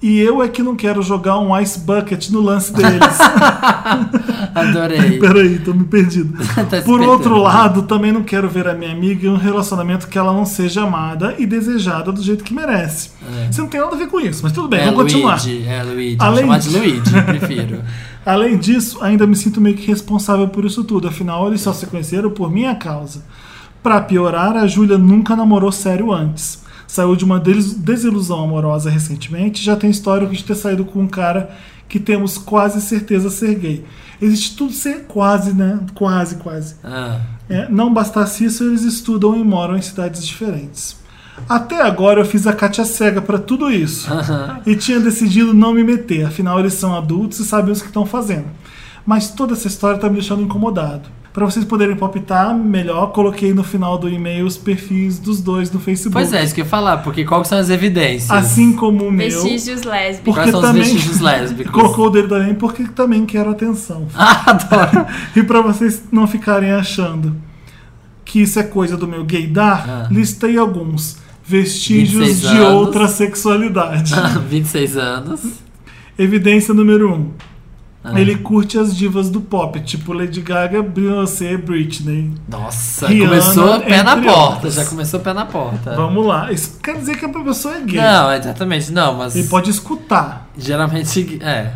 Speaker 1: E eu é que não quero jogar um ice bucket no lance deles.
Speaker 2: Adorei.
Speaker 1: Peraí, tô me perdido.
Speaker 2: Tá se
Speaker 1: Por outro
Speaker 2: perdendo.
Speaker 1: lado, também não quero ver a minha amiga em um relacionamento que ela não seja amada e desejada do jeito que merece. Você não tem nada a ver com isso, mas tudo bem,
Speaker 2: é
Speaker 1: vamos continuar.
Speaker 2: Luigi, é Luigi. Vou
Speaker 1: Além
Speaker 2: chamar de
Speaker 1: de-
Speaker 2: Luigi, prefiro.
Speaker 1: Além disso, ainda me sinto meio que responsável por isso tudo, afinal eles só se conheceram por minha causa. Pra piorar, a Júlia nunca namorou sério antes. Saiu de uma des- desilusão amorosa recentemente, já tem histórico de ter saído com um cara que temos quase certeza ser gay. Existe tudo ser quase, né? Quase, quase.
Speaker 2: Ah,
Speaker 1: É, não bastasse isso, eles estudam e moram em cidades diferentes. Até agora eu fiz a Cátia cega pra tudo isso. e tinha decidido não me meter, afinal eles são adultos e sabem o que estão fazendo. Mas toda essa história tá me deixando incomodado. Pra vocês poderem palpitar melhor, coloquei no final do e-mail os perfis dos dois no Facebook.
Speaker 2: pois é, isso que eu ia falar, porque quais são as evidências?
Speaker 1: Assim como o meu.
Speaker 3: Vestígios lésbicos.
Speaker 1: Por-
Speaker 2: quais
Speaker 1: porque
Speaker 2: são
Speaker 1: também-
Speaker 2: os vestígios lésbicos?
Speaker 1: Colocou o dele também porque também quero atenção.
Speaker 2: Ah, adoro.
Speaker 1: E pra vocês não ficarem achando que isso é coisa do meu gaydar,
Speaker 2: Ah.
Speaker 1: listei alguns vestígios
Speaker 2: 26
Speaker 1: de
Speaker 2: anos.
Speaker 1: outra sexualidade.
Speaker 2: Ah, 26 anos.
Speaker 1: Evidência número 1. Um.
Speaker 2: Ah.
Speaker 1: Ele curte as divas do pop, tipo Lady Gaga, Beyoncé, Britney.
Speaker 2: Nossa,
Speaker 1: Rihanna,
Speaker 2: começou pé na
Speaker 1: entre
Speaker 2: porta,
Speaker 1: outros.
Speaker 2: já começou pé na porta.
Speaker 1: Vamos lá. Isso quer dizer que a pessoa é gay.
Speaker 2: Não, exatamente, não, mas
Speaker 1: Ele pode escutar.
Speaker 2: geralmente é.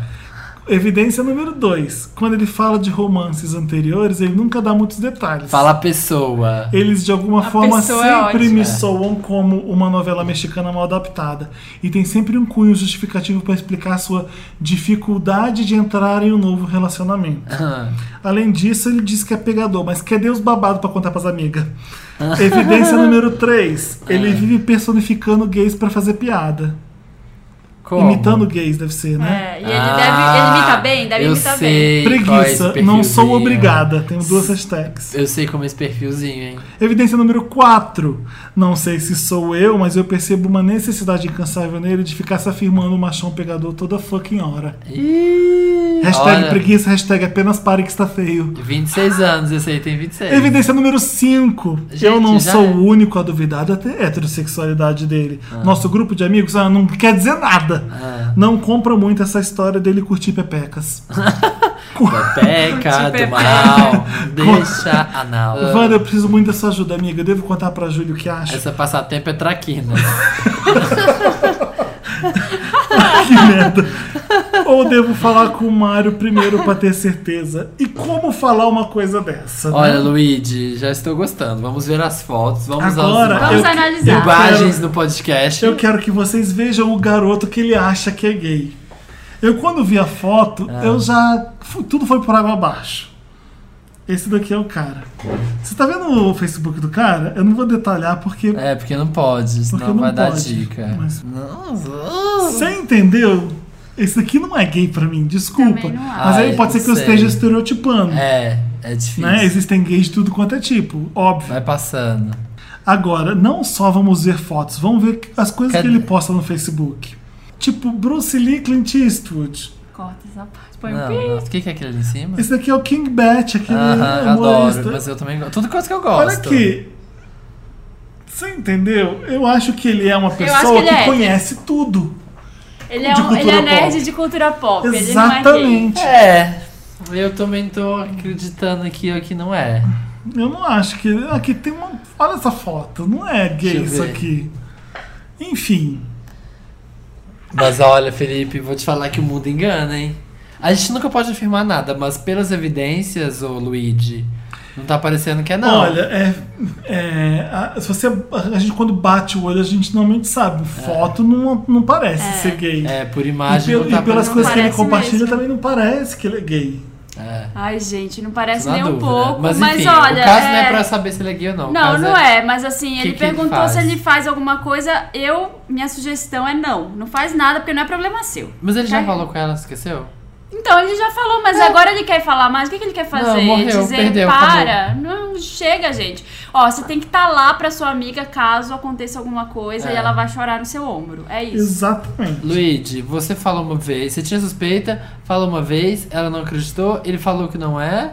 Speaker 1: Evidência número 2. Quando ele fala de romances anteriores, ele nunca dá muitos detalhes.
Speaker 2: Fala a pessoa.
Speaker 1: Eles de alguma
Speaker 3: A
Speaker 1: forma
Speaker 3: pessoa é
Speaker 1: sempre
Speaker 3: ótima.
Speaker 1: me soam como uma novela mexicana mal adaptada. E tem sempre um cunho justificativo para explicar sua dificuldade de entrar em um novo relacionamento.
Speaker 2: Ah,
Speaker 1: Além disso, ele diz que é pegador, mas cadê os babados pra contar pras amigas? Evidência número 3. Ele vive personificando gays pra fazer piada.
Speaker 2: como?
Speaker 1: Imitando gays, deve ser, né?
Speaker 3: É, e ele deve. Ele imita bem? Deve
Speaker 2: Ah, eu
Speaker 3: imitar bem.
Speaker 2: sei qual é esse
Speaker 1: Preguiça, não sou
Speaker 2: perfilzinho.
Speaker 1: obrigada. Tenho duas hashtags.
Speaker 2: Eu sei como é esse perfilzinho, hein?
Speaker 1: Evidência número 4. Não sei se sou eu, mas eu percebo uma necessidade incansável nele de ficar se afirmando machão pegador toda fucking hora.
Speaker 2: Ih,
Speaker 1: Hashtag
Speaker 2: olha,
Speaker 1: preguiça, hashtag apenas pare que está feio.
Speaker 2: 26 anos, esse aí tem 26.
Speaker 1: Evidência número 5.
Speaker 2: Gente,
Speaker 1: Eu não
Speaker 2: já
Speaker 1: sou
Speaker 2: é.
Speaker 1: o único a duvidar da te- heterossexualidade dele. Nosso grupo de amigos ah, não quer dizer nada.
Speaker 2: Ah.
Speaker 1: Não compra muito essa história dele curtir pepecas.
Speaker 2: Pepeca,
Speaker 3: Tipo, é-
Speaker 2: do mal, deixa anal.
Speaker 1: Wanda, eu preciso muito da sua ajuda, amiga. Eu devo contar pra Júlio o que acha.
Speaker 2: Essa passatempo é traquina.
Speaker 1: Que merda. Ou devo falar com o Mário primeiro pra ter certeza. E como falar uma coisa dessa? né?
Speaker 2: Olha, Luigi, já estou gostando. Vamos ver as fotos, vamos
Speaker 1: Agora,
Speaker 2: aos
Speaker 3: Vamos
Speaker 1: eu-
Speaker 3: analisar.
Speaker 2: linguagens no podcast.
Speaker 1: Eu quero que vocês vejam o garoto que ele acha que é gay. Eu, quando vi a foto,
Speaker 2: Ah.
Speaker 1: eu já. fui- tudo foi por água abaixo. Esse daqui é o cara. Você tá vendo o Facebook do cara? Eu não vou detalhar porque.
Speaker 2: É, porque não pode, senão
Speaker 1: porque não
Speaker 2: vai dar
Speaker 1: pode.
Speaker 2: dica.
Speaker 1: Mas-
Speaker 2: Nossa.
Speaker 1: Você entendeu? Esse daqui não é gay pra mim, desculpa.
Speaker 3: Também não acho.
Speaker 1: Mas aí
Speaker 2: Ah,
Speaker 1: pode ser
Speaker 2: eu
Speaker 1: que eu
Speaker 2: sei.
Speaker 1: esteja estereotipando.
Speaker 2: É, é difícil.
Speaker 1: né? Existem gays de tudo quanto é tipo, óbvio.
Speaker 2: Vai passando.
Speaker 1: Agora, não só vamos ver fotos, vamos ver as coisas
Speaker 2: Cadê?
Speaker 1: que ele posta no Facebook. Tipo, Bruce Lee, Clint Eastwood.
Speaker 3: Corta essa parte. Põe um
Speaker 2: Não,
Speaker 3: pi.
Speaker 2: não. O que que é aquele ali em cima?
Speaker 1: Esse daqui é o King Bat, aquele
Speaker 2: Aham,
Speaker 1: humorista.
Speaker 2: adoro, mas eu também gosto. Tudo coisa que eu gosto.
Speaker 1: Olha aqui. Você entendeu? Eu acho que ele é uma
Speaker 3: acho que
Speaker 1: pessoa
Speaker 3: ele
Speaker 1: que,
Speaker 3: é.
Speaker 1: conhece tudo.
Speaker 3: Ele é,
Speaker 1: De
Speaker 3: um,
Speaker 1: cultura
Speaker 3: ele é
Speaker 1: pop.
Speaker 3: nerd de cultura pop. Ele não é gay.
Speaker 1: Exatamente.
Speaker 2: É. Eu também tô acreditando aqui ó, que não é.
Speaker 1: Eu não acho que. Aqui tem uma. Olha essa foto. Não é
Speaker 2: Deixa
Speaker 1: gay
Speaker 2: eu
Speaker 1: isso
Speaker 2: ver.
Speaker 1: aqui. Enfim.
Speaker 2: Mas olha, Felipe, vou te falar que o mundo engana, hein? A gente nunca pode afirmar nada, mas pelas evidências, ô Luigi, não tá parecendo que é não.
Speaker 1: Olha, é, é, a- se você, a gente quando bate o olho, a gente normalmente sabe. Foto não, não parece ser gay.
Speaker 2: É, por
Speaker 1: E,
Speaker 2: imagem
Speaker 1: pelo-
Speaker 2: não
Speaker 1: e
Speaker 2: tá
Speaker 1: pelas
Speaker 2: parecendo-
Speaker 1: coisas que ele
Speaker 3: parece
Speaker 1: compartilha
Speaker 3: mesmo.
Speaker 1: também não parece que ele é gay.
Speaker 2: É,
Speaker 3: Ai, gente, não parece
Speaker 2: tô na
Speaker 3: nem um
Speaker 2: dúvida.
Speaker 3: pouco. Mas,
Speaker 2: enfim,
Speaker 3: olha.
Speaker 2: o caso não é pra saber se ele é gay ou não. o
Speaker 3: Não,
Speaker 2: caso
Speaker 3: não é, mas assim, ele
Speaker 2: que ele
Speaker 3: perguntou
Speaker 2: faz?
Speaker 3: se ele faz alguma coisa. Eu, minha sugestão é não. Não faz nada, porque não é problema seu.
Speaker 2: Mas ele já
Speaker 3: Tá.
Speaker 2: falou com ela, esqueceu?
Speaker 3: Então, ele já falou,
Speaker 1: É.
Speaker 3: mas agora ele quer falar mais. O que, que ele quer fazer?
Speaker 2: morreu,
Speaker 3: Dizer,
Speaker 2: perdeu,
Speaker 3: para. Não, chega, gente. Ó, você tem que estar lá pra sua amiga caso aconteça alguma coisa
Speaker 2: É.
Speaker 3: e ela vai chorar no seu ombro. É isso.
Speaker 1: Exatamente.
Speaker 2: Luigi, você falou uma vez, você tinha suspeita, falou uma vez, ela não acreditou, ele falou que não é,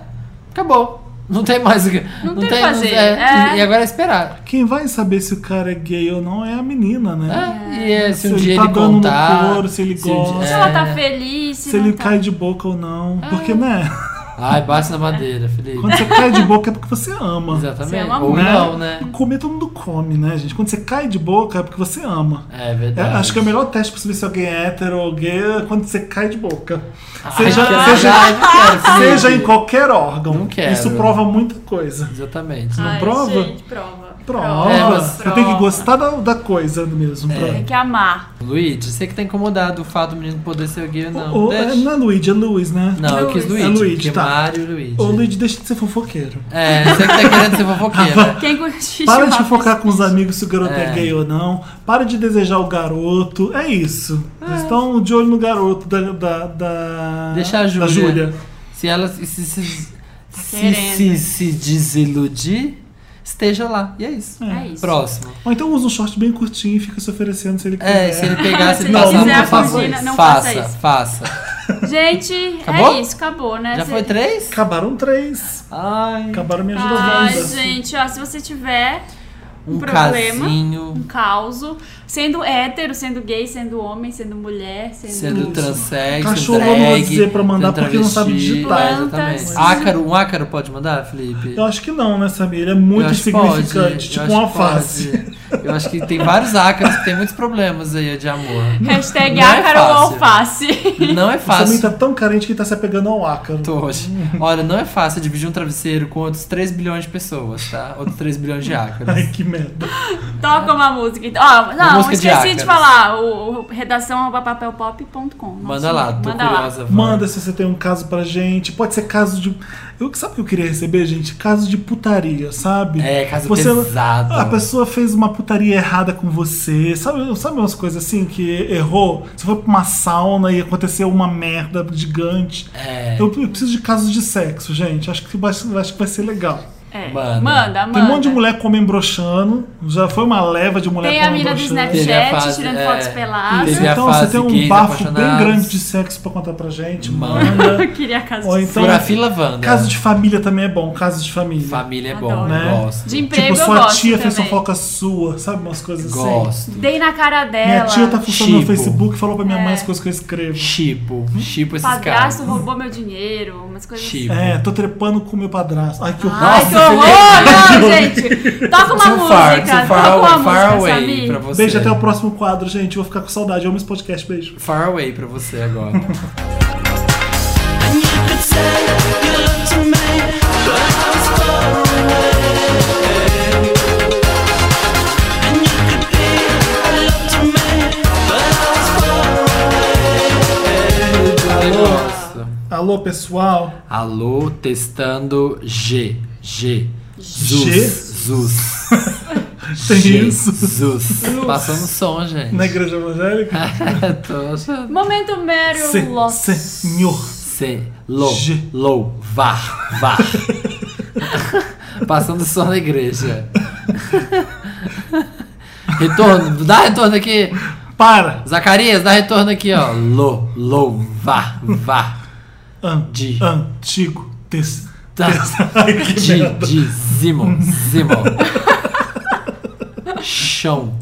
Speaker 2: acabou. Não tem mais o que.
Speaker 3: Não tem o que fazer,
Speaker 2: é,
Speaker 3: é.
Speaker 2: E agora é esperar.
Speaker 1: Quem vai saber se o cara é gay ou não é a menina,
Speaker 2: É,
Speaker 1: né?
Speaker 2: E é, se,
Speaker 1: Se
Speaker 2: um
Speaker 1: ele
Speaker 2: dia
Speaker 1: tá
Speaker 2: ele
Speaker 1: dando no
Speaker 2: contar.
Speaker 1: couro, se ele
Speaker 2: um
Speaker 1: gosta.
Speaker 3: Se
Speaker 2: dia-
Speaker 3: ela tá
Speaker 2: é.
Speaker 3: feliz, se,
Speaker 1: Se
Speaker 3: não
Speaker 1: ele
Speaker 3: tá.
Speaker 1: cai de boca ou não. Porque, né?
Speaker 2: Ai, bate na madeira, Felipe.
Speaker 1: Quando você cai de boca é porque você ama.
Speaker 3: Você é um
Speaker 2: Exatamente.
Speaker 3: ama
Speaker 2: Ou
Speaker 3: muito.
Speaker 2: não, né?
Speaker 1: Comer todo mundo come, né, gente? Quando você cai de boca é porque você ama.
Speaker 2: É
Speaker 1: É,
Speaker 2: verdade.
Speaker 1: acho que é o melhor teste pra saber se alguém é hétero ou gay é quando você cai de boca.
Speaker 2: Ai,
Speaker 1: Seja,
Speaker 2: que
Speaker 1: seja-
Speaker 2: ai, não quero, Felipe.
Speaker 1: seja em qualquer órgão.
Speaker 2: Não quero.
Speaker 1: Isso prova muita coisa.
Speaker 2: Exatamente.
Speaker 3: Ai,
Speaker 1: prova?
Speaker 3: gente, prova.
Speaker 1: Prova.
Speaker 2: É, mas-
Speaker 1: Você tem que gostar da, da coisa mesmo.
Speaker 2: É.
Speaker 3: Tem
Speaker 1: pra-
Speaker 3: que amar.
Speaker 2: Luigi, você que tá incomodado o fato do menino poder ser gay ou não.
Speaker 1: Ou-
Speaker 2: Deixa.
Speaker 1: é, não é Luigi, é Luiz, né?
Speaker 2: Não, eu quis
Speaker 3: Luigi.
Speaker 2: Luigi.
Speaker 1: É Luigi,
Speaker 2: porque
Speaker 1: tá.
Speaker 2: Mário e Luigi.
Speaker 1: Ô, Luigi, deixa de ser fofoqueiro.
Speaker 2: É, você que tá querendo ser
Speaker 1: Ah,
Speaker 2: fofoqueira.
Speaker 3: Quem curte
Speaker 1: Para de
Speaker 3: churrasco-
Speaker 1: fofocar com os amigos se o garoto é,
Speaker 2: É.
Speaker 1: gay ou não. Para de desejar o garoto. É isso. Eles estão de olho no garoto da. da, da
Speaker 2: Deixa a
Speaker 1: da
Speaker 2: Júlia.
Speaker 1: Júlia.
Speaker 2: Se ela se, se, se, se,
Speaker 3: Tá querendo.
Speaker 2: se, se desiludir, esteja lá. E é isso.
Speaker 3: É isso.
Speaker 2: Próximo.
Speaker 1: Ou então usa um short bem curtinho e fica se oferecendo se ele quiser.
Speaker 2: É, se ele pegasse,
Speaker 3: Se
Speaker 2: ele
Speaker 1: não
Speaker 2: passar,
Speaker 1: quiser a
Speaker 3: vacina, não
Speaker 2: faça,
Speaker 3: faça isso.
Speaker 2: faça.
Speaker 3: Gente,
Speaker 2: Acabou?
Speaker 3: é isso, acabou, né?
Speaker 2: Já
Speaker 3: Cê-
Speaker 2: foi três?
Speaker 1: Acabaram três.
Speaker 2: Ai,
Speaker 1: Acabaram me ajudando.
Speaker 3: Ai, gente, ó, se você tiver
Speaker 2: um
Speaker 3: problema.
Speaker 2: casinho
Speaker 3: um caos, sendo hétero, sendo gay, sendo homem, sendo mulher, sendo.
Speaker 2: sendo transexo,
Speaker 1: Cachorro, eu
Speaker 2: drag,
Speaker 1: não vou dizer pra mandar
Speaker 2: sendo
Speaker 1: porque não sabe
Speaker 2: travesti,
Speaker 1: digitar.
Speaker 2: Exatamente.
Speaker 3: Plantas.
Speaker 2: Ácaro, um ácaro pode mandar, Felipe?
Speaker 1: Eu acho que não, né, Samir? Ele é muito
Speaker 2: Eu acho que pode,
Speaker 1: insignificante.
Speaker 2: eu
Speaker 1: Tipo
Speaker 2: acho
Speaker 1: um
Speaker 2: que
Speaker 1: alface.
Speaker 2: pode. Eu acho que tem vários ácaros que tem muitos problemas aí de amor.
Speaker 3: Hashtag
Speaker 2: Não é
Speaker 3: ácaro ou
Speaker 2: fácil.
Speaker 3: alface.
Speaker 2: Não é
Speaker 1: Esse homem
Speaker 2: fácil.
Speaker 1: tá tão carente que tá se apegando ao ácaro.
Speaker 2: Tô hoje. Olha, não é fácil dividir um travesseiro com outros 3 bilhões de pessoas, tá? Outros 3 bilhões de ácaros.
Speaker 1: Ai, que merda.
Speaker 3: Toca uma música. então. Ó, não,
Speaker 2: música de
Speaker 3: esqueci
Speaker 2: ácaros.
Speaker 3: de, falar. O, o redação arroba papelpop.com. Nosso
Speaker 2: Manda lá,
Speaker 3: e-mail.
Speaker 2: tô
Speaker 3: Manda
Speaker 2: curiosa. vai.
Speaker 1: Manda se você tem um caso pra gente. Pode ser caso de. um- Eu, sabe o que eu queria receber, gente? Caso de putaria, sabe?
Speaker 2: É, caso
Speaker 1: Você-
Speaker 2: pesado.
Speaker 1: A pessoa fez uma putaria errada com você. Sabe, sabe umas coisas assim que errou? Você foi pra uma sauna e aconteceu uma merda gigante.
Speaker 2: É.
Speaker 1: Eu eu preciso de casos de sexo, gente. Acho que, vai- acho que vai ser legal.
Speaker 3: É.
Speaker 2: Manda.
Speaker 3: Manda, manda.
Speaker 1: Tem um monte de mulher com homem broxando. Já foi uma leva de mulher
Speaker 3: Tem
Speaker 1: com
Speaker 3: a
Speaker 1: homem
Speaker 3: mina do
Speaker 1: broxando.
Speaker 2: Teve a
Speaker 3: Snapchat
Speaker 2: fase-
Speaker 3: tirando
Speaker 2: é.
Speaker 3: fotos peladas.
Speaker 2: Teve a
Speaker 1: Então
Speaker 2: fase é
Speaker 1: você tem um
Speaker 2: gays
Speaker 1: bafo bem
Speaker 2: apaixonados.
Speaker 1: grande de sexo pra contar pra gente.
Speaker 2: Manda.
Speaker 1: Manda.
Speaker 3: Eu queria a casa
Speaker 1: Ou
Speaker 3: de
Speaker 1: então-
Speaker 2: Fura a fila Wanda.
Speaker 1: Caso de família também é bom. Caso de família.
Speaker 2: Família é bom,
Speaker 3: Adoro.
Speaker 1: Né?
Speaker 2: eu gosto.
Speaker 3: De emprego
Speaker 1: Tipo,
Speaker 3: eu
Speaker 1: sua
Speaker 3: gosto
Speaker 1: tia
Speaker 3: também.
Speaker 1: fez fofoca sua, sabe? Umas coisas assim.
Speaker 2: Gosto.
Speaker 3: Dei na cara
Speaker 1: Minha
Speaker 3: dela.
Speaker 1: tia tá funcionando no
Speaker 2: Tipo.
Speaker 1: Facebook e falou pra minha mãe
Speaker 3: É.
Speaker 1: as coisas que eu escrevo.
Speaker 2: Chipo. Chipo esses
Speaker 3: Padrasto
Speaker 2: caras.
Speaker 3: roubou meu dinheiro. Umas coisas
Speaker 2: Chipo.
Speaker 1: É, tô trepando com meu padrasto. Ai, que horror.
Speaker 3: Ai,
Speaker 2: Nossa,
Speaker 3: que horror! Não, gente! Toca uma
Speaker 2: Too far,
Speaker 3: música,
Speaker 2: too far
Speaker 3: toca
Speaker 2: away,
Speaker 3: uma
Speaker 2: far
Speaker 3: música,
Speaker 2: away pra
Speaker 3: sabe?
Speaker 2: você. é.
Speaker 1: Beijo, até o próximo quadro, gente. Eu vou ficar com saudade. Eu amo esse podcast. Beijo.
Speaker 2: Far away pra você agora. Nossa.
Speaker 1: Alô, pessoal.
Speaker 2: Alô, testando G. G. Zus.
Speaker 1: G?
Speaker 2: Zus.
Speaker 1: Tem
Speaker 2: G.
Speaker 1: isso? é
Speaker 2: Zus. Passando som, gente.
Speaker 1: Na igreja evangélica?
Speaker 2: Tô achando.
Speaker 3: Momento
Speaker 1: Se-
Speaker 3: Meryl Loss.
Speaker 1: senhor.
Speaker 2: C. Lou.
Speaker 1: G.
Speaker 2: Lou. Var. Var. Passando som na igreja. Retorno. Dá retorno aqui.
Speaker 1: Para.
Speaker 2: Zacarias, dá retorno aqui, ó. Lou. Lou. Var. Var.
Speaker 1: An-
Speaker 2: De.
Speaker 1: Antigo. Tes...
Speaker 2: Tá.
Speaker 1: Ai, que
Speaker 2: De,
Speaker 1: merda.
Speaker 2: de Zimo, Zimo. Chão.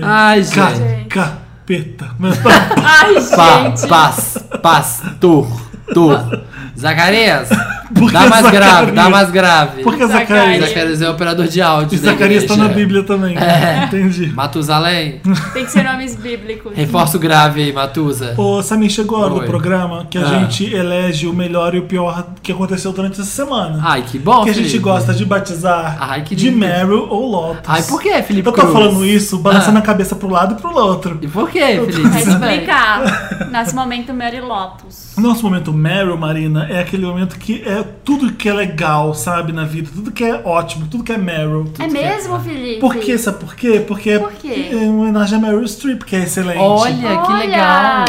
Speaker 2: Ai, gente.
Speaker 1: Ca- Capeta. Mas tá-
Speaker 3: Ai,
Speaker 2: Pa,
Speaker 3: gente!
Speaker 2: pas, pastor, tur. Zacarias,
Speaker 1: Por que
Speaker 2: dá mais grave,
Speaker 1: Zacarias?
Speaker 2: dá mais grave.
Speaker 1: Por que
Speaker 3: Zacarias?
Speaker 1: Zacarias?
Speaker 2: Zacarias é operador de áudio. da
Speaker 1: Zacarias tá
Speaker 2: igreja.
Speaker 1: na Bíblia também. né?
Speaker 2: É.
Speaker 1: Entendi.
Speaker 2: Matusalém,
Speaker 3: Tem que ser nomes bíblicos.
Speaker 1: É
Speaker 2: reforça o grave aí, Matusa.
Speaker 1: Ô, Samir, chegou a hora do
Speaker 2: Oi.
Speaker 1: programa que a
Speaker 2: Ah.
Speaker 1: gente elege o melhor e o pior que aconteceu durante essa semana.
Speaker 2: Ai, que bom,
Speaker 1: que a gente
Speaker 2: Felipe.
Speaker 1: gosta de batizar
Speaker 2: Ah, Ai, que
Speaker 1: de
Speaker 2: lindo.
Speaker 1: Meryl ou Lotus.
Speaker 2: Ai, por que, Felipe
Speaker 1: Eu tô
Speaker 2: Cruz?
Speaker 1: falando isso balançando
Speaker 2: Ah.
Speaker 1: a cabeça pro lado e pro outro.
Speaker 2: E por que, Felipe?
Speaker 1: né?
Speaker 3: Vai
Speaker 2: Tudo bem.
Speaker 3: explicar. Nosso momento Mary Lotus.
Speaker 1: O Nosso momento Meryl, Marina, é aquele momento que é tudo que é legal, sabe, na vida. Tudo que é ótimo, tudo que é Meryl.
Speaker 3: É mesmo, Felipe?
Speaker 1: Por quê? Sabe por quê? Porque
Speaker 3: Por quê?
Speaker 1: é uma homenagem a Meryl Streep, que é excelente.
Speaker 2: Olha, que
Speaker 3: Olha!
Speaker 2: legal.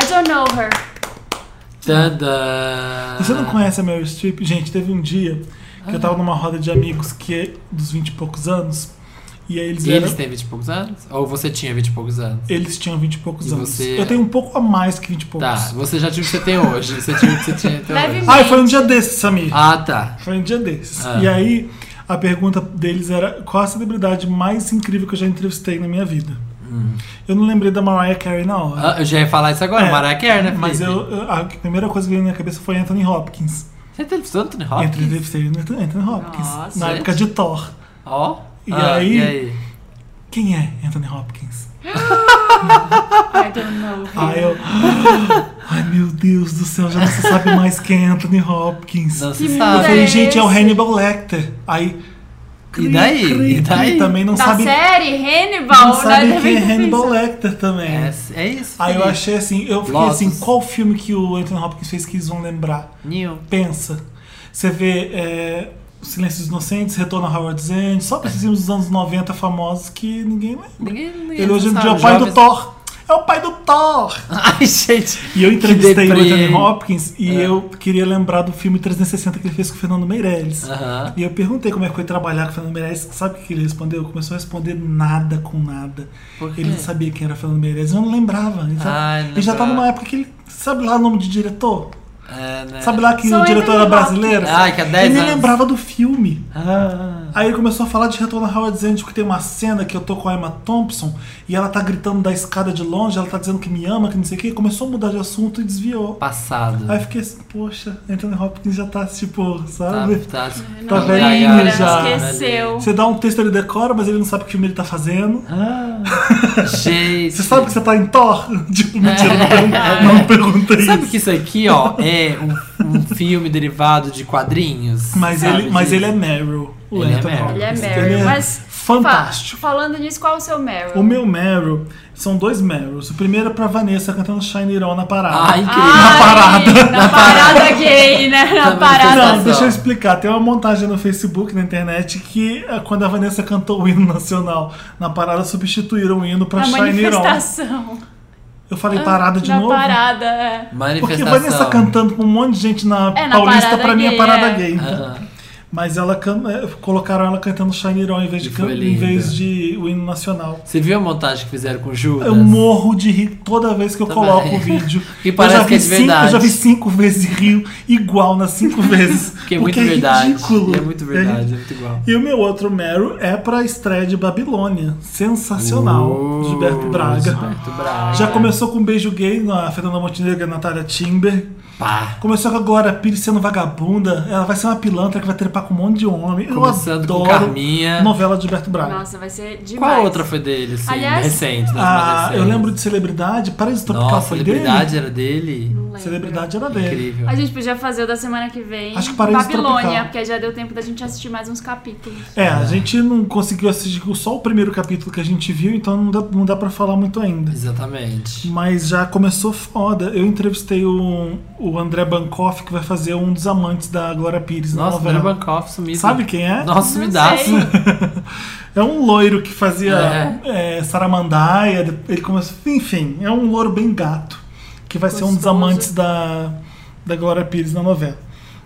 Speaker 3: I don't know her.
Speaker 2: Tadã.
Speaker 1: Se Você não conhece a Meryl Streep? Gente, teve um dia que eu tava numa roda de amigos que é dos 20 e poucos anos. E aí eles
Speaker 2: E
Speaker 1: eram,
Speaker 2: eles têm 20 e poucos anos? Ou você tinha 20 e poucos anos?
Speaker 1: eles tinham 20 e poucos
Speaker 2: E
Speaker 1: anos.
Speaker 2: você-
Speaker 1: Eu tenho um pouco a mais que 20 e poucos.
Speaker 2: Tá, você já tinha o que você tem hoje. Você tinha o que você tinha até
Speaker 3: Leve
Speaker 2: hoje.
Speaker 3: me-
Speaker 1: Ah, foi um dia desses, Samir.
Speaker 2: Ah, tá.
Speaker 1: Foi um dia desses.
Speaker 2: Ah.
Speaker 1: E aí, a pergunta deles era qual a celebridade mais incrível que eu já entrevistei na minha vida. Eu não lembrei da Mariah Carey na hora.
Speaker 2: Hum. Ah, eu já ia falar isso agora,
Speaker 1: É,
Speaker 2: Mariah Carey, né?
Speaker 1: Mas
Speaker 2: Felipe?
Speaker 1: eu, eu- a primeira coisa que veio na minha cabeça foi Anthony Hopkins.
Speaker 2: Você entrevistou Anthony
Speaker 1: Eu
Speaker 2: Hopkins?
Speaker 1: Entrevistei Anthony Hopkins.
Speaker 2: Nossa,
Speaker 1: na
Speaker 2: gente.
Speaker 1: época de Thor.
Speaker 2: Ó.
Speaker 1: E
Speaker 2: Ah,
Speaker 1: aí?
Speaker 2: E aí?
Speaker 1: Quem é Anthony Hopkins?
Speaker 3: I don't know
Speaker 2: Ah.
Speaker 1: Aí Ah,
Speaker 3: her.
Speaker 1: eu. Ai meu Deus do céu, já não se sabe mais quem é Anthony Hopkins.
Speaker 2: Não
Speaker 1: Eu
Speaker 2: se
Speaker 3: Que
Speaker 2: sabe.
Speaker 3: mulher.
Speaker 1: falei, gente, é o
Speaker 3: esse?
Speaker 1: Hannibal Lecter. Aí.
Speaker 2: E daí? E daí?
Speaker 1: também não
Speaker 3: da
Speaker 1: sabe.
Speaker 3: série Hannibal,
Speaker 1: Não
Speaker 3: né?
Speaker 1: sabe
Speaker 3: Deve
Speaker 1: quem é
Speaker 3: ter
Speaker 1: Hannibal
Speaker 3: pensado.
Speaker 1: Lecter também.
Speaker 2: É, é isso.
Speaker 1: Aí eu
Speaker 2: Felipe.
Speaker 1: achei assim, eu fiquei
Speaker 2: Lotus.
Speaker 1: assim, qual filme que o Anthony Hopkins fez que eles vão lembrar?
Speaker 2: New.
Speaker 1: Pensa. Você vê é, Silêncio dos Inocentes, Retorno a Howard Zand, só pra esses filmes dos anos 90 famosos que ninguém lembra.
Speaker 2: Ninguém, ninguém
Speaker 1: Ele hoje em
Speaker 2: sabe,
Speaker 1: dia é o pai do
Speaker 2: jovens-
Speaker 1: Thor. É o pai do Thor!
Speaker 2: Ai, gente.
Speaker 1: E eu entrevistei o
Speaker 2: deprê.
Speaker 1: Anthony Hopkins e
Speaker 2: É.
Speaker 1: eu queria lembrar do filme 360 que ele fez com o Fernando Meirelles.
Speaker 2: Aham.
Speaker 1: E eu perguntei como é que foi trabalhar com o Fernando Meirelles. Sabe o que ele respondeu? Começou a responder nada com nada.
Speaker 2: Por quê?
Speaker 1: Ele não sabia quem era Fernando Meirelles. Eu não lembrava. Ele,
Speaker 2: Ah,
Speaker 1: já,
Speaker 2: ele
Speaker 1: ele já tá
Speaker 2: lembrava.
Speaker 1: numa época que ele. Sabe lá o nome de diretor?
Speaker 2: É, né?
Speaker 1: Sabe lá que
Speaker 3: Sou
Speaker 1: o diretor era
Speaker 3: Anthony Hopkins.
Speaker 1: brasileiro?
Speaker 2: Ai, que há 10
Speaker 1: Ele nem
Speaker 2: anos.
Speaker 1: lembrava do filme.
Speaker 2: Ah.
Speaker 1: Aí ele começou a falar de Retorno ao Howard Zend, porque tem uma cena que eu tô com a Emma Thompson e ela tá gritando da escada de longe, ela tá dizendo que me ama, que não sei o que, começou a mudar de assunto e desviou.
Speaker 2: Passado.
Speaker 1: Aí eu fiquei assim, poxa, Anthony Hopkins já tá tipo,
Speaker 2: Tá,
Speaker 1: sabe?
Speaker 2: tá, tá
Speaker 1: Tá velhinho
Speaker 2: gaiado,
Speaker 1: já.
Speaker 2: né,
Speaker 3: Esqueceu.
Speaker 1: Você dá um texto, ele decora, mas ele não sabe que filme ele tá fazendo.
Speaker 2: Ah, Gente.
Speaker 1: Ah. Você sabe que você tá em Thor? Tipo, mentira, não, não perguntei é isso.
Speaker 2: Sabe que isso aqui, ó, é um, um filme derivado de quadrinhos?
Speaker 1: Mas,
Speaker 2: sabe
Speaker 1: ele, mas
Speaker 2: disso?
Speaker 1: ele é Meryl. O
Speaker 2: Ele é
Speaker 1: Anthony
Speaker 2: Meryl.
Speaker 1: Hopkins.
Speaker 3: Ele é Meryl, mas-
Speaker 1: fantástico.
Speaker 3: Fa- falando nisso, qual o seu Meryl?
Speaker 1: O meu Meryl são dois Meryls. O primeiro é pra Vanessa cantando Shine It On na parada.
Speaker 2: Ah, incrível.
Speaker 3: Ai, Na parada gay, né? Na
Speaker 2: Tá
Speaker 3: parada.
Speaker 2: vendo?
Speaker 1: Não, Então, deixa eu explicar. Tem uma montagem no Facebook, na internet, que eh, quando a Vanessa cantou o hino nacional na parada, substituíram o hino pra
Speaker 3: Na
Speaker 1: Shine It On.
Speaker 3: manifestação. Ah,
Speaker 1: Eu falei parada de
Speaker 3: na
Speaker 1: novo?
Speaker 3: parada, é.
Speaker 1: Porque
Speaker 2: Manifestação.
Speaker 1: Vanessa cantando com um monte de gente na
Speaker 3: É, na
Speaker 1: Paulista,
Speaker 3: parada
Speaker 1: pra mim é
Speaker 3: gay,
Speaker 1: parada
Speaker 3: é.
Speaker 1: gay.
Speaker 2: Aham.
Speaker 1: Mas ela can- eh, colocaram ela cantando Shine It On em vez de,
Speaker 2: E
Speaker 1: can-
Speaker 2: foi
Speaker 1: em vez
Speaker 2: linda.
Speaker 1: de o hino nacional.
Speaker 2: Você viu a montagem que fizeram
Speaker 1: É
Speaker 2: com o Judas?
Speaker 1: Eu morro de rir toda vez que eu
Speaker 2: Também.
Speaker 1: coloco o vídeo.
Speaker 2: E
Speaker 1: Eu
Speaker 2: parece
Speaker 1: já
Speaker 2: que é
Speaker 1: vi
Speaker 2: de
Speaker 1: cinco- Eu já
Speaker 2: verdade.
Speaker 1: vi cinco vezes e rio igual nas cinco vezes.
Speaker 2: Porque é muito
Speaker 1: porque é
Speaker 2: verdade.
Speaker 1: ridículo.
Speaker 2: É muito verdade, é muito igual.
Speaker 1: E o meu outro Meryl é pra estreia de Babilônia. Sensacional.
Speaker 2: Uh,
Speaker 1: Gilberto Braga.
Speaker 2: Gilberto Braga.
Speaker 1: Já começou com um beijo gay na Fernanda Montenegro e a Natália Timber.
Speaker 2: Pá.
Speaker 1: Começou com a Glória Pires sendo vagabunda. Ela vai ser uma pilantra que vai trepar com um monte de homem.
Speaker 2: Começando
Speaker 1: Eu
Speaker 2: com
Speaker 1: adoro
Speaker 2: Carminha.
Speaker 1: novela de Gilberto Braga.
Speaker 3: Nossa, vai ser demais.
Speaker 2: Qual outra foi dele, assim,
Speaker 3: Aliás-
Speaker 2: recente? das mais
Speaker 1: Ah, eu
Speaker 2: recentes?
Speaker 1: lembro de Celebridade. Paraíso Tropical
Speaker 2: Nossa,
Speaker 1: foi
Speaker 2: celebridade
Speaker 1: dele? É.
Speaker 2: era dele?
Speaker 3: Não lembro.
Speaker 1: Celebridade era dele.
Speaker 2: Incrível.
Speaker 3: A gente podia fazer o da semana que vem.
Speaker 1: Acho que Paraíso
Speaker 3: Babilônia,
Speaker 1: Tropical.
Speaker 3: porque já deu tempo da gente assistir mais uns capítulos.
Speaker 1: É, a gente não conseguiu assistir só o primeiro capítulo que a gente viu, então não dá, não dá pra falar muito ainda.
Speaker 2: Exatamente.
Speaker 1: Mas já começou foda. Eu entrevistei o, o André Bankoff, que vai fazer um dos amantes da Glória Pires
Speaker 2: Nossa,
Speaker 1: na novela.
Speaker 2: André Bankoff sumido.
Speaker 1: Sabe quem é?
Speaker 2: Nossa,
Speaker 3: Não
Speaker 2: me dá.
Speaker 3: sei.
Speaker 1: É um loiro que fazia é, Saramandaia. Ele começou. Enfim, é um loiro bem gato. Que vai ser um dos
Speaker 3: Gostoso.
Speaker 1: amantes da, da Glória Pires na novela.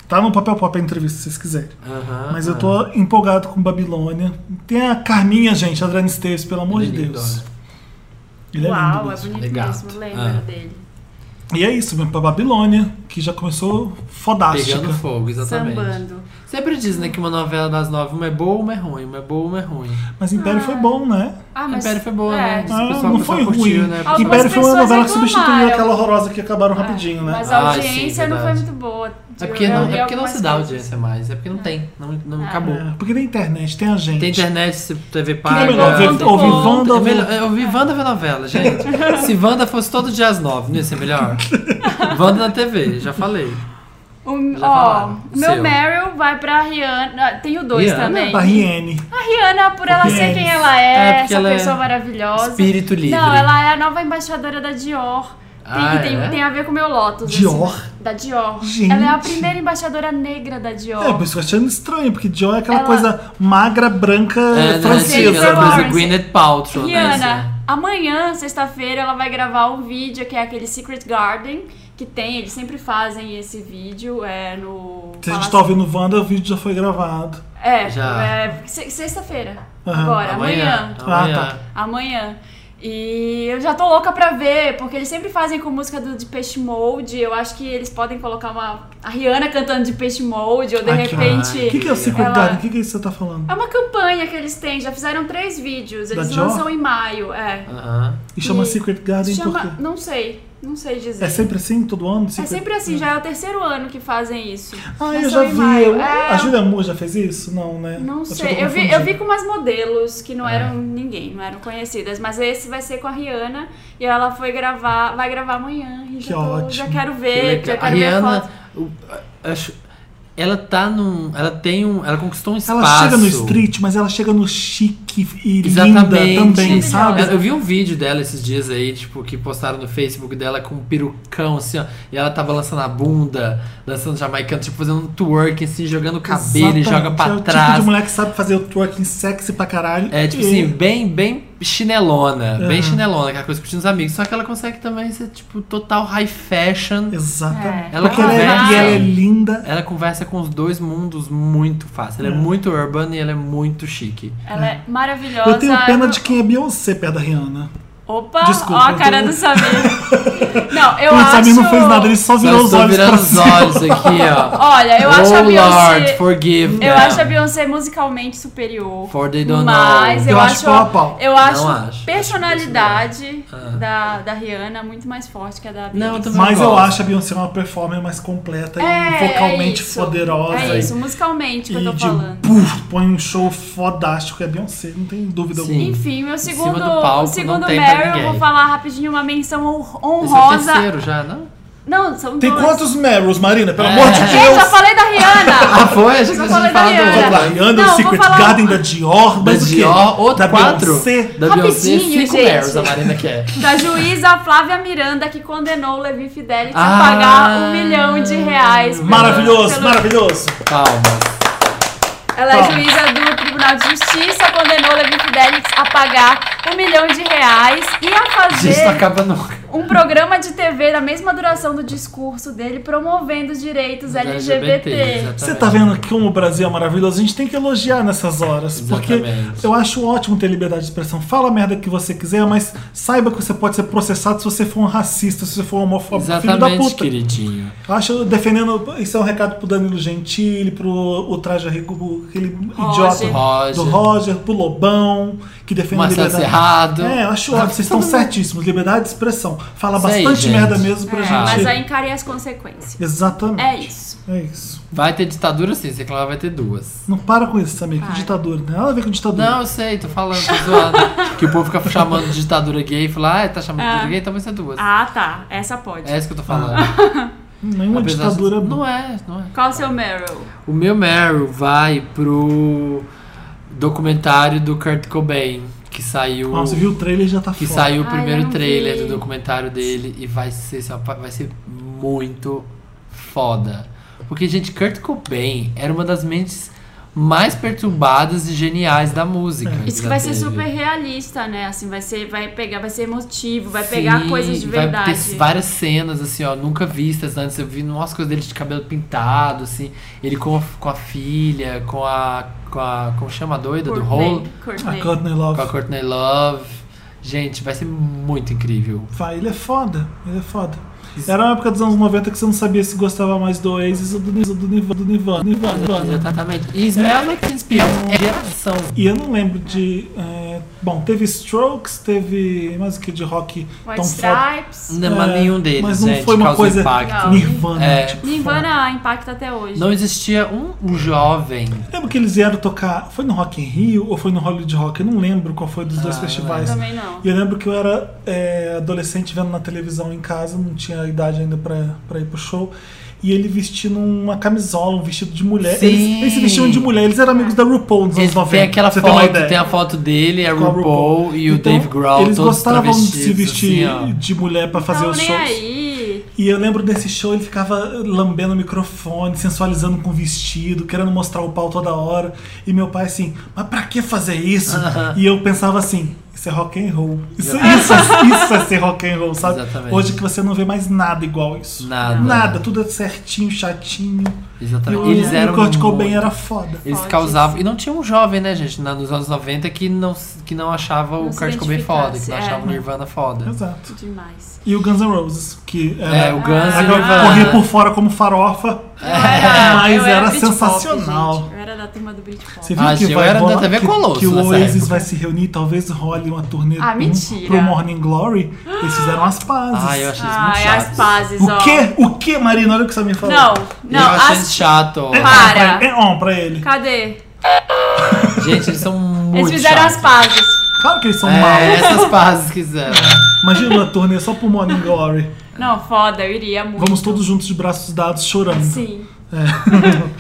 Speaker 1: Tá no papel pop a entrevista, se vocês quiserem.
Speaker 2: Aham.
Speaker 1: Mas eu tô
Speaker 2: Ah.
Speaker 1: empolgado com Babilônia. Tem a Carminha, gente, Adriana Esteves, pelo amor de
Speaker 2: Lindo,
Speaker 1: Deus.
Speaker 2: né?
Speaker 1: Ele é lindo
Speaker 3: Uau, é
Speaker 1: mesmo.
Speaker 3: bonito
Speaker 2: Legal.
Speaker 3: mesmo, lembro
Speaker 2: Ah.
Speaker 3: dele.
Speaker 1: E é isso, vamos pra Babilônia, que já começou fodástica.
Speaker 2: Pegando fogo, exatamente.
Speaker 3: Sambando.
Speaker 2: Sempre diz, né, que uma novela das nove, uma é boa, uma é ruim, uma é boa, uma é ruim.
Speaker 1: Mas Império foi bom, né?
Speaker 3: Ah,
Speaker 2: A
Speaker 3: mas.
Speaker 2: Império foi boa,
Speaker 3: é.
Speaker 2: né? Esse
Speaker 1: Ah,
Speaker 2: pessoal-
Speaker 1: não
Speaker 2: pessoal
Speaker 1: foi
Speaker 2: curtiu,
Speaker 1: ruim.
Speaker 2: né?
Speaker 3: Algumas
Speaker 1: Império foi uma
Speaker 3: pessoas
Speaker 1: novela que substituiu
Speaker 3: reclamaram. É.
Speaker 1: aquela horrorosa que acabaram rapidinho, né?
Speaker 3: Mas a
Speaker 2: Ah, sim,
Speaker 3: audiência não foi
Speaker 2: verdade.
Speaker 3: muito boa.
Speaker 2: É porque, não,
Speaker 3: Eu li
Speaker 2: é porque não se dá
Speaker 3: algumas
Speaker 2: audiência mais, é porque não tem, não, não
Speaker 3: Ah.
Speaker 2: acabou.
Speaker 1: É, porque tem internet, tem a gente.
Speaker 2: Tem internet, se TV
Speaker 1: É
Speaker 2: paga.
Speaker 1: melhor ver,
Speaker 3: Ponto
Speaker 1: ouvir
Speaker 3: com.
Speaker 1: Wanda
Speaker 2: É
Speaker 1: ou
Speaker 2: melhor- Eu vi Wanda ver novela, gente. Se Wanda fosse todo dia às nove, não ia ser melhor? Wanda na TV, já falei.
Speaker 3: O,
Speaker 2: Já
Speaker 3: Um, ó,
Speaker 2: falaram.
Speaker 3: meu
Speaker 2: Seu.
Speaker 3: Meryl vai pra Rihanna. Ah, Tenho dois
Speaker 2: Rihanna?
Speaker 3: também.
Speaker 1: a Riene.
Speaker 3: A Rihanna, por ela
Speaker 1: Porque
Speaker 3: ser
Speaker 1: é
Speaker 3: quem
Speaker 1: isso.
Speaker 3: ela
Speaker 2: É,
Speaker 3: é,
Speaker 2: porque
Speaker 3: essa
Speaker 2: ela é
Speaker 3: pessoa maravilhosa.
Speaker 2: Espírito livre.
Speaker 3: Não, ela é a nova embaixadora da Dior. Tem,
Speaker 2: Ah,
Speaker 3: e tem,
Speaker 2: é?
Speaker 3: tem a ver com o meu Lotus.
Speaker 1: Dior?
Speaker 3: assim, da Dior.
Speaker 1: Gente.
Speaker 3: Ela é a primeira embaixadora negra da Dior.
Speaker 1: É, por isso que eu achando estranho, porque Joy é aquela
Speaker 3: Ela-
Speaker 1: coisa magra, branca,
Speaker 2: É, né, tinha
Speaker 1: francesa.
Speaker 2: aquela
Speaker 3: Jennifer
Speaker 2: coisa
Speaker 3: Lawrence.
Speaker 2: Gwyneth Paltrow, né? assim.
Speaker 3: Rihanna, amanhã, sexta-feira, ela vai gravar um vídeo que é aquele Secret Garden que tem, eles sempre fazem esse vídeo é no.
Speaker 1: Se a gente
Speaker 3: Palácio-
Speaker 1: tá ouvindo Wanda, o vídeo já foi gravado.
Speaker 3: É,
Speaker 2: Já.
Speaker 3: é, se- sexta-feira.
Speaker 1: Aham.
Speaker 3: Agora,
Speaker 2: Amanhã.
Speaker 1: Ah, tá.
Speaker 2: amanhã.
Speaker 3: amanhã. E eu já tô louca pra ver, porque eles sempre fazem com música do Depeche Mode. Eu acho que eles podem colocar uma. A Rihanna cantando Depeche Mode, ou de
Speaker 1: Ai, que O
Speaker 3: repente.
Speaker 1: que, que é o Secret
Speaker 3: Ela-
Speaker 1: Garden? O que, que é isso que você tá falando?
Speaker 3: É uma campanha que eles têm, já fizeram três vídeos. Eles
Speaker 1: Dior?
Speaker 3: lançam em maio, é.
Speaker 1: tá.
Speaker 2: Aham.
Speaker 1: E chama
Speaker 3: E-
Speaker 1: Secret Garden
Speaker 3: Chama.
Speaker 1: por quê?
Speaker 3: Não sei, não sei dizer.
Speaker 1: É sempre assim, todo ano?
Speaker 3: É
Speaker 1: Secret-
Speaker 3: sempre assim, já é o terceiro ano que fazem isso.
Speaker 1: Ah, eu
Speaker 3: Lançam
Speaker 1: já
Speaker 3: em
Speaker 1: vi.
Speaker 3: maio.
Speaker 1: eu-
Speaker 3: É,
Speaker 1: A Julia Moore já fez isso? Não, né?
Speaker 3: Não
Speaker 1: tô
Speaker 3: sei, eu vi, eu
Speaker 1: confundindo.
Speaker 3: vi com umas modelos que não
Speaker 2: É.
Speaker 3: eram ninguém, não eram conhecidas, mas esse vai ser com a Rihanna e ela foi gravar, vai gravar amanhã. E
Speaker 1: Que
Speaker 3: já, tô-
Speaker 1: ótimo.
Speaker 3: já quero
Speaker 2: Que
Speaker 3: ver, já
Speaker 2: legal. A
Speaker 3: quero ver a
Speaker 2: Rihanna,
Speaker 3: foto.
Speaker 2: o- acho, ela tá num, ela tem um, ela conquistou um espaço.
Speaker 1: Ela chega no street, mas ela chega no chique e
Speaker 2: Exatamente.
Speaker 1: linda também,
Speaker 3: Linda
Speaker 1: sabe?
Speaker 2: Eu, eu vi um vídeo dela esses dias aí, tipo, que postaram no Facebook dela com um perucão, assim, ó. E ela tava lançando a bunda, dançando jamaicano, tipo, fazendo um twerk, assim, jogando o cabelo e
Speaker 1: Exatamente.
Speaker 2: joga
Speaker 1: é
Speaker 2: pra
Speaker 1: o
Speaker 2: trás.
Speaker 1: Tipo de mulher que sabe fazer o twerking sexy pra caralho.
Speaker 2: É, tipo
Speaker 1: E-
Speaker 2: assim, bem, bem chinelona.
Speaker 1: Aham.
Speaker 2: Bem chinelona, aquela coisa que curtindo os amigos. Só que ela consegue também ser, tipo, total high fashion.
Speaker 1: Exatamente.
Speaker 3: É.
Speaker 2: Ela
Speaker 1: Porque ela é,
Speaker 2: conversa.
Speaker 1: e ela é linda.
Speaker 2: Ela conversa com os dois mundos muito fácil. Ela é, muito urban e ela é muito chique.
Speaker 3: Ela é maravilhosa.
Speaker 1: Eu tenho pena de quem é Beyoncé perto da Rihanna.
Speaker 3: Opa,
Speaker 1: Desculpa,
Speaker 3: ó a
Speaker 1: eu
Speaker 3: cara
Speaker 1: tô-
Speaker 3: do Samir. Não, eu
Speaker 1: o
Speaker 3: acho...
Speaker 1: Samir não fez nada, ele só virou
Speaker 2: Só
Speaker 1: os
Speaker 2: estou
Speaker 1: olhos
Speaker 2: virando
Speaker 1: pra
Speaker 2: os
Speaker 1: cima.
Speaker 2: olhos aqui, ó.
Speaker 3: Olha, eu acho
Speaker 2: oh
Speaker 3: a Beyoncé...
Speaker 2: Lord,
Speaker 1: um
Speaker 2: forgive
Speaker 3: Eu
Speaker 2: them.
Speaker 3: acho a Beyoncé musicalmente superior.
Speaker 2: For they don't
Speaker 3: mas
Speaker 2: know.
Speaker 3: eu,
Speaker 1: Eu acho
Speaker 3: acho,
Speaker 1: pau a pau.
Speaker 3: eu acho
Speaker 2: Não
Speaker 3: a
Speaker 2: acho.
Speaker 3: personalidade
Speaker 2: Ah.
Speaker 3: da, da Rihanna muito mais forte que a da
Speaker 2: Não, eu
Speaker 3: Beyoncé.
Speaker 2: também
Speaker 1: Mas eu
Speaker 2: gosto.
Speaker 1: acho a Beyoncé uma performer mais completa
Speaker 3: É,
Speaker 1: e vocalmente
Speaker 3: é isso.
Speaker 1: poderosa.
Speaker 3: É isso, musicalmente que
Speaker 1: E
Speaker 3: eu tô
Speaker 1: de
Speaker 3: falando.
Speaker 1: puf, põe um show fodástico, é Beyoncé, não tem dúvida
Speaker 2: Sim.
Speaker 1: alguma.
Speaker 3: Enfim, meu
Speaker 2: cima
Speaker 3: segundo,
Speaker 2: do palco,
Speaker 3: o segundo
Speaker 2: não tem pra
Speaker 3: Meryl, eu vou
Speaker 2: ninguém.
Speaker 3: falar rapidinho uma menção hon-
Speaker 2: Esse é o
Speaker 3: honrosa.
Speaker 2: terceiro já, não?
Speaker 3: Não, são
Speaker 1: Tem
Speaker 3: dois.
Speaker 1: quantos Meryls, Marina? Pelo
Speaker 2: É.
Speaker 1: amor de
Speaker 3: Gente, já
Speaker 1: Deus!
Speaker 3: falei da
Speaker 2: Ah,
Speaker 3: Rihanna!
Speaker 2: foi? Achei que
Speaker 3: Só
Speaker 2: você
Speaker 3: falei
Speaker 2: tinha
Speaker 3: da
Speaker 2: falado do
Speaker 3: Rihanna.
Speaker 1: Vamos lá,
Speaker 2: outro.
Speaker 1: Rihanna,
Speaker 3: Não,
Speaker 1: o
Speaker 3: vou
Speaker 1: Secret
Speaker 3: falar- um-
Speaker 1: Garden da Dior,
Speaker 2: Da
Speaker 1: mas o quê?
Speaker 2: Dior, outro
Speaker 1: da
Speaker 2: quatro.
Speaker 1: Beyoncé.
Speaker 2: Da Beyoncé, é
Speaker 3: Rapidinho,
Speaker 2: cinco
Speaker 3: gente.
Speaker 2: Meryls, a Marina é. quer.
Speaker 3: Da juíza Flávia Miranda, que condenou o Levi Fidelity a
Speaker 2: Ah.
Speaker 3: pagar um milhão de reais. pelo-
Speaker 1: Maravilhoso,
Speaker 3: pelo-
Speaker 1: maravilhoso.
Speaker 2: Palmas.
Speaker 3: Ela é
Speaker 1: Tá.
Speaker 3: juíza do Tribunal de Justiça, condenou o Levi Fidelix a pagar um milhão de reais e a fazer
Speaker 2: Gente, tá não acaba nunca.
Speaker 3: um programa de TV da mesma duração do discurso dele, promovendo os direitos LGBT.
Speaker 2: exatamente.
Speaker 1: Você tá vendo como o Brasil é maravilhoso? A gente tem que elogiar nessas horas,
Speaker 2: Exatamente.
Speaker 1: porque eu acho ótimo ter liberdade de expressão. Fala a merda que você quiser, mas saiba que você pode ser processado se você for um racista, se você for um homofóbico, filho da
Speaker 2: Exatamente,
Speaker 1: puta.
Speaker 2: queridinho.
Speaker 1: Eu acho defendendo. Isso é um recado pro Danilo Gentili, pro Ultraja Rico, aquele
Speaker 3: Roger.
Speaker 1: idiota
Speaker 2: Roger.
Speaker 1: do Roger, pro Lobão, que defende a
Speaker 2: Marcelo
Speaker 1: liberdade.
Speaker 2: Serrado.
Speaker 1: É, eu acho ótimo, vocês estão
Speaker 3: Tá
Speaker 1: certíssimos. Liberdade de expressão. Fala
Speaker 2: Isso aí,
Speaker 1: bastante
Speaker 2: gente.
Speaker 1: merda mesmo pra
Speaker 3: É,
Speaker 1: gente.
Speaker 3: mas vai encarar as consequências.
Speaker 1: Exatamente.
Speaker 3: É isso.
Speaker 1: É isso.
Speaker 2: Vai ter ditadura sim, você que ela vai ter duas.
Speaker 1: Não para com isso, Samir, que
Speaker 3: Para.
Speaker 1: ditadura. Não tem nada a ver com ditadura.
Speaker 2: Não, eu sei, tô falando, tô zoando. que o povo fica chamando de ditadura gay e fala, ah, tá chamando de ditadura gay, então vai ser duas.
Speaker 3: Ah, tá. Essa pode.
Speaker 2: É isso que eu tô falando.
Speaker 1: Nenhuma
Speaker 2: Apesar de-
Speaker 1: Ah. ditadura.
Speaker 2: Não é, não é.
Speaker 3: Qual o seu Meryl?
Speaker 2: O meu Meryl vai pro documentário do Kurt Cobain, que saiu.
Speaker 1: Nossa, viu o trailer e já tá
Speaker 2: é Que
Speaker 1: foda.
Speaker 2: saiu o
Speaker 3: Ai, eu
Speaker 2: primeiro
Speaker 3: não
Speaker 2: trailer
Speaker 3: vi.
Speaker 2: do documentário dele e vai ser, assim, ó, vai ser muito foda. Porque, gente, Kurt Cobain era uma das mentes mais perturbadas e geniais da música.
Speaker 1: É.
Speaker 3: Isso que vai
Speaker 2: já
Speaker 3: ser
Speaker 2: teve.
Speaker 3: super realista, né? Assim, vai ser, vai pegar, vai ser emotivo, vai
Speaker 2: Sim,
Speaker 3: pegar coisas de verdade.
Speaker 2: Vai ter várias cenas, assim, ó, nunca vistas antes. Eu vi umas coisas dele de cabelo pintado, assim. Ele com a, com a filha, com a. Com a. Como chama a doida? Do rolo.
Speaker 1: A
Speaker 3: Courtney, Courtney.
Speaker 1: Ah, Courtney Love.
Speaker 2: Com a Courtney Love. Gente, vai ser muito incrível.
Speaker 1: Vai, ele é foda, ele é foda. Era uma época dos anos 90 que você não sabia se gostava mais do Oasis ou do, Nis- ou do Nirvana. Do Nirvana, Nirvana, Nirvana.
Speaker 2: Exatamente. E Smell Like Teen Spirit é geração.
Speaker 1: E eu não lembro de. é, bom, teve Strokes, teve. mais o que de rock
Speaker 3: White
Speaker 1: tão foda.
Speaker 3: Stripes.
Speaker 2: Não, mas
Speaker 1: É,
Speaker 2: nenhum deles,
Speaker 1: mas não
Speaker 2: gente,
Speaker 1: foi uma
Speaker 2: causou
Speaker 1: coisa-
Speaker 2: impacto.
Speaker 3: Não.
Speaker 1: Nirvana.
Speaker 2: É.
Speaker 1: tipo, foda.
Speaker 3: Nirvana impacta até hoje.
Speaker 2: Não existia um um jovem
Speaker 1: Lembro que eles vieram tocar. Foi no Rock in Rio ou foi no Hollywood Rock? Eu não lembro qual foi dos dois
Speaker 2: Ah,
Speaker 1: festivais.
Speaker 3: Também não.
Speaker 1: E eu lembro que eu era é, adolescente vendo na televisão em casa, não tinha idade ainda pra, pra ir pro show. E ele vestindo uma camisola, um vestido de mulher.
Speaker 2: Sim.
Speaker 1: Eles, eles se vestiam de mulher, eles eram amigos da RuPaul nos anos
Speaker 2: Eles-
Speaker 1: 90.
Speaker 2: Tem aquela
Speaker 1: pra você ter uma
Speaker 2: foto,
Speaker 1: ideia.
Speaker 2: tem a foto dele, a
Speaker 1: Com a
Speaker 2: RuPaul, e o
Speaker 1: Então,
Speaker 2: Dave Grohl.
Speaker 1: Eles
Speaker 2: todos
Speaker 1: gostavam de se
Speaker 2: travestidos,
Speaker 1: vestir
Speaker 2: assim, ó.
Speaker 1: de mulher pra fazer
Speaker 3: Então,
Speaker 1: os
Speaker 3: nem
Speaker 1: shows.
Speaker 3: aí.
Speaker 1: E eu lembro desse show, ele ficava lambendo o microfone, sensualizando com o vestido, querendo mostrar o pau toda hora. E meu pai assim, mas pra que fazer isso? E eu pensava assim, isso é rock and roll. Isso, isso, isso é ser rock and roll, sabe?
Speaker 2: Exatamente.
Speaker 1: Hoje que você não vê mais nada igual isso.
Speaker 2: Nada.
Speaker 1: Nada, tudo é certinho, chatinho. E
Speaker 2: Exatamente.
Speaker 1: o-
Speaker 2: Eles
Speaker 1: o
Speaker 2: eram.
Speaker 1: Kurt Cobain
Speaker 2: muito-
Speaker 1: era foda.
Speaker 2: Eles
Speaker 3: Foda,
Speaker 2: causavam. E não tinha um jovem, né, gente, na- nos anos 90 que não, que não achava
Speaker 3: Não
Speaker 2: o
Speaker 3: se
Speaker 2: Kurt Cobain foda, que
Speaker 3: identificasse,
Speaker 2: não
Speaker 3: é.
Speaker 2: achava o Nirvana foda.
Speaker 1: Exato.
Speaker 3: Demais.
Speaker 1: E o Guns N' Roses, que era,
Speaker 2: É, o Guns e o
Speaker 1: agora
Speaker 2: Nirvana.
Speaker 1: corria por fora como farofa.
Speaker 2: É,
Speaker 1: mas
Speaker 3: eu
Speaker 1: era
Speaker 3: Britpop,
Speaker 1: sensacional.
Speaker 3: gente. Eu era da turma do Britpop.
Speaker 1: Você viu
Speaker 2: Ah,
Speaker 1: que
Speaker 2: eu
Speaker 1: vai
Speaker 2: era da
Speaker 1: rolar-
Speaker 2: TV
Speaker 1: que,
Speaker 2: Colosso
Speaker 1: que o
Speaker 2: nessa
Speaker 1: Oasis
Speaker 2: época.
Speaker 1: vai se reunir, talvez role uma turnê
Speaker 3: Ah,
Speaker 1: pro-
Speaker 3: mentira.
Speaker 1: pro Morning Glory. Eles fizeram as pazes.
Speaker 2: Ah, eu achei isso muito
Speaker 3: Ai,
Speaker 2: chato.
Speaker 3: as pazes, ó.
Speaker 1: O quê? O quê, Marina? Olha o que você tá me falou.
Speaker 3: Não,
Speaker 2: eu
Speaker 3: não,
Speaker 2: achei
Speaker 3: as... Ah.
Speaker 2: chato.
Speaker 1: É on
Speaker 3: Para.
Speaker 1: pra ele. É on pra ele.
Speaker 3: Cadê?
Speaker 2: Gente, eles são muito
Speaker 3: Eles fizeram
Speaker 2: chatos.
Speaker 3: as pazes.
Speaker 1: Claro que eles são
Speaker 2: É,
Speaker 1: maus.
Speaker 2: essas pazes quiseram.
Speaker 1: Imagina uma turnê só pro Morning Glory.
Speaker 3: Não, foda, eu iria muito.
Speaker 1: Vamos todos juntos de braços dados chorando.
Speaker 3: Sim.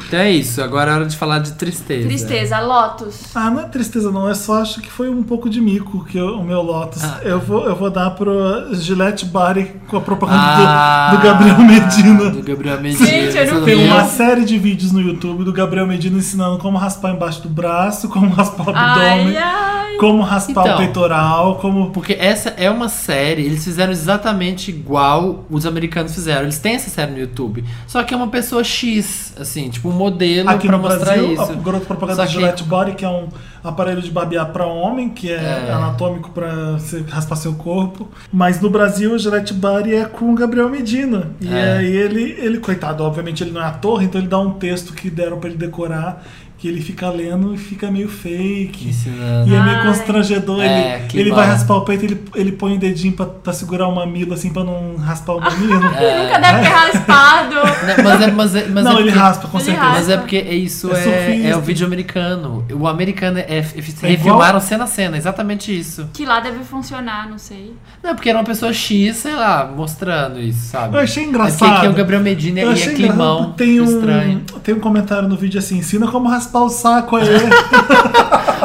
Speaker 2: Então é isso, agora é hora de falar de tristeza.
Speaker 3: Tristeza, Lotus.
Speaker 1: Ah, não é tristeza não, eu só acho que foi um pouco de mico que eu- o meu Lotus.
Speaker 2: Ah.
Speaker 1: Eu, vou, eu vou dar pro Gillette Body com a propaganda do-
Speaker 2: Ah,
Speaker 1: do, Gabriel Medina.
Speaker 2: Do Gabriel Medina.
Speaker 3: Gente, eu não
Speaker 2: você
Speaker 1: Tem
Speaker 2: viu?
Speaker 1: uma série de vídeos no YouTube do Gabriel Medina ensinando como raspar embaixo do braço, como raspar o
Speaker 3: Ai,
Speaker 1: abdômen,
Speaker 3: ai.
Speaker 1: Como raspar
Speaker 2: Então.
Speaker 1: o peitoral, como.
Speaker 2: Porque essa é uma série, eles fizeram exatamente igual os americanos fizeram. Eles têm essa série no YouTube. Só que é uma pessoa X, assim, tipo um modelo
Speaker 1: Aqui
Speaker 2: pra
Speaker 1: no
Speaker 2: mostrar
Speaker 1: Brasil,
Speaker 2: isso.
Speaker 1: a garota propaganda
Speaker 2: Só
Speaker 1: do
Speaker 2: que-
Speaker 1: Gillette Body, que é um aparelho de babear pra homem, que é,
Speaker 2: É.
Speaker 1: anatômico pra você raspar seu corpo. Mas no Brasil, o Gillette Body é com o Gabriel Medina. E
Speaker 2: É.
Speaker 1: aí ele, ele, coitado, obviamente ele não é ator, então ele dá um texto que deram pra ele decorar, que ele fica lendo e fica meio fake.
Speaker 2: Ensinando.
Speaker 1: E é meio
Speaker 3: Ai.
Speaker 1: constrangedor.
Speaker 2: É,
Speaker 1: ele
Speaker 2: que
Speaker 1: ele vai
Speaker 2: bom.
Speaker 1: raspar o peito, ele, ele põe o dedinho pra, pra segurar o mamilo, assim, pra não raspar o mamilo.
Speaker 3: Nunca deve ter raspado.
Speaker 2: Não, mas é, mas é, mas é
Speaker 1: não, ele
Speaker 2: porque-
Speaker 1: raspa, com
Speaker 3: Ele
Speaker 1: certeza.
Speaker 2: Mas é porque é isso
Speaker 1: É
Speaker 2: é,
Speaker 1: surfista.
Speaker 2: é, o vídeo americano. O americano é, é,
Speaker 1: É
Speaker 2: refilmaram cena a cena, exatamente isso.
Speaker 3: Que lá deve funcionar, não sei.
Speaker 2: Não, é porque era uma pessoa X, sei lá, mostrando isso, sabe?
Speaker 1: Eu achei
Speaker 2: É
Speaker 1: engraçado.
Speaker 2: porque aqui é o Gabriel Medina
Speaker 1: Eu
Speaker 2: e é
Speaker 1: achei engraçado
Speaker 2: climão
Speaker 1: porque tem um,
Speaker 2: estranho.
Speaker 1: Tem um comentário no vídeo assim: ensina como raspar o saco aí.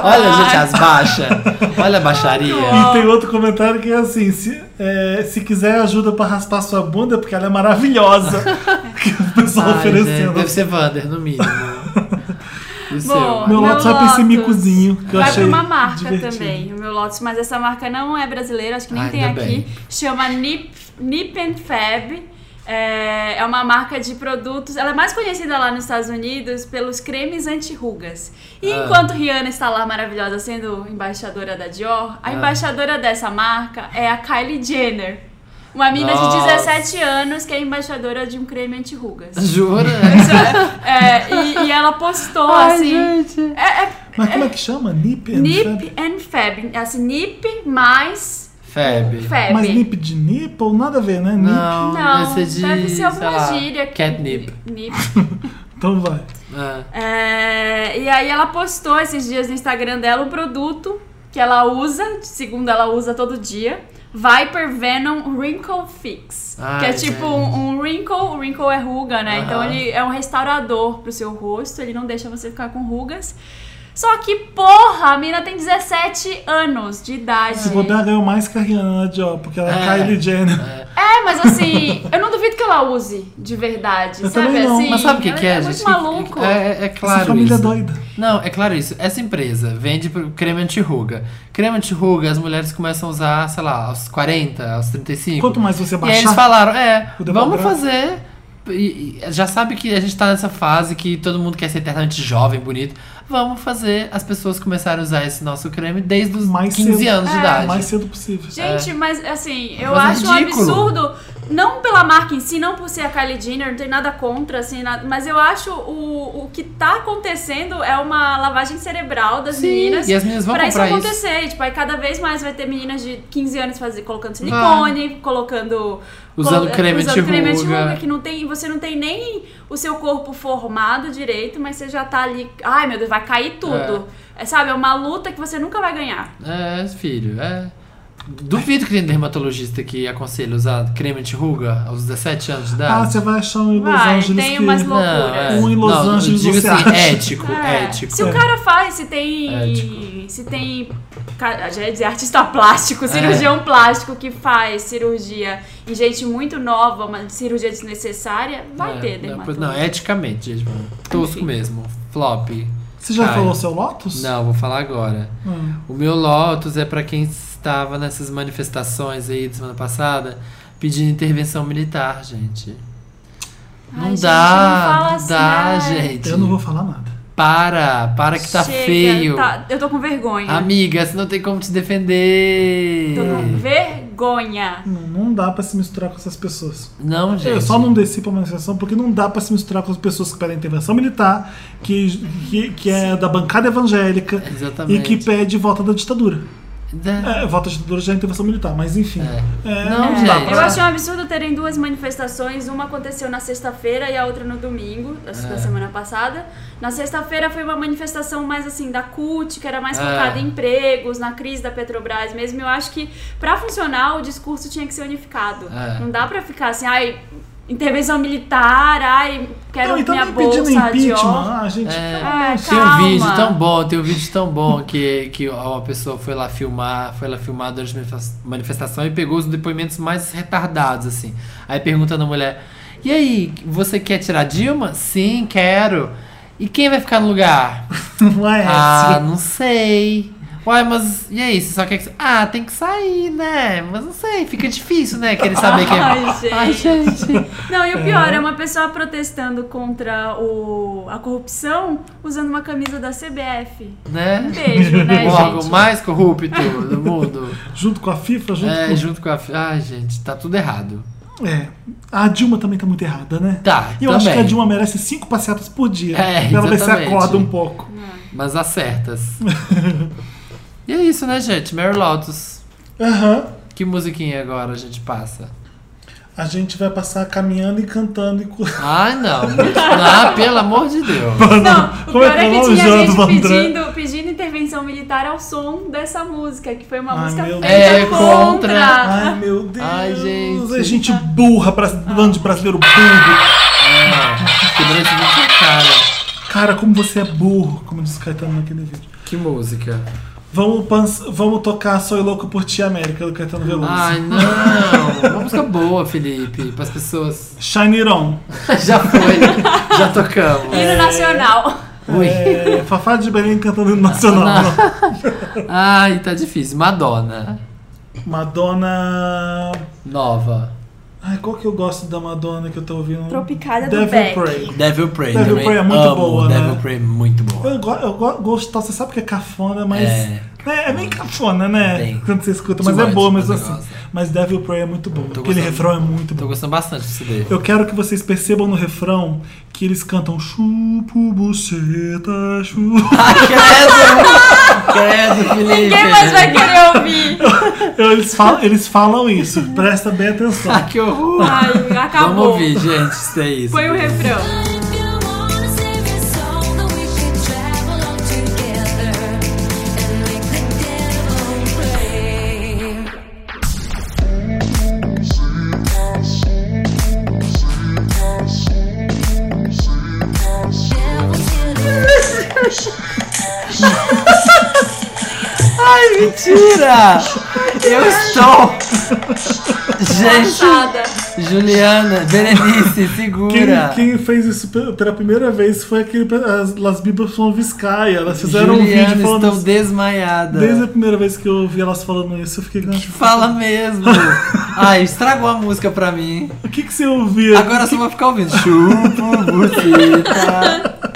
Speaker 2: Olha, gente, as baixas. Olha a baixaria.
Speaker 1: e tem outro comentário que é assim: se, é, se quiser ajuda pra raspar sua bunda, porque ela é maravilhosa. que o pessoal
Speaker 2: Ai,
Speaker 1: oferecendo.
Speaker 2: gente, deve ser Vander, no mínimo. E o
Speaker 3: Bom,
Speaker 2: seu?
Speaker 1: Meu WhatsApp é esse
Speaker 3: Lotus.
Speaker 1: micozinho que eu
Speaker 3: Vai
Speaker 1: achei
Speaker 3: pra uma marca
Speaker 1: divertido.
Speaker 3: também, o meu Lotus, mas essa marca não é brasileira, acho que nem
Speaker 2: Ah,
Speaker 3: tem
Speaker 2: ainda
Speaker 3: aqui.
Speaker 2: bem.
Speaker 3: Chama Nip, Nip and Fab. É, é uma marca de produtos. Ela é mais conhecida lá nos Estados Unidos pelos cremes anti-rugas. E
Speaker 2: Ah.
Speaker 3: enquanto Rihanna está lá maravilhosa sendo embaixadora da Dior, a
Speaker 2: Ah.
Speaker 3: embaixadora dessa marca é a Kylie Jenner. Uma menina
Speaker 2: Nossa.
Speaker 3: de 17 anos que é embaixadora de um creme anti-rugas.
Speaker 2: Jura?
Speaker 3: É, e, e ela postou assim. É- é
Speaker 1: Mas como é que chama? Nip? and Fab?
Speaker 3: Nip and Fab. É assim, Nip mais
Speaker 2: Feb.
Speaker 3: Fab.
Speaker 1: Mas nip de nipple? Nada a ver, né? Nip.
Speaker 2: Não,
Speaker 3: Não,
Speaker 2: deve ser de,
Speaker 3: deve ser
Speaker 2: sei
Speaker 3: alguma
Speaker 2: lá,
Speaker 3: gíria.
Speaker 2: Catnip.
Speaker 3: Nip.
Speaker 1: Então vai.
Speaker 2: Ah.
Speaker 3: É, e aí ela postou esses dias no Instagram dela um produto que ela usa, segundo ela usa todo dia. Viper Venom Wrinkle Fix.
Speaker 2: Ai,
Speaker 3: que é tipo
Speaker 2: gente.
Speaker 3: um, um wrinkle, wrinkle é ruga, né?
Speaker 2: Aham.
Speaker 3: Então ele é um restaurador pro seu rosto, ele não deixa você ficar com rugas. Só que, porra, a mina tem 17 anos de idade.
Speaker 1: Se bobear, ganhou mais que a Rihanna Dior, porque ela
Speaker 2: É.
Speaker 1: é, Kylie Jenner.
Speaker 3: É, mas assim, eu não duvido que ela use de verdade,
Speaker 1: Eu
Speaker 3: sabe?
Speaker 1: também não.
Speaker 3: Assim,
Speaker 2: Mas sabe o que,
Speaker 3: ela
Speaker 2: que é,
Speaker 3: É muito
Speaker 2: gente?
Speaker 3: maluco.
Speaker 2: É, é- é claro.
Speaker 1: Essa família é
Speaker 2: isso.
Speaker 1: doida.
Speaker 2: Não, é claro isso. Essa empresa vende pro- creme anti-ruga. Creme anti-ruga, as mulheres começam a usar, sei lá, aos 40, aos 35.
Speaker 1: Quanto mais você
Speaker 2: E aí eles
Speaker 1: baixar,
Speaker 2: falaram, é,
Speaker 1: O
Speaker 2: vamos
Speaker 1: demográfico.
Speaker 2: fazer. E- e já sabe que a gente tá nessa fase que todo mundo quer ser eternamente jovem, bonito. Vamos fazer as pessoas começarem a usar esse nosso creme desde os
Speaker 1: Mais
Speaker 2: 15
Speaker 1: cedo.
Speaker 2: anos de idade.
Speaker 1: o mais cedo possível.
Speaker 3: Gente, mas assim, eu
Speaker 2: É. Mas é
Speaker 3: acho um
Speaker 2: ridículo.
Speaker 3: absurdo, não pela marca em si, não por ser a Kylie Jenner, não tem nada contra, assim, nada, mas eu acho o, o que tá acontecendo é uma lavagem cerebral das
Speaker 2: Sim,
Speaker 3: meninas.
Speaker 2: e as meninas vão
Speaker 3: pra isso
Speaker 2: comprar isso.
Speaker 3: acontecer, E, tipo, aí cada vez mais vai ter meninas de 15 anos fazer, colocando silicone, colocando.
Speaker 2: Ah. Usando
Speaker 3: colo-
Speaker 2: creme
Speaker 3: usando creme
Speaker 2: anti-ruga.
Speaker 3: anti-ruga, que não tem. Você não tem nem o seu corpo formado direito, mas você já tá ali. Ai meu Deus, vai cair tudo. É, sabe, é uma luta que você nunca vai ganhar.
Speaker 2: É, filho, é. Duvido que tem dermatologista que aconselha usar creme anti-ruga aos 17 anos de
Speaker 1: Ah,
Speaker 2: idade.
Speaker 1: você vai achar um em Los
Speaker 3: Vai,
Speaker 1: Angeles
Speaker 3: tem
Speaker 1: que...
Speaker 3: umas loucuras.
Speaker 2: é.
Speaker 1: Um em Los
Speaker 2: não, eu
Speaker 1: Angeles
Speaker 2: digo
Speaker 1: você
Speaker 2: assim,
Speaker 1: acha.
Speaker 2: ético,
Speaker 3: É,
Speaker 2: ético.
Speaker 3: Se o cara faz, se tem.
Speaker 2: É Ético.
Speaker 3: Se tem. ca- Já ia dizer artista plástico,
Speaker 2: É.
Speaker 3: cirurgião plástico que faz cirurgia em gente muito nova, uma cirurgia desnecessária, vai
Speaker 2: É,
Speaker 3: ter
Speaker 2: não,
Speaker 3: dermatologista.
Speaker 2: não, eticamente, gente. mano. Tosco
Speaker 3: Enfim.
Speaker 2: mesmo. Flop.
Speaker 1: Você já
Speaker 2: Ai.
Speaker 1: falou seu Lotus?
Speaker 2: Não, vou falar agora.
Speaker 1: Hum.
Speaker 2: O meu Lotus é pra quem estava nessas manifestações aí da semana passada pedindo intervenção militar, gente.
Speaker 3: Ai,
Speaker 2: Não
Speaker 3: gente,
Speaker 2: dá,
Speaker 3: não fala
Speaker 2: não
Speaker 3: assim,
Speaker 2: dá,
Speaker 3: ai.
Speaker 2: gente.
Speaker 1: Eu não vou falar nada.
Speaker 2: Para, para que tá
Speaker 3: Chega,
Speaker 2: feio.
Speaker 3: tá- eu tô com vergonha.
Speaker 2: Amiga, você não tem como te defender.
Speaker 3: Tô com vergonha.
Speaker 1: Não, não dá pra se misturar com essas pessoas.
Speaker 2: Não, gente.
Speaker 1: Eu só não desci pra manifestação porque não dá pra se misturar com as pessoas que pedem intervenção militar, que, que, que é da bancada evangélica
Speaker 2: Exatamente.
Speaker 1: e que pede volta da ditadura.
Speaker 2: Dá.
Speaker 1: É, volta da ditadura já é intervenção militar, mas enfim.
Speaker 2: É.
Speaker 1: É,
Speaker 2: Não,
Speaker 1: não
Speaker 2: gente.
Speaker 1: dá
Speaker 3: Eu
Speaker 1: pra...
Speaker 3: achei um absurdo terem duas manifestações, uma aconteceu na sexta-feira e a outra no domingo, da
Speaker 2: É.
Speaker 3: da semana passada. Na sexta-feira foi uma manifestação mais assim da CUT, que era mais
Speaker 2: É.
Speaker 3: focada em empregos, na crise da Petrobras mesmo. Eu acho que pra funcionar o discurso tinha que ser unificado.
Speaker 2: É.
Speaker 3: Não dá pra ficar assim, ai, intervenção militar, ai, quero
Speaker 1: Não, e
Speaker 3: minha
Speaker 1: também
Speaker 3: bolsa,
Speaker 1: pedindo
Speaker 3: Dior.
Speaker 1: impeachment. Ah, gente,
Speaker 3: É,
Speaker 2: Tem um
Speaker 3: calma.
Speaker 2: vídeo tão bom, tem um vídeo tão bom que, que uma pessoa foi lá filmar, foi lá filmar durante a manifesta- manifestação e pegou os depoimentos mais retardados, assim. Aí perguntando a mulher, e aí, você quer tirar Dilma? Sim, quero. E quem vai ficar no lugar?
Speaker 1: não é
Speaker 2: Ah,
Speaker 1: essa.
Speaker 2: não sei. Uai, mas e aí? Você só quer que. você- Ah, tem que sair, né? Mas não sei, fica difícil, né? Querer saber quem é.
Speaker 3: Ai, gente. Não, e o pior, é uma pessoa protestando contra o, a corrupção usando uma camisa da CBF. Um
Speaker 2: Né?
Speaker 3: beijo, né,
Speaker 2: O órgão
Speaker 3: gente?
Speaker 2: mais corrupto do mundo.
Speaker 1: Junto com a FIFA, junto
Speaker 2: É,
Speaker 1: com.
Speaker 2: junto com a. Ai, gente, tá tudo errado.
Speaker 1: É. A Dilma também tá muito errada, né?
Speaker 2: Tá,
Speaker 1: E eu acho que
Speaker 2: também.
Speaker 1: a Dilma merece cinco passeatas por dia.
Speaker 2: É,
Speaker 1: pra ela ver se
Speaker 2: exatamente.
Speaker 1: acorda um pouco.
Speaker 2: Mas acertas. e é isso, né, gente? Mary Lotus.
Speaker 1: Aham.
Speaker 2: Que musiquinha agora a gente passa?
Speaker 1: A gente vai passar caminhando e cantando e. cu-
Speaker 2: Ai, não. Ah, pelo amor de Deus.
Speaker 3: Não, o
Speaker 1: Como é
Speaker 3: pior
Speaker 1: que
Speaker 3: é
Speaker 1: é o
Speaker 3: que tinha
Speaker 1: nome,
Speaker 3: gente
Speaker 1: Jando
Speaker 3: pedindo, pedindo intervenção militar ao som dessa música, que foi uma
Speaker 1: Ai,
Speaker 3: música
Speaker 1: meu
Speaker 3: feita
Speaker 2: Deus. É,
Speaker 3: contra.
Speaker 2: contra.
Speaker 1: Ai, meu Deus.
Speaker 2: Ai, gente.
Speaker 1: É gente burra, bra- bando de brasileiro burro.
Speaker 2: Não, Que durante muito sua cara.
Speaker 1: Cara, como você é burro, como diz o Caetano naquele vídeo.
Speaker 2: Que música.
Speaker 1: Vamos, pans- vamos tocar Soy Louco por Ti América, do Caetano Veloso.
Speaker 2: Ai, não. Uma música boa, Felipe. Para as pessoas.
Speaker 1: Shine It On.
Speaker 2: Já foi. Já tocamos.
Speaker 3: Hino nacional.
Speaker 2: Ui.
Speaker 1: É, Fafá de Belém cantando hino nacional.
Speaker 2: Ai, tá difícil. Madonna.
Speaker 1: Madonna.
Speaker 2: Nova.
Speaker 1: Ai, qual que eu gosto da Madonna que eu tô ouvindo?
Speaker 3: Tropicália do
Speaker 1: Devil
Speaker 3: Beck.
Speaker 1: Pray.
Speaker 2: Devil Prey
Speaker 1: Devil
Speaker 2: também.
Speaker 1: Pray é muito
Speaker 2: Amo.
Speaker 1: boa, né?
Speaker 2: Devil Prey é muito boa.
Speaker 1: Eu, go eu go gosto, você sabe que é cafona, mas.
Speaker 2: É.
Speaker 1: né, é bem cafona, né?
Speaker 2: Bem.
Speaker 1: Quando você escuta, mas
Speaker 2: Demais,
Speaker 1: é boa
Speaker 2: mas
Speaker 1: mesmo
Speaker 2: eu
Speaker 1: assim.
Speaker 2: gosto.
Speaker 1: Mas Devil Pray é muito bom.
Speaker 2: Tô
Speaker 1: Aquele
Speaker 2: gostando.
Speaker 1: refrão é muito
Speaker 2: Tô
Speaker 1: bom.
Speaker 2: gostando bastante desse CD.
Speaker 1: Eu quero que vocês percebam no refrão que eles cantam chupo, buceta, chupo.
Speaker 2: Credo! Credo, Felipe.
Speaker 3: Ninguém mais vai querer ouvir.
Speaker 1: eles, falam, eles falam isso, presta bem atenção.
Speaker 2: Ah, que
Speaker 1: Uh.
Speaker 2: horror.
Speaker 3: Ai, acabou.
Speaker 2: Vamos ouvir, gente. Isso é isso.
Speaker 3: Foi o refrão.
Speaker 2: Ai, mentira! Eu estou. Gente,
Speaker 3: Passada.
Speaker 2: Juliana, Berenice,
Speaker 1: Quem,
Speaker 2: segura.
Speaker 1: quem fez isso pe- pela primeira vez foi aquele. pe- As Las Bibas são Vizcaia. Elas fizeram um
Speaker 2: Juliana,
Speaker 1: vídeo falando.
Speaker 2: estou
Speaker 1: isso.
Speaker 2: desmaiada.
Speaker 1: Desde a primeira vez que eu ouvi elas falando isso, eu fiquei. "Ah,
Speaker 2: Fala mesmo. Ai, estragou a música pra mim.
Speaker 1: O que, que você ouvia?
Speaker 2: Agora só vou ficar ouvindo. Chupa, buceta.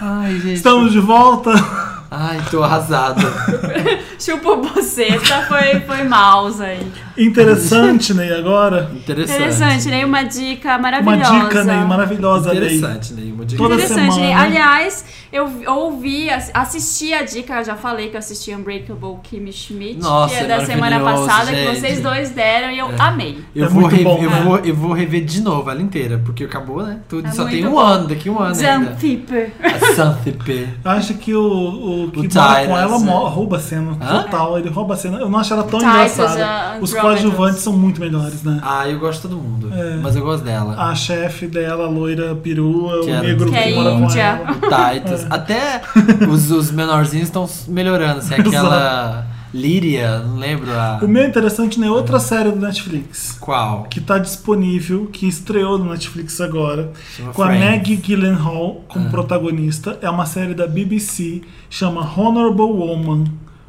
Speaker 2: Ai, gente.
Speaker 1: Estamos de volta.
Speaker 2: Ai, tô arrasada.
Speaker 3: Chupa buceta, foi, foi mouse aí.
Speaker 1: Interessante, Ney, agora.
Speaker 2: Interessante.
Speaker 3: Interessante, né? Uma dica
Speaker 1: Uma
Speaker 3: maravilhosa.
Speaker 1: dica, Ney, maravilhosa, Ney.
Speaker 2: Interessante, né? Uma dica.
Speaker 1: Toda
Speaker 3: Interessante,
Speaker 1: semana.
Speaker 3: né? Aliás, eu vi- ouvi, ass- assisti a dica, eu já falei que eu assisti Unbreakable Kim Schmidt,
Speaker 2: Nossa,
Speaker 3: que é
Speaker 2: é
Speaker 3: da semana
Speaker 2: maravilhoso,
Speaker 3: passada,
Speaker 2: gente.
Speaker 3: que vocês dois deram e eu amei.
Speaker 2: Eu,
Speaker 1: É
Speaker 2: vou
Speaker 1: muito
Speaker 2: rever,
Speaker 1: bom,
Speaker 2: eu,
Speaker 1: né?
Speaker 2: vou, eu vou rever de novo ela inteira, porque acabou, né? Tudo,
Speaker 3: É
Speaker 2: só tem um
Speaker 3: muito bom.
Speaker 2: ano, daqui um ano ainda.
Speaker 3: Zampiper.
Speaker 2: A Santipe.
Speaker 1: Acho que o, o que
Speaker 2: O
Speaker 1: mora com
Speaker 2: Tyrus,
Speaker 1: ela
Speaker 2: né?
Speaker 1: mo- rouba a cena
Speaker 2: Hã?
Speaker 1: total. Ele rouba a cena. Eu não acho ela tão
Speaker 3: Tyrus,
Speaker 1: engraçada.
Speaker 3: a
Speaker 1: Os
Speaker 3: Andromedas.
Speaker 1: coadjuvantes são muito melhores, né?
Speaker 2: Ah, eu gosto de todo mundo,
Speaker 1: É.
Speaker 2: mas eu gosto dela.
Speaker 1: A chefe dela, a loira perua,
Speaker 2: Que
Speaker 1: o
Speaker 2: era-
Speaker 1: negro
Speaker 2: Que
Speaker 1: que,
Speaker 2: é
Speaker 1: mora com
Speaker 3: índia.
Speaker 1: ela.
Speaker 2: Titus.
Speaker 1: É.
Speaker 2: Até os, os menorzinhos estão melhorando, assim, aquela Líria, não lembro a
Speaker 1: O meu interessante né, é outra série do Netflix.
Speaker 2: qual.
Speaker 1: Que tá disponível, que estreou no Netflix agora,
Speaker 2: Chama
Speaker 1: com a
Speaker 2: Friends.
Speaker 1: Maggie Gyllenhaal como protagonista. É uma série da BBC, chama Honorable Woman.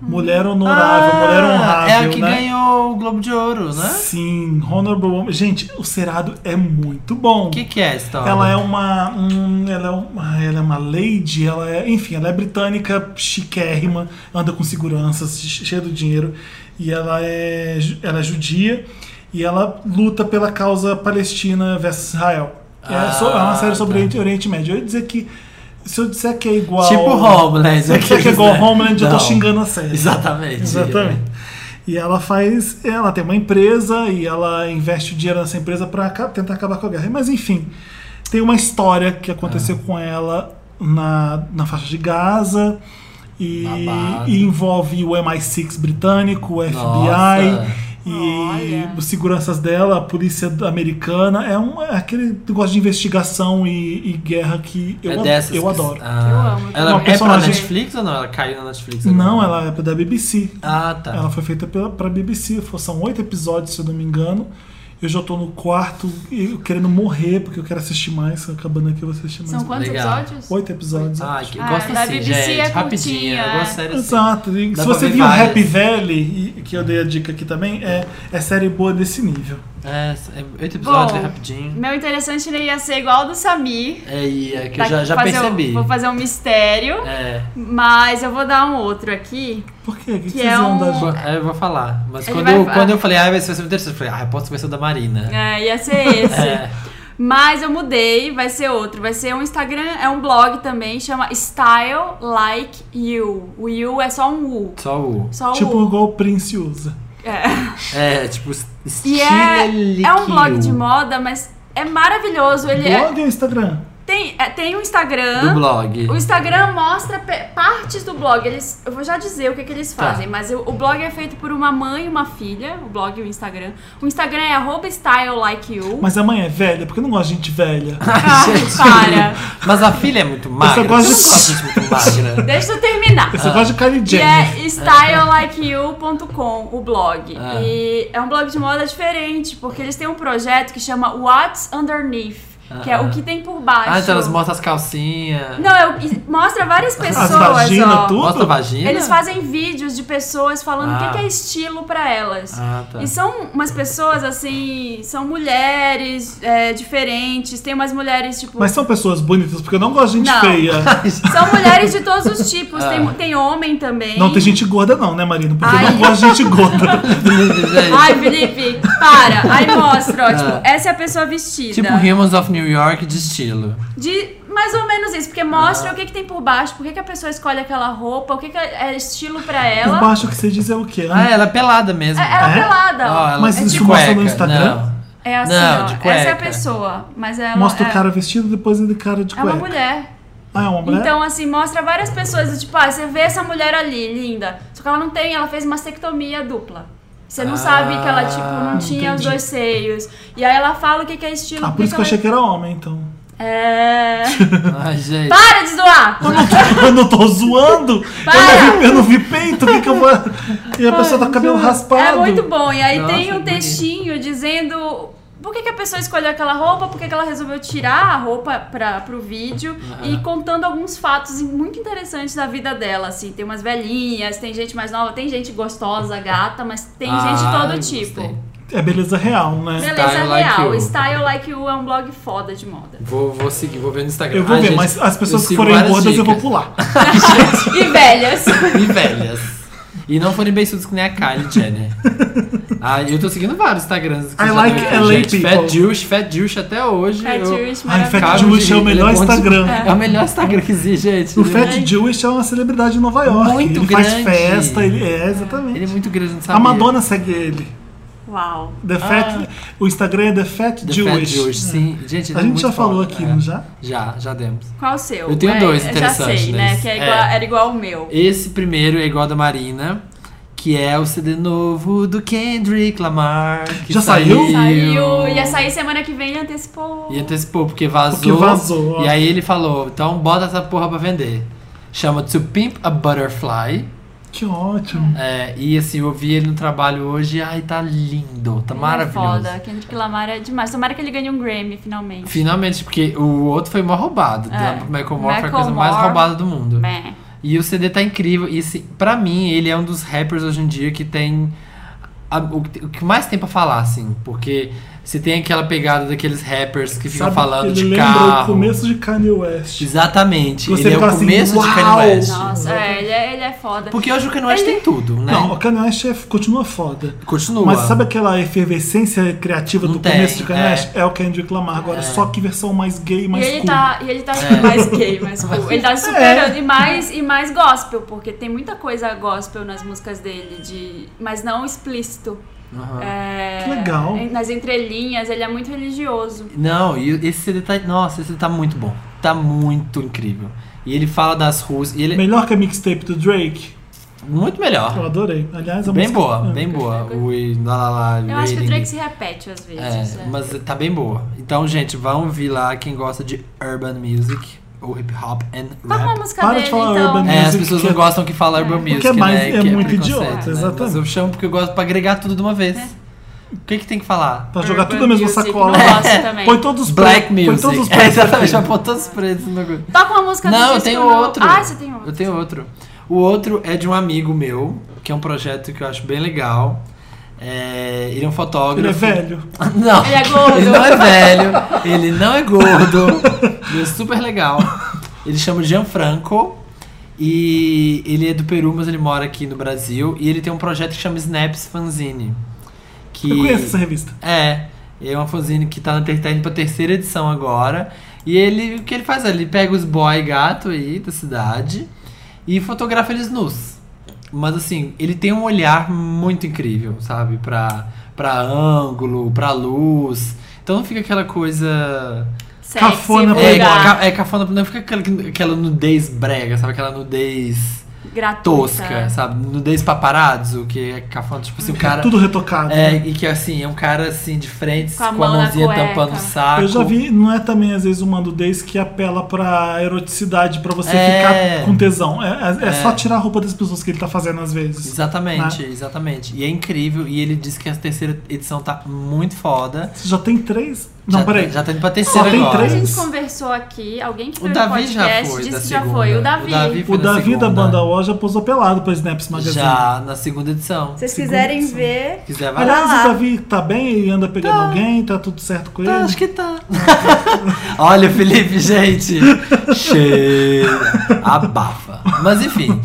Speaker 1: Mulher honorável, mulher
Speaker 2: Ah,
Speaker 1: honrável.
Speaker 2: é a que
Speaker 1: né?
Speaker 2: ganhou o Globo de Ouro, né?
Speaker 1: Sim, Honorable Woman. Gente, o Cerado é muito bom.
Speaker 2: O que, que é a história?
Speaker 1: Ela é uma. hum, ela, é uma ela é uma lady, ela é. Enfim, ela é britânica, chiquérrima, anda com seguranças, che- cheia do dinheiro. E ela é, ju- ela é judia e ela luta pela causa palestina versus Israel. É,
Speaker 2: Ah,
Speaker 1: so- é uma série sobre
Speaker 2: tá.
Speaker 1: Oriente, Oriente Médio. Eu ia dizer que. Se eu disser que é igual.
Speaker 2: Tipo Homeland.
Speaker 1: Se eu disser que é
Speaker 2: aqueles,
Speaker 1: igual
Speaker 2: né?
Speaker 1: Homeland, eu
Speaker 2: Não.
Speaker 1: tô xingando a série.
Speaker 2: Exatamente. né?
Speaker 1: Exatamente. E ela faz. Ela tem uma empresa e ela investe o dinheiro nessa empresa pra aca- tentar acabar com a guerra. Mas enfim, tem uma história que aconteceu
Speaker 2: Ah.
Speaker 1: com ela na, na faixa de Gaza. E,
Speaker 2: Babado.
Speaker 1: e envolve o MI6 britânico, o FBI
Speaker 2: Nossa.
Speaker 1: e
Speaker 3: Olha.
Speaker 1: os seguranças dela, a polícia americana. É, um, é aquele negócio de investigação e, e guerra que eu,
Speaker 2: é
Speaker 1: ad-
Speaker 2: dessas
Speaker 1: eu
Speaker 2: que-
Speaker 1: adoro.
Speaker 2: Ah,
Speaker 3: Eu amo.
Speaker 2: Ela
Speaker 1: Uma
Speaker 2: é
Speaker 1: personagem-
Speaker 2: pra Netflix ou não? Ela caiu na Netflix agora?
Speaker 1: Não, ela é da BBC.
Speaker 2: Ah, tá.
Speaker 1: Ela foi feita pela, pra BBC, fo- são oito episódios, se eu não me engano. Eu já tô no quarto e querendo morrer, porque eu quero assistir mais. Acabando aqui, eu vou assistir mais. um.
Speaker 3: São quantos
Speaker 2: Legal.
Speaker 3: episódios?
Speaker 1: Oito episódios.
Speaker 2: Ah, que eu
Speaker 3: Ah,
Speaker 2: gosto
Speaker 3: da
Speaker 2: assim,
Speaker 3: BBC
Speaker 2: gente.
Speaker 3: é
Speaker 2: rapidinho.
Speaker 3: curtinha,
Speaker 2: Eu gosto de série assim.
Speaker 1: Exato. E
Speaker 2: Dá
Speaker 1: se
Speaker 2: pra
Speaker 1: você
Speaker 2: ver
Speaker 1: viu o
Speaker 2: várias.
Speaker 1: Rap Valley, e- que eu dei a dica aqui também, é, é série boa desse nível.
Speaker 2: É, é oito episódios,
Speaker 3: Bom.
Speaker 2: é rapidinho.
Speaker 3: Meu interessante né, ia ser igual ao do Samir.
Speaker 2: É, e é que
Speaker 3: Tá,
Speaker 2: eu já, já
Speaker 3: fazer um-
Speaker 2: percebi.
Speaker 3: vou fazer um mistério,
Speaker 2: É,
Speaker 3: mas eu vou dar um outro aqui.
Speaker 1: Por quê? O que, que
Speaker 3: Que
Speaker 1: vocês
Speaker 3: é
Speaker 1: iam
Speaker 3: um-
Speaker 1: dar de-
Speaker 2: vou- é, eu vou falar. Mas
Speaker 3: Ele
Speaker 2: quando,
Speaker 3: vai
Speaker 2: eu-
Speaker 3: falar.
Speaker 2: quando eu falei, ah, vai ser muito interessante, eu falei, ah, posso vai ser o da Marina.
Speaker 3: É, ia ser esse.
Speaker 2: É.
Speaker 3: Mas eu mudei, vai ser outro. Vai ser um Instagram, é um blog também, chama Style Like You. O You é só um U.
Speaker 2: Só o.
Speaker 3: Só o
Speaker 1: Tipo
Speaker 3: U.
Speaker 1: igual o Prince usa.
Speaker 3: É.
Speaker 2: É, tipo,
Speaker 3: E
Speaker 2: estilo
Speaker 3: é, é um blog de moda, mas é maravilhoso. Ele é-
Speaker 1: Blog ou Instagram?
Speaker 3: tem, é- tem um Instagram.
Speaker 2: Do blog.
Speaker 3: O Instagram mostra pe- partes do blog. Eles, eu vou já dizer o que, que eles
Speaker 2: Tá.
Speaker 3: fazem, mas o, o blog é feito por uma mãe e uma filha. O blog e o Instagram. O Instagram é arroba style like you.
Speaker 1: Mas a mãe é velha, porque eu não gosto de gente velha.
Speaker 3: Ah, para.
Speaker 2: Mas a filha é muito magra.
Speaker 1: Você gosta
Speaker 2: Você
Speaker 1: de-
Speaker 2: não gosta de gente muito magra.
Speaker 3: Deixa eu terminar.
Speaker 1: Você gosta de Kylie
Speaker 3: E
Speaker 1: Jenner.
Speaker 3: é stylelikeyou.com, o blog.
Speaker 2: Ah.
Speaker 3: E é um blog de moda diferente, porque eles têm um projeto que chama What's Underneath, que é
Speaker 2: Ah.
Speaker 3: o que tem por baixo.
Speaker 2: Ah, então elas Ah, mostram as calcinhas.
Speaker 3: Não, é o- e mostra várias pessoas,
Speaker 1: vagina,
Speaker 3: ó.
Speaker 1: tudo?
Speaker 2: Mostra a vagina?
Speaker 3: Eles fazem vídeos de pessoas falando o que
Speaker 2: Ah.
Speaker 3: que é estilo pra elas.
Speaker 2: Ah, tá.
Speaker 3: E são umas pessoas assim, são mulheres é, diferentes, tem umas mulheres tipo.
Speaker 1: Mas são pessoas bonitas, porque eu não gosto de gente
Speaker 3: Não.
Speaker 1: feia.
Speaker 3: São mulheres de todos os tipos,
Speaker 2: Ah.
Speaker 3: tem, tem homem também.
Speaker 1: Não tem gente gorda, não, né, Marina? Porque eu
Speaker 3: Ai.
Speaker 1: não gosto de gente gorda.
Speaker 2: Gente,
Speaker 3: Ai, Felipe, para. Aí mostra, ó,
Speaker 2: Ah.
Speaker 3: tipo, essa é a pessoa vestida.
Speaker 2: Tipo Humans of New York de estilo.
Speaker 3: De mais ou menos isso, porque mostra
Speaker 1: Ah.
Speaker 3: o que, que tem por baixo, por que, que a pessoa escolhe aquela roupa, o que, que é estilo pra
Speaker 1: Por
Speaker 3: ela.
Speaker 1: baixo o que você diz é o quê?
Speaker 2: Ah, ela é pelada mesmo.
Speaker 3: É- Ela
Speaker 1: É?
Speaker 3: pelada.
Speaker 2: Ó, ela
Speaker 1: Mas
Speaker 2: é
Speaker 1: isso
Speaker 2: de
Speaker 1: mostra
Speaker 2: cueca.
Speaker 1: no Instagram?
Speaker 2: Não.
Speaker 3: É assim,
Speaker 2: Não,
Speaker 3: ó.
Speaker 2: de cueca.
Speaker 3: Essa é a pessoa. Mas ela
Speaker 1: Mostra
Speaker 3: é,
Speaker 1: o cara vestido, depois ele cara de
Speaker 3: é uma
Speaker 1: cueca.
Speaker 3: mulher.
Speaker 1: Ah, é uma mulher?
Speaker 3: Então, assim, mostra várias pessoas. Tipo, ah, você vê essa mulher ali, linda. Só que ela não tem, ela fez mastectomia dupla. Você não
Speaker 2: Ah,
Speaker 3: sabe que ela, tipo, não tinha os
Speaker 1: Ah, entendi.
Speaker 3: dois seios. E aí ela fala o que, que é estilo.
Speaker 1: ah,
Speaker 3: o
Speaker 1: por isso que eu
Speaker 3: ela-
Speaker 1: achei que era homem, então.
Speaker 3: É.
Speaker 2: Ai, gente.
Speaker 3: Para de zoar!
Speaker 1: eu não tô zoando! Eu não,
Speaker 3: Para!
Speaker 1: vi, eu não vi peito, o que que eu vou. E a pessoa tá com o cabelo raspado.
Speaker 3: É muito bom. E aí
Speaker 2: Nossa,
Speaker 3: tem um
Speaker 2: bonito.
Speaker 3: textinho dizendo por que, que a pessoa escolheu aquela roupa, por que, que ela resolveu tirar a roupa pra, pro vídeo e contando alguns fatos muito interessantes da vida dela. Assim, tem umas velhinhas, tem gente mais nova, tem gente gostosa, gata, mas tem gente de
Speaker 2: Ah,
Speaker 3: todo
Speaker 2: gostei.
Speaker 3: tipo.
Speaker 1: É beleza real, né?
Speaker 3: Beleza
Speaker 2: Style Like
Speaker 3: real.
Speaker 2: You.
Speaker 3: Style Like You é um blog foda de moda.
Speaker 2: Vou, vou seguir, vou ver no Instagram.
Speaker 1: Eu vou
Speaker 2: Ai,
Speaker 1: ver,
Speaker 2: gente,
Speaker 1: mas as pessoas
Speaker 2: eu
Speaker 1: que
Speaker 2: sigo
Speaker 1: forem
Speaker 2: várias
Speaker 1: gordas eu vou
Speaker 2: dicas.
Speaker 1: pular.
Speaker 3: E velhas.
Speaker 2: E velhas. E não forem beiçudos que nem a Kylie Jenner. Ah, eu tô seguindo vários Instagrams. que eu
Speaker 1: I
Speaker 2: já
Speaker 1: like
Speaker 2: vi,
Speaker 1: LA
Speaker 2: gente.
Speaker 1: people.
Speaker 2: Fat Jewish, Fat Jewish até hoje.
Speaker 3: Fat
Speaker 2: eu-
Speaker 3: Jewish,
Speaker 1: Ai,
Speaker 3: maravilhoso.
Speaker 1: Fat
Speaker 2: Cago
Speaker 1: Jewish
Speaker 2: de
Speaker 1: é o
Speaker 2: rir, ele
Speaker 1: melhor
Speaker 2: é bom de-
Speaker 1: Instagram.
Speaker 2: É o melhor Instagram que existe, gente.
Speaker 1: O
Speaker 2: Ele
Speaker 1: Fat
Speaker 2: é-
Speaker 1: Jewish é uma celebridade de Nova York.
Speaker 2: Muito
Speaker 1: ele faz
Speaker 2: grande.
Speaker 1: festa, ele é, exatamente.
Speaker 2: Ele é muito grande, não sabia.
Speaker 1: A Madonna segue ele.
Speaker 3: Uau.
Speaker 1: The fat, o Instagram é The Fat
Speaker 2: The
Speaker 1: Jewish.
Speaker 2: Fat Jewish, sim. Gente, ele
Speaker 1: Hum. A
Speaker 2: é
Speaker 1: gente
Speaker 2: muito
Speaker 1: já falou
Speaker 2: foda,
Speaker 1: aqui,
Speaker 2: é.
Speaker 1: não já?
Speaker 2: Já, já demos.
Speaker 3: Qual o seu?
Speaker 2: Eu tenho
Speaker 3: É,
Speaker 2: dois
Speaker 3: Já sei,
Speaker 2: interessantes,
Speaker 3: né?
Speaker 2: mas-
Speaker 3: Que é igual-
Speaker 2: é.
Speaker 3: era igual o meu.
Speaker 2: Esse primeiro é igual ao da Marina, que é o CD novo do Kendrick Lamar. que
Speaker 1: Já saiu?
Speaker 3: Saiu. Ia sair semana que vem e antecipou.
Speaker 2: E antecipou, porque vazou.
Speaker 1: Porque vazou, ó.
Speaker 2: E aí ele falou, então bota essa porra pra vender. Chama To Pimp a Butterfly.
Speaker 1: Que ótimo.
Speaker 2: É, e assim, eu vi ele no trabalho hoje, ai, tá lindo, tá
Speaker 3: Ele é
Speaker 2: maravilhoso.
Speaker 3: Foda. Kendrick Lamar é demais. Tomara que ele ganhe um Grammy, finalmente.
Speaker 2: Finalmente, porque o outro foi mó roubado.
Speaker 3: É.
Speaker 2: né? O Michael Moore foi a
Speaker 3: Michael
Speaker 2: coisa mais
Speaker 3: Moore.
Speaker 2: roubada do mundo.
Speaker 3: Bem,
Speaker 2: E o CD tá incrível. E assim, pra mim, ele é um dos rappers hoje em dia que tem. a- o, que- o que mais tem pra falar, assim. Porque você tem aquela pegada daqueles rappers que ficam
Speaker 1: Sabe,
Speaker 2: falando
Speaker 1: ele
Speaker 2: de
Speaker 1: lembra
Speaker 2: carro.
Speaker 1: o começo de Kanye West.
Speaker 2: Exatamente.
Speaker 1: Você
Speaker 2: ele é
Speaker 1: fica
Speaker 2: o
Speaker 1: assim,
Speaker 2: começo de
Speaker 1: "Uau!"
Speaker 2: Kanye West.
Speaker 3: nossa, é, ele, é, ele é foda.
Speaker 2: Porque hoje o Kanye West tem tudo, né?
Speaker 1: Não, o Kanye West é- continua foda.
Speaker 2: Continua.
Speaker 1: Mas sabe aquela efervescência criativa
Speaker 2: Não
Speaker 1: do
Speaker 2: tem,
Speaker 1: começo de Kanye
Speaker 2: é.
Speaker 1: West? É o Kendrick Lamar agora, só que versão mais gay,
Speaker 3: E
Speaker 1: mais
Speaker 3: ele,
Speaker 1: cool. É.
Speaker 3: tá, e ele tá tipo, mais gay, mais cool. Ele tá superando. E, mais, e mais gospel, porque tem muita coisa gospel nas músicas dele, de, mas não explícito.
Speaker 2: Aham.
Speaker 3: É,
Speaker 1: Ah. Que legal.
Speaker 3: Nas entrelinhas, ele é muito religioso.
Speaker 2: Não, e esse CD tá. Nossa, esse CD tá muito bom. Tá muito incrível. E ele fala das ruas. E ele é
Speaker 1: Melhor que a mixtape do Drake.
Speaker 2: muito
Speaker 1: Eu
Speaker 2: melhor.
Speaker 1: adorei. Aliás, a
Speaker 2: Bem
Speaker 1: música-
Speaker 2: boa,
Speaker 1: é.
Speaker 2: bem boa. O lá, lá, lá,
Speaker 3: Eu acho que o
Speaker 2: Rating.
Speaker 3: Drake se repete às vezes.
Speaker 2: É,
Speaker 3: né?
Speaker 2: mas tá bem boa. Então, gente, vão ouvir lá quem gosta de urban music ou hip hop and
Speaker 3: Qual que é a
Speaker 2: rap.
Speaker 3: música
Speaker 1: Para de
Speaker 3: dele,
Speaker 1: falar
Speaker 3: então?
Speaker 1: Urban
Speaker 2: É, as
Speaker 1: music
Speaker 2: pessoas
Speaker 1: que
Speaker 2: não
Speaker 1: é-
Speaker 2: gostam que fala urban music,
Speaker 1: Porque é mais-
Speaker 2: né?
Speaker 1: é
Speaker 2: que
Speaker 1: muito
Speaker 2: preconceito,
Speaker 1: idiota,
Speaker 2: né?
Speaker 1: exatamente.
Speaker 3: É.
Speaker 2: Mas eu chamo porque eu gosto pra agregar tudo de uma vez. O que, que tem que falar?
Speaker 1: Pra jogar
Speaker 3: Urban
Speaker 1: tudo na mesma
Speaker 3: Music,
Speaker 1: sacola.
Speaker 3: não gosto também.
Speaker 1: Põe todos os
Speaker 2: Black
Speaker 1: pretos-
Speaker 2: Music.
Speaker 1: Põe todos os
Speaker 2: é,
Speaker 1: pretos
Speaker 2: exatamente,
Speaker 1: aqui.
Speaker 2: já pôr todos os pretos no bagulho.
Speaker 3: Toca uma música do
Speaker 2: Não, eu
Speaker 3: disco
Speaker 2: tenho
Speaker 3: novo.
Speaker 2: outro.
Speaker 3: Ah, você tem outro.
Speaker 2: Eu tenho outro. O outro é de um amigo meu, que é um projeto que eu acho bem legal. É, ele é um fotógrafo.
Speaker 1: Ele é velho.
Speaker 2: Não.
Speaker 3: Ele é gordo.
Speaker 2: Ele não é velho. Ele não é gordo. ele é super legal. Ele chama Gianfranco. E ele é do Peru, mas ele mora aqui no Brasil. E ele tem um projeto que chama Snaps Fanzine. Que
Speaker 1: Eu conheço essa revista.
Speaker 2: é, é uma fanzine que tá, na, ter- tá indo pra terceira edição agora. E ele, o que ele faz? Ele pega os boy gato aí da cidade e fotografa eles nus. Mas assim, ele tem um olhar muito incrível, sabe? Pra, pra ângulo, pra luz. Então não fica aquela coisa.
Speaker 3: Sexy,
Speaker 1: Cafona
Speaker 2: É,
Speaker 3: vulgar,
Speaker 2: ca- é cafona, não fica aquela, aquela nudez brega, sabe? Aquela nudez
Speaker 3: gratuita.
Speaker 2: tosca, sabe? Nudez paparazzo, que é cafona, tipo assim, o cara.
Speaker 1: Tudo retocado.
Speaker 2: É, e que assim, é um cara assim de frente, com a,
Speaker 3: Com a mão na
Speaker 2: mãozinha
Speaker 3: cueca.
Speaker 2: tampando o saco.
Speaker 1: Eu já vi, não é também às vezes uma nudez que apela pra eroticidade, pra você
Speaker 2: É.
Speaker 1: ficar com tesão. É, é- é só tirar a roupa das pessoas que ele tá fazendo às vezes.
Speaker 2: Exatamente,
Speaker 1: Né?
Speaker 2: exatamente. E é incrível. E ele disse que a terceira edição tá muito foda.
Speaker 1: Já tem três? Não,
Speaker 2: já,
Speaker 1: peraí.
Speaker 2: tá- Já tá indo pra terceira
Speaker 1: Só tem
Speaker 2: agora.
Speaker 3: A
Speaker 1: três?
Speaker 3: gente conversou aqui, alguém que
Speaker 2: O
Speaker 3: veio no
Speaker 2: Davi já
Speaker 3: podcast
Speaker 2: foi.
Speaker 3: disse
Speaker 2: da
Speaker 3: que já
Speaker 2: segunda.
Speaker 3: foi. O Davi.
Speaker 2: foi
Speaker 1: O
Speaker 2: na
Speaker 1: Davi
Speaker 2: segunda.
Speaker 1: da banda O já posou pelado pra Snaps Magazine.
Speaker 2: Já na segunda edição.
Speaker 6: Se vocês quiserem ver.
Speaker 2: Se quiser, vai lá.
Speaker 1: Aliás,
Speaker 6: Vai
Speaker 1: o
Speaker 6: lá.
Speaker 1: Davi tá bem, ele anda pegando alguém, tá tudo certo com
Speaker 2: Tá,
Speaker 1: ele.
Speaker 2: acho que tá. Olha, Felipe, gente. Cheira. Abafa. Mas enfim,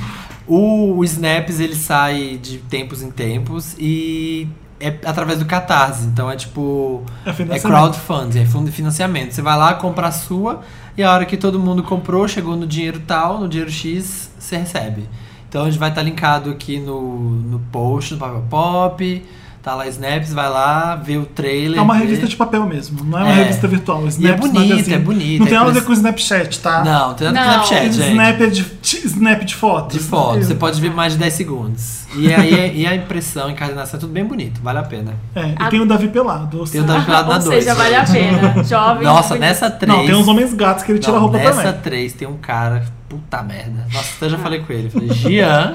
Speaker 2: o, o Snaps ele sai de tempos em tempos e é através do Catarse. Então é tipo.
Speaker 1: É
Speaker 2: É
Speaker 1: financiamento.
Speaker 2: crowdfunding, é fundo de financiamento. Você vai lá, compra a sua, e a hora que todo mundo comprou, chegou no dinheiro tal, no dinheiro X, você recebe. Então a gente vai estar linkado aqui no, no post, no Papel Pop, tá lá Snaps, vai lá, vê o trailer.
Speaker 1: É uma
Speaker 2: vê-
Speaker 1: revista de papel mesmo, não é uma
Speaker 2: É.
Speaker 1: revista virtual. Snaps
Speaker 2: bonita,
Speaker 1: Magazine.
Speaker 2: é bonita,
Speaker 1: Não
Speaker 2: é
Speaker 1: tem nada a ver
Speaker 2: pres-
Speaker 1: com o Snapchat, tá?
Speaker 2: Não, tem nada
Speaker 3: Não.
Speaker 2: no Snapchat, gente.
Speaker 1: Snap é de, de- snap de fotos.
Speaker 2: De foto, você
Speaker 1: Isso.
Speaker 2: pode ver mais de 10 segundos. E aí é- e a impressão, a encadernação é tudo bem bonito, vale a pena.
Speaker 1: É, e tem o Davi pelado. ou
Speaker 2: Tem o
Speaker 1: seja-
Speaker 2: Davi Pelado na
Speaker 3: Ou
Speaker 2: 2.
Speaker 3: seja, vale a pena. Jovem.
Speaker 2: Nossa,
Speaker 3: bonito.
Speaker 2: nessa 3.
Speaker 1: Não, tem uns homens gatos que ele tira a
Speaker 2: Não,
Speaker 1: roupa
Speaker 2: nessa
Speaker 1: também.
Speaker 2: 3 tem um cara, puta merda. Nossa, até já
Speaker 3: Ah.
Speaker 2: falei com ele. Falei, Jean.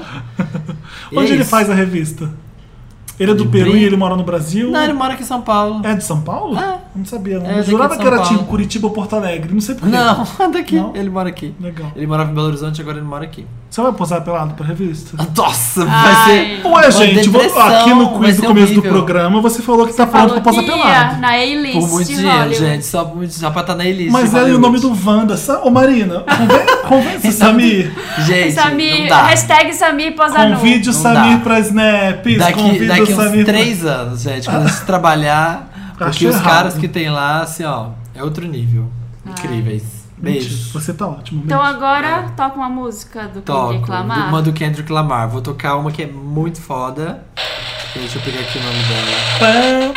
Speaker 2: e
Speaker 1: Onde
Speaker 2: é
Speaker 1: ele
Speaker 2: isso.
Speaker 1: faz a revista? Ele é do
Speaker 2: De
Speaker 1: Peru
Speaker 2: Brim?
Speaker 1: e ele mora no Brasil?
Speaker 2: Não, ele mora aqui em São Paulo.
Speaker 1: É de São Paulo?
Speaker 2: É.
Speaker 1: Não sabia, não.
Speaker 2: É, daqui
Speaker 1: Eu
Speaker 2: de
Speaker 1: Jurava
Speaker 2: São
Speaker 1: que era
Speaker 2: Paulo.
Speaker 1: tipo Curitiba ou Porto Alegre, não sei porquê.
Speaker 2: Não, daqui.
Speaker 1: Não?
Speaker 2: Ele mora aqui.
Speaker 1: Legal.
Speaker 2: Ele morava em Belo Horizonte, agora ele mora aqui.
Speaker 1: Você vai posar pelado pra revista?
Speaker 2: Nossa, Ah, vai
Speaker 3: Ai.
Speaker 2: ser.
Speaker 1: Ué,
Speaker 2: Uma
Speaker 1: gente, vou-
Speaker 2: depressão,
Speaker 1: aqui no
Speaker 2: vai
Speaker 1: quiz do
Speaker 2: ser
Speaker 1: começo do
Speaker 2: horrível.
Speaker 1: programa você falou que tá pronto
Speaker 3: Falou
Speaker 1: pra posar
Speaker 3: que ia
Speaker 1: pelado.
Speaker 3: eh, Na A-list.
Speaker 2: Por muito
Speaker 3: de
Speaker 2: dinheiro,
Speaker 3: Hollywood.
Speaker 2: gente. Só, por muito, só pra estar na elite.
Speaker 1: Mas
Speaker 2: de
Speaker 1: ela e o nome
Speaker 2: Hollywood.
Speaker 1: do Wanda. Sa- Ô Marina, conven- convence o Samir.
Speaker 2: Gente, não
Speaker 3: Samir,
Speaker 2: dá.
Speaker 3: hashtag Samir posa nu.
Speaker 1: Convide o
Speaker 2: Não
Speaker 1: Samir
Speaker 2: dá.
Speaker 1: pra Snaps.
Speaker 2: Daqui,
Speaker 1: convide
Speaker 2: daqui
Speaker 1: o
Speaker 2: uns
Speaker 1: Samir pra-
Speaker 2: três anos, gente, quando a gente trabalhar,
Speaker 1: Acho
Speaker 2: porque os
Speaker 1: errado.
Speaker 2: caras que tem lá, assim, ó, é outro nível. Incríveis.
Speaker 1: Mentira,
Speaker 2: Beijo.
Speaker 1: Você tá ótimo.
Speaker 3: Então
Speaker 1: beijo.
Speaker 3: agora toca uma música do Kendrick
Speaker 2: Toco.
Speaker 3: Lamar.
Speaker 2: Uma do Kendrick Lamar. Vou tocar uma que é muito foda. Deixa eu pegar aqui o nome dela.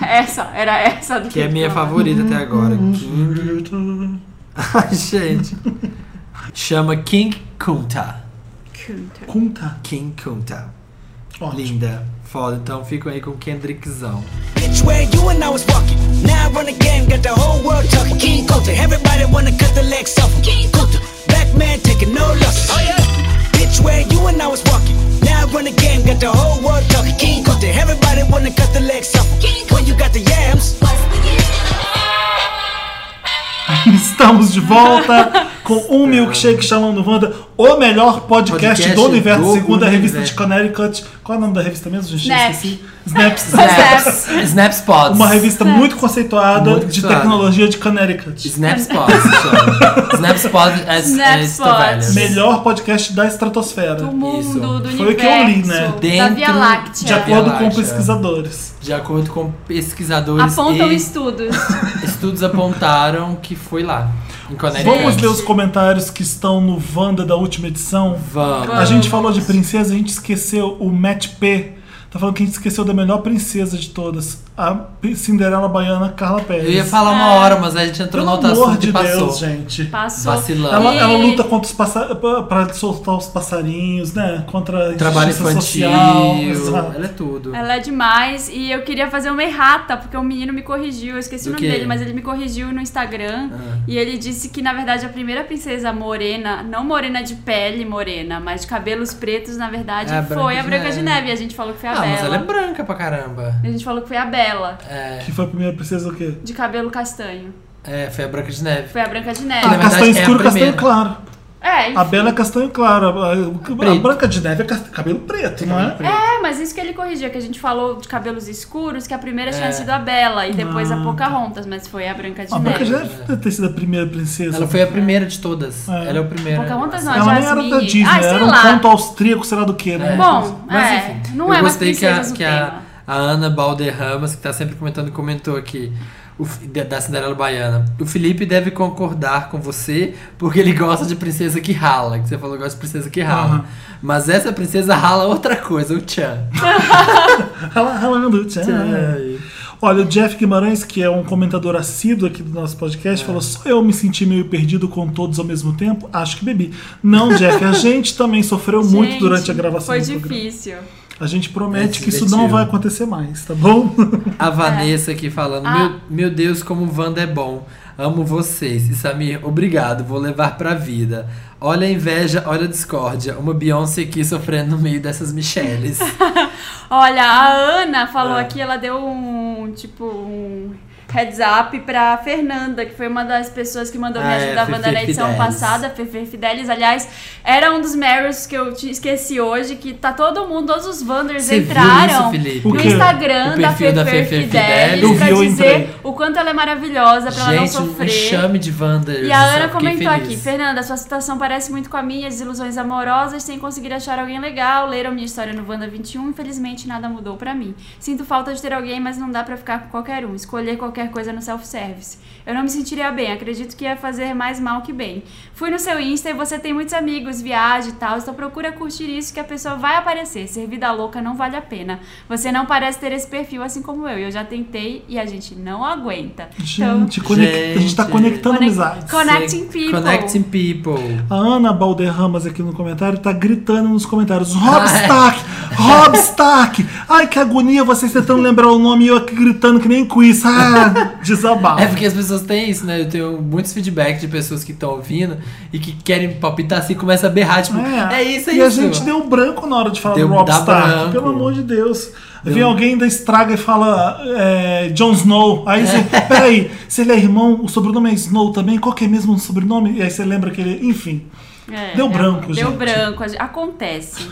Speaker 3: Essa, era essa do
Speaker 2: Que é
Speaker 3: Kendrick
Speaker 2: minha
Speaker 3: Lamar.
Speaker 2: favorita até agora. King... Ai, gente. Chama King Kunta.
Speaker 1: Conta.
Speaker 2: King Kunta.
Speaker 1: Ótimo.
Speaker 2: Linda. Foda. Então ficam aí com Kendrickzão.
Speaker 7: Bitch, where you and I was walking. Now I run the game, got the whole world talking. King Coulter, everybody wanna cut the legs off him. King Coulter, black man taking no losses. Oh yeah. Bitch, where you and I was walking. Now I run the game, got the whole world talking. King Coulter, everybody wanna cut the legs off him. King When you got the yams.
Speaker 1: Estamos de volta com um milkshake chamando Wanda, o melhor podcast,
Speaker 2: Podcast
Speaker 1: do universo,
Speaker 2: do
Speaker 1: segundo a revista
Speaker 2: universo.
Speaker 1: de Connecticut. Qual é o nome da revista mesmo, gente?
Speaker 3: Snaps.
Speaker 1: Esqueci. Snaps.
Speaker 2: Snaps. Snaps Pods.
Speaker 1: Uma revista muito conceituada
Speaker 2: Muito
Speaker 1: de
Speaker 2: conceituada.
Speaker 1: tecnologia de Connecticut.
Speaker 2: Snaps Pods. chama. Snaps Pods. É, é
Speaker 3: Snaps Pods.
Speaker 2: Stovelhas.
Speaker 1: Melhor podcast da estratosfera.
Speaker 3: Do mundo,
Speaker 2: Isso.
Speaker 3: do
Speaker 1: Foi o que eu li,
Speaker 3: universo,
Speaker 1: né?
Speaker 3: da
Speaker 2: Dentro
Speaker 3: Via Láctea.
Speaker 1: De acordo com
Speaker 2: Láctea.
Speaker 1: pesquisadores.
Speaker 2: De acordo com pesquisadores
Speaker 3: Apontam
Speaker 2: e
Speaker 3: estudos.
Speaker 2: estudos apontaram que foi lá. Em Connecticut.
Speaker 1: Vamos ler os comentários que estão no Wanda da última edição?
Speaker 2: Vamos.
Speaker 1: A gente falou de princesa, a gente esqueceu o Matt P. Tá falando que a gente esqueceu da melhor princesa de todas, a Cinderela Baiana Carla Pérez.
Speaker 2: Eu ia falar uma
Speaker 3: É.
Speaker 2: hora, mas a gente entrou
Speaker 1: Pelo
Speaker 2: na outra
Speaker 1: amor
Speaker 2: assunto
Speaker 1: de
Speaker 2: e passou.
Speaker 1: Deus, gente.
Speaker 3: Passou.
Speaker 2: Vacilando.
Speaker 1: Ela,
Speaker 3: E-
Speaker 1: ela luta contra os passa- pra- pra soltar os passarinhos, né? Contra a
Speaker 2: Trabalho
Speaker 1: injustiça
Speaker 2: infantil.
Speaker 1: social. exato.
Speaker 2: Ela é tudo.
Speaker 3: Ela é demais e eu queria fazer uma errata, porque o menino me corrigiu, eu esqueci
Speaker 2: Do
Speaker 3: o nome
Speaker 2: quê?
Speaker 3: dele, mas ele me corrigiu no Instagram e ele disse que na verdade a primeira princesa morena, não morena de pele morena, mas de cabelos pretos, na verdade,
Speaker 2: É a Branca
Speaker 3: foi a
Speaker 2: de
Speaker 3: Branca
Speaker 2: Neve.
Speaker 3: de Neve, e a gente falou que foi a
Speaker 2: Ah,
Speaker 3: Bela.
Speaker 2: mas ela é branca pra caramba.
Speaker 3: A gente falou que foi a Bela,
Speaker 2: É,
Speaker 1: Que foi a primeira princesa o quê?
Speaker 3: de cabelo castanho.
Speaker 2: é, foi a Branca de Neve.
Speaker 3: Foi a Branca de
Speaker 2: Ah,
Speaker 1: Ah,
Speaker 3: Neve.
Speaker 2: verdade,
Speaker 1: castanho
Speaker 2: é a
Speaker 1: escuro,
Speaker 2: primeira.
Speaker 1: castanho claro.
Speaker 3: É,
Speaker 1: A
Speaker 3: enfim.
Speaker 1: Bela é castanho claro. A, a- a
Speaker 2: Preto.
Speaker 1: Branca de Neve é cas- cabelo preto, não é?
Speaker 3: É, mas isso que ele corrigiu, que a gente falou de cabelos escuros, que a primeira tinha
Speaker 2: É.
Speaker 3: sido a Bela e depois
Speaker 1: Ah,
Speaker 3: a Pocahontas, mas foi a Branca de
Speaker 1: A
Speaker 3: Neve.
Speaker 1: Branca de Neve deve ter sido a primeira princesa.
Speaker 2: Ela foi a primeira de todas.
Speaker 1: É.
Speaker 2: Ela é a primeira.
Speaker 3: Pocahontas não, a
Speaker 1: Ela nem era
Speaker 3: Jasmine.
Speaker 1: da Disney,
Speaker 3: Ai, sei
Speaker 1: era um
Speaker 3: lá.
Speaker 1: conto austríaco, sei lá do que, né?
Speaker 3: Bom,
Speaker 2: Mas
Speaker 3: é,
Speaker 2: enfim,
Speaker 3: não
Speaker 2: eu
Speaker 3: é mais
Speaker 2: gostei que, a,
Speaker 3: princesas o
Speaker 2: que a-
Speaker 3: tema.
Speaker 2: a Ana Balderramas, que tá sempre comentando, comentou aqui. o Fi- da- da Cinderela Baiana. O Felipe deve concordar com você, porque ele gosta de princesa que rala. Que você falou que gosta de princesa que rala.
Speaker 1: Aham.
Speaker 2: Mas essa princesa rala outra coisa, o Tchan.
Speaker 1: Ela ralando. tchau.
Speaker 2: Ai.
Speaker 1: Olha, o Jeff Guimarães, que é um comentador assíduo aqui do nosso
Speaker 3: É.
Speaker 1: podcast, falou: só eu me senti meio perdido com todos ao mesmo tempo? Acho que bebi. Não, Jeff, a gente também sofreu muito
Speaker 3: Gente,
Speaker 1: durante a gravação
Speaker 3: Foi
Speaker 1: do programa.
Speaker 3: difícil.
Speaker 1: A gente
Speaker 2: É,
Speaker 1: promete
Speaker 2: se
Speaker 1: que isso
Speaker 2: divertiu.
Speaker 1: não vai acontecer mais, tá bom?
Speaker 2: A Vanessa aqui falando:
Speaker 3: É. Ah.
Speaker 2: meu, meu Deus, como o Wanda é bom. Amo vocês. E Samir, obrigado. Vou levar pra vida. Olha a inveja, olha a discórdia. Uma Beyoncé aqui sofrendo no meio dessas Michelles.
Speaker 3: Olha, a Ana falou
Speaker 1: É.
Speaker 3: aqui, ela deu um tipo um heads up pra Fernanda, que foi uma das pessoas que mandou me
Speaker 2: Ah, é,
Speaker 3: ajudar a mandar na
Speaker 2: Fefe
Speaker 3: edição
Speaker 2: Fidelis.
Speaker 3: passada, Fefe Fidelis. Aliás, era um dos Meryls que eu te esqueci hoje, que tá todo mundo, todos os Wanders
Speaker 2: Você viu isso,
Speaker 3: entraram
Speaker 2: Felipe?
Speaker 1: O
Speaker 3: no
Speaker 1: quê?
Speaker 3: Instagram
Speaker 2: O
Speaker 3: da
Speaker 2: perfil
Speaker 3: Fefe,
Speaker 2: da Fefe Fidelis.
Speaker 3: Fidelis
Speaker 1: Eu
Speaker 3: pra
Speaker 1: vi, eu entrei.
Speaker 3: dizer o quanto ela é maravilhosa, pra ela não
Speaker 2: Gente, um
Speaker 3: sofrer.
Speaker 2: enxame de Wanders.
Speaker 3: E a Ana
Speaker 2: Eu fiquei
Speaker 3: comentou
Speaker 2: feliz.
Speaker 3: aqui, Fernanda, sua situação parece muito com a minha, desilusões amorosas, sem conseguir achar alguém legal, leram minha história no Wanda 21, infelizmente nada mudou pra mim. Sinto falta de ter alguém, mas não dá pra ficar com qualquer um, escolher qualquer coisa no self-service. Eu não me sentiria bem, acredito que ia fazer mais mal que bem. Fui no seu Insta e você tem muitos amigos, viaja e tal, então procura curtir isso que a pessoa vai aparecer, ser vida louca não vale a pena. Você não parece ter esse perfil assim como eu, e eu já tentei e a gente não aguenta. Então,
Speaker 1: Gente, conec- a gente tá
Speaker 2: Gente.
Speaker 1: conectando
Speaker 3: Conec-
Speaker 1: amizades.
Speaker 3: Connecting people.
Speaker 2: Connecting people.
Speaker 1: A Ana Balderramas aqui no comentário tá gritando nos comentários: Rob Stark! Rob Stark! Ai, que agonia vocês tentando lembrar o nome e eu aqui gritando que nem quiz. Ah, desabafo.
Speaker 2: É porque as pessoas têm isso, né? Eu tenho muitos feedbacks de pessoas que estão ouvindo e que querem palpitar assim e começa a berrar, tipo, é, isso, é
Speaker 1: e
Speaker 2: isso.
Speaker 1: a gente deu branco na hora de falar
Speaker 2: Deu-
Speaker 1: do Rob
Speaker 2: dá
Speaker 1: Stark,
Speaker 2: branco.
Speaker 1: pelo amor de Deus. Vem alguém da estraga e fala é, Jon Snow. Aí você, peraí, se ele é irmão, o sobrenome é Snow também? Qual que é mesmo o sobrenome? E aí você lembra que ele, enfim.
Speaker 3: É,
Speaker 1: Deu
Speaker 3: é,
Speaker 1: branco,
Speaker 3: Deu
Speaker 1: gente.
Speaker 3: branco, a gen- acontece.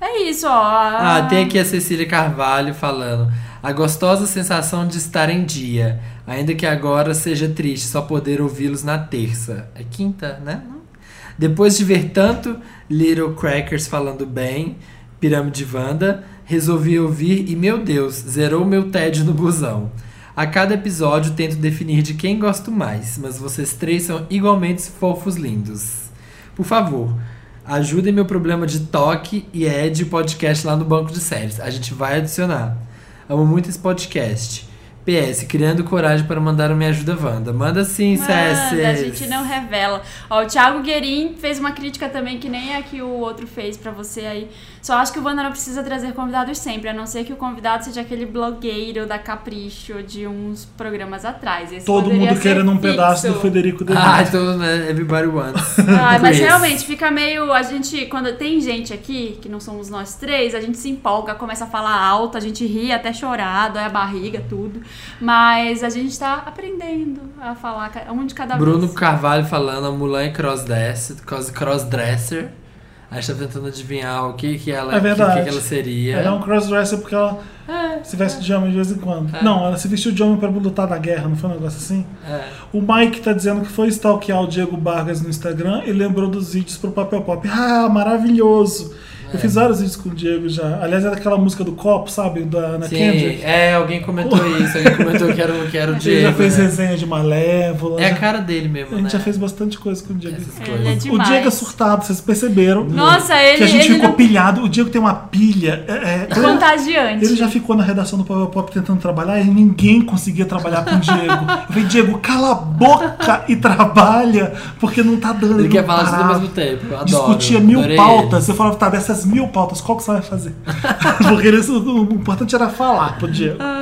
Speaker 3: é isso, ó. a-
Speaker 2: Ah, tem aqui a Cecília Carvalho falando. A gostosa sensação de estar em dia. Ainda que agora seja triste só poder ouvi-los na terça. É quinta, né? Não. Depois de ver tanto Little Crackers falando bem, Pirâmide Wanda, resolvi ouvir e, meu Deus, zerou meu tédio no busão. A cada episódio tento definir de quem gosto mais, mas vocês três são igualmente fofos lindos. Por favor, ajudem meu problema de toque e Ed o podcast lá no banco de séries. A gente vai adicionar. Amo muito esse podcast. PS, criando coragem para mandar o Me Ajuda Wanda. Manda sim, Cessi.
Speaker 3: Manda, a gente não revela. Ó, o Thiago Guerin fez uma crítica também, que nem a que o outro fez pra você aí. Só acho que o Wanda não precisa trazer convidados sempre, a não ser que o convidado seja aquele blogueiro da Capricho de uns programas atrás. Esse
Speaker 1: Todo
Speaker 3: poderia
Speaker 1: mundo
Speaker 3: ser
Speaker 1: querendo um
Speaker 3: fixo.
Speaker 1: pedaço do Federico De
Speaker 2: Ah, então né, everybody wants.
Speaker 3: Ah, mas
Speaker 2: Chris.
Speaker 3: realmente fica meio. A gente, quando tem gente aqui, que não somos nós três, a gente se empolga, começa a falar alto, a gente ri até chorar, dói a barriga, tudo. Mas a gente tá aprendendo a falar ca- um de cada
Speaker 2: Bruno
Speaker 3: vez.
Speaker 2: Carvalho falando, a Mulan é crossdresser. cross- Crossdresser. A gente tá tentando adivinhar o que, que ela
Speaker 1: É
Speaker 2: o que,
Speaker 1: verdade.
Speaker 2: que que ela seria.
Speaker 1: Ela é um crossdresser porque ela
Speaker 2: É,
Speaker 1: se veste de homem de vez em quando. Não, ela se vestiu de homem pra lutar na guerra, não foi um negócio assim?
Speaker 2: É.
Speaker 1: O Mike tá dizendo que foi stalkear o Diego Vargas no Instagram e lembrou dos vídeos pro Papel Pop. Ah, maravilhoso!
Speaker 2: É.
Speaker 1: Eu fiz vários vídeos com o Diego já. Aliás, era aquela música do copo, sabe? Da Ana
Speaker 2: Sim,
Speaker 1: Kendrick.
Speaker 2: é, alguém comentou isso, alguém comentou que era, o- que era o
Speaker 1: Ele
Speaker 2: Diego.
Speaker 1: já fez
Speaker 2: né?
Speaker 1: resenha de Malévola.
Speaker 2: É a
Speaker 1: já-
Speaker 2: cara dele mesmo,
Speaker 1: A gente
Speaker 2: né?
Speaker 1: já fez bastante coisa com o Diego.
Speaker 2: Essas
Speaker 3: Ele é
Speaker 2: coisas.
Speaker 1: O
Speaker 3: demais.
Speaker 1: Diego é surtado, vocês perceberam?
Speaker 3: Nossa, ele,
Speaker 1: que a gente
Speaker 3: ele
Speaker 1: ficou
Speaker 3: não...
Speaker 1: pilhado. O Diego tem uma pilha. é, é, quando-
Speaker 3: contagiante.
Speaker 1: ele já ficou na redação do Power Pop tentando trabalhar e ninguém conseguia trabalhar com o Diego. Eu falei, Diego, cala a boca e trabalha, porque não tá dando.
Speaker 2: Ele quer
Speaker 1: não
Speaker 2: falar tudo ao
Speaker 1: parava.
Speaker 2: mesmo tempo. eu Adoro.
Speaker 1: Discutia mil
Speaker 2: adorei
Speaker 1: pautas. Você falava, tá, dessas mil pautas, qual que você vai fazer? porque ele- o importante era falar pro
Speaker 2: ele.
Speaker 1: Diego.
Speaker 2: Ah.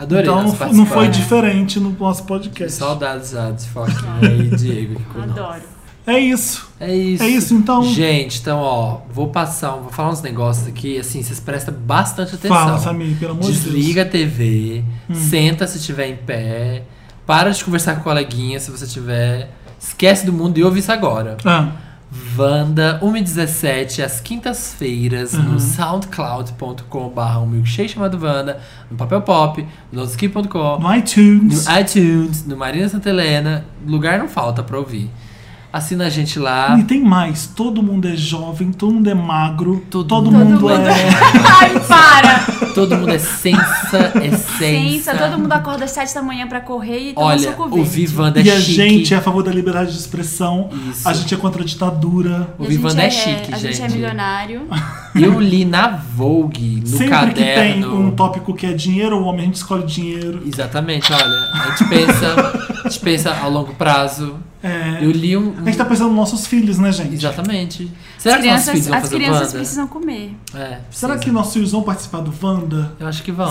Speaker 2: Adorei.
Speaker 1: então não
Speaker 2: nosso
Speaker 1: foi, não foi
Speaker 2: participante.
Speaker 1: diferente no nosso podcast.
Speaker 2: Saudades já de Foquinha e Diego. que ficou nosso.
Speaker 3: Adoro.
Speaker 1: É isso.
Speaker 2: É isso.
Speaker 1: É isso, então.
Speaker 2: Gente, então, ó, vou passar, um, vou falar uns negócios aqui, assim, vocês prestam bastante atenção.
Speaker 1: Fala, Samir, pelo amor de Deus. Hum.
Speaker 2: Desliga a TV, senta se estiver em pé, para de conversar com a coleguinha se você tiver. Esquece do mundo e ouve isso agora.
Speaker 1: Ah,
Speaker 2: Wanda, 1h17, às quintas-feiras, no
Speaker 1: Uhum.
Speaker 2: soundcloud.com.br, um milkshake chamado Wanda, no Papel Pop, no Lodoski.com,
Speaker 1: no iTunes.
Speaker 2: no iTunes, no Marina Santa Helena, lugar não falta pra ouvir. Assina a gente lá.
Speaker 1: E tem mais, todo mundo é jovem, todo mundo é magro,
Speaker 2: Todo
Speaker 1: todo,
Speaker 2: mundo.
Speaker 1: mundo,
Speaker 3: Todo
Speaker 1: é.
Speaker 3: Ai, para!
Speaker 2: Todo mundo é sensa, é sensa.
Speaker 3: Ciência, todo mundo acorda às 7 da manhã pra correr e toma
Speaker 2: Olha,
Speaker 3: suco
Speaker 2: o
Speaker 3: verde.
Speaker 2: Vivanda é
Speaker 1: E a
Speaker 2: chique.
Speaker 1: gente é a favor da liberdade de expressão,
Speaker 2: Isso.
Speaker 1: a gente é contra a ditadura.
Speaker 2: O
Speaker 3: A gente
Speaker 2: Vivanda é, chique,
Speaker 3: A
Speaker 2: gente.
Speaker 3: gente é milionário.
Speaker 2: Eu li na Vogue, no
Speaker 1: Sempre
Speaker 2: caderno.
Speaker 1: que tem um tópico que é dinheiro ou homem, a gente escolhe dinheiro.
Speaker 2: Exatamente, olha. A gente pensa, a gente pensa a longo prazo.
Speaker 1: É.
Speaker 2: Eu li um.
Speaker 1: A gente tá pensando nos nossos filhos, né, gente?
Speaker 2: Exatamente.
Speaker 3: As
Speaker 2: Será que nossos filhos
Speaker 3: crianças,
Speaker 2: vão
Speaker 3: as
Speaker 2: fazer
Speaker 3: crianças
Speaker 2: Wanda?
Speaker 3: precisam comer.
Speaker 2: É,
Speaker 1: Será
Speaker 2: precisa.
Speaker 1: que nossos filhos vão participar do Wanda?
Speaker 2: Eu acho que vão.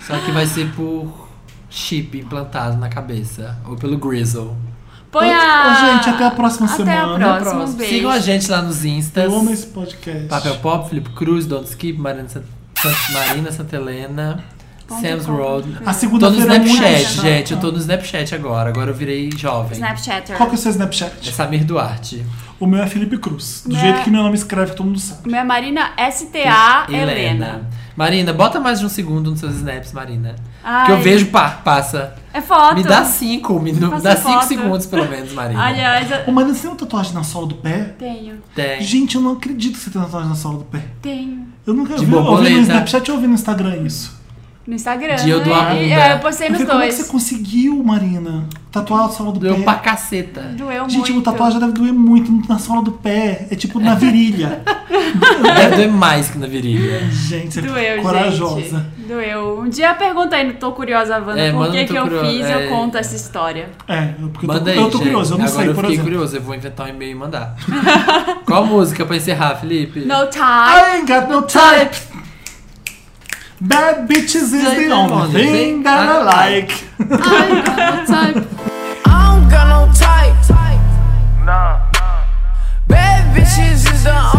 Speaker 2: Só que vai ser por chip implantado na cabeça. Ou pelo Grizzle.
Speaker 3: Põe
Speaker 1: Ô,
Speaker 3: a.
Speaker 1: ô, gente, até a próxima
Speaker 3: até
Speaker 1: semana.
Speaker 3: A próxima.
Speaker 2: Próximo.
Speaker 3: Um beijo.
Speaker 2: Sigam a gente lá nos Instas.
Speaker 1: Eu amo esse podcast.
Speaker 2: Papel Pop, Felipe Cruz, Don't Skip, Marina, Sant... Sant- Marina Santelena,
Speaker 3: Ponto
Speaker 2: Sam's
Speaker 3: com.
Speaker 2: Road.
Speaker 1: A
Speaker 2: Tô no
Speaker 1: segunda-feira é muito
Speaker 2: Snapchat,
Speaker 1: chata.
Speaker 2: gente. Eu tô no Snapchat agora. Agora eu virei jovem.
Speaker 3: Snapchatter.
Speaker 1: Qual que é o seu
Speaker 2: É
Speaker 1: Snapchat?
Speaker 2: Samir Duarte.
Speaker 1: O meu é Felipe Cruz. Do
Speaker 3: Né?
Speaker 1: jeito que meu nome escreve, todo mundo sabe.
Speaker 3: Minha é Marina STA Ah,
Speaker 2: é
Speaker 3: Helena.
Speaker 2: Marina, bota mais de um segundo nos seus snaps, Marina.
Speaker 3: Ai,
Speaker 2: Que eu vejo pa- passa.
Speaker 3: É foto.
Speaker 2: Me dá cinco, me
Speaker 3: Faça
Speaker 2: dá cinco
Speaker 3: foto.
Speaker 2: segundos pelo menos, Marina.
Speaker 3: Aliás, eu
Speaker 1: Ô, mas você tem uma tatuagem na sola do pé?
Speaker 3: tenho.
Speaker 2: Tem.
Speaker 1: Gente, eu não acredito que você tem tatuagem na sola do pé.
Speaker 3: Tenho.
Speaker 1: Eu nunca
Speaker 2: De
Speaker 1: vi, eu vi
Speaker 2: borboleta.
Speaker 1: no Snapchat ou vi no Instagram isso.
Speaker 3: No Instagram.
Speaker 2: Dia do
Speaker 3: e-
Speaker 2: Amanda.
Speaker 3: e- é, eu postei
Speaker 1: Eu
Speaker 3: nos
Speaker 1: falei, como é que você
Speaker 3: dois.
Speaker 1: conseguiu, Marina, tatuar a sola do
Speaker 2: Deu
Speaker 1: pé?
Speaker 2: pra caceta.
Speaker 3: Doeu
Speaker 1: Gente,
Speaker 3: muito.
Speaker 1: uma tatuagem deve doer muito na sola do pé. É tipo na virilha.
Speaker 2: Deve doer mais que na virilha.
Speaker 1: gente, você
Speaker 3: Doeu,
Speaker 1: é corajosa.
Speaker 3: gente. Doeu. Um dia pergunta aí, no tô curiosa, Wanda,
Speaker 2: É,
Speaker 3: por
Speaker 2: manda no
Speaker 3: que,
Speaker 2: Tô
Speaker 3: que eu
Speaker 2: Curiosa,
Speaker 3: fiz,
Speaker 2: é.
Speaker 3: eu conto essa história.
Speaker 1: É, porque eu tô,
Speaker 2: Manda aí,
Speaker 1: eu tô
Speaker 2: gente.
Speaker 1: curioso, eu não
Speaker 2: Agora
Speaker 1: sei,
Speaker 2: eu
Speaker 1: por
Speaker 2: fiquei
Speaker 1: exemplo.
Speaker 2: curioso, eu vou inventar um e-mail e mandar. Qual música pra encerrar, Felipe?
Speaker 3: No time.
Speaker 1: I ain't got no type. Bad bitches is
Speaker 2: é
Speaker 1: the only thing that I like.
Speaker 6: I don't got no type. Nah. Bad bitches is the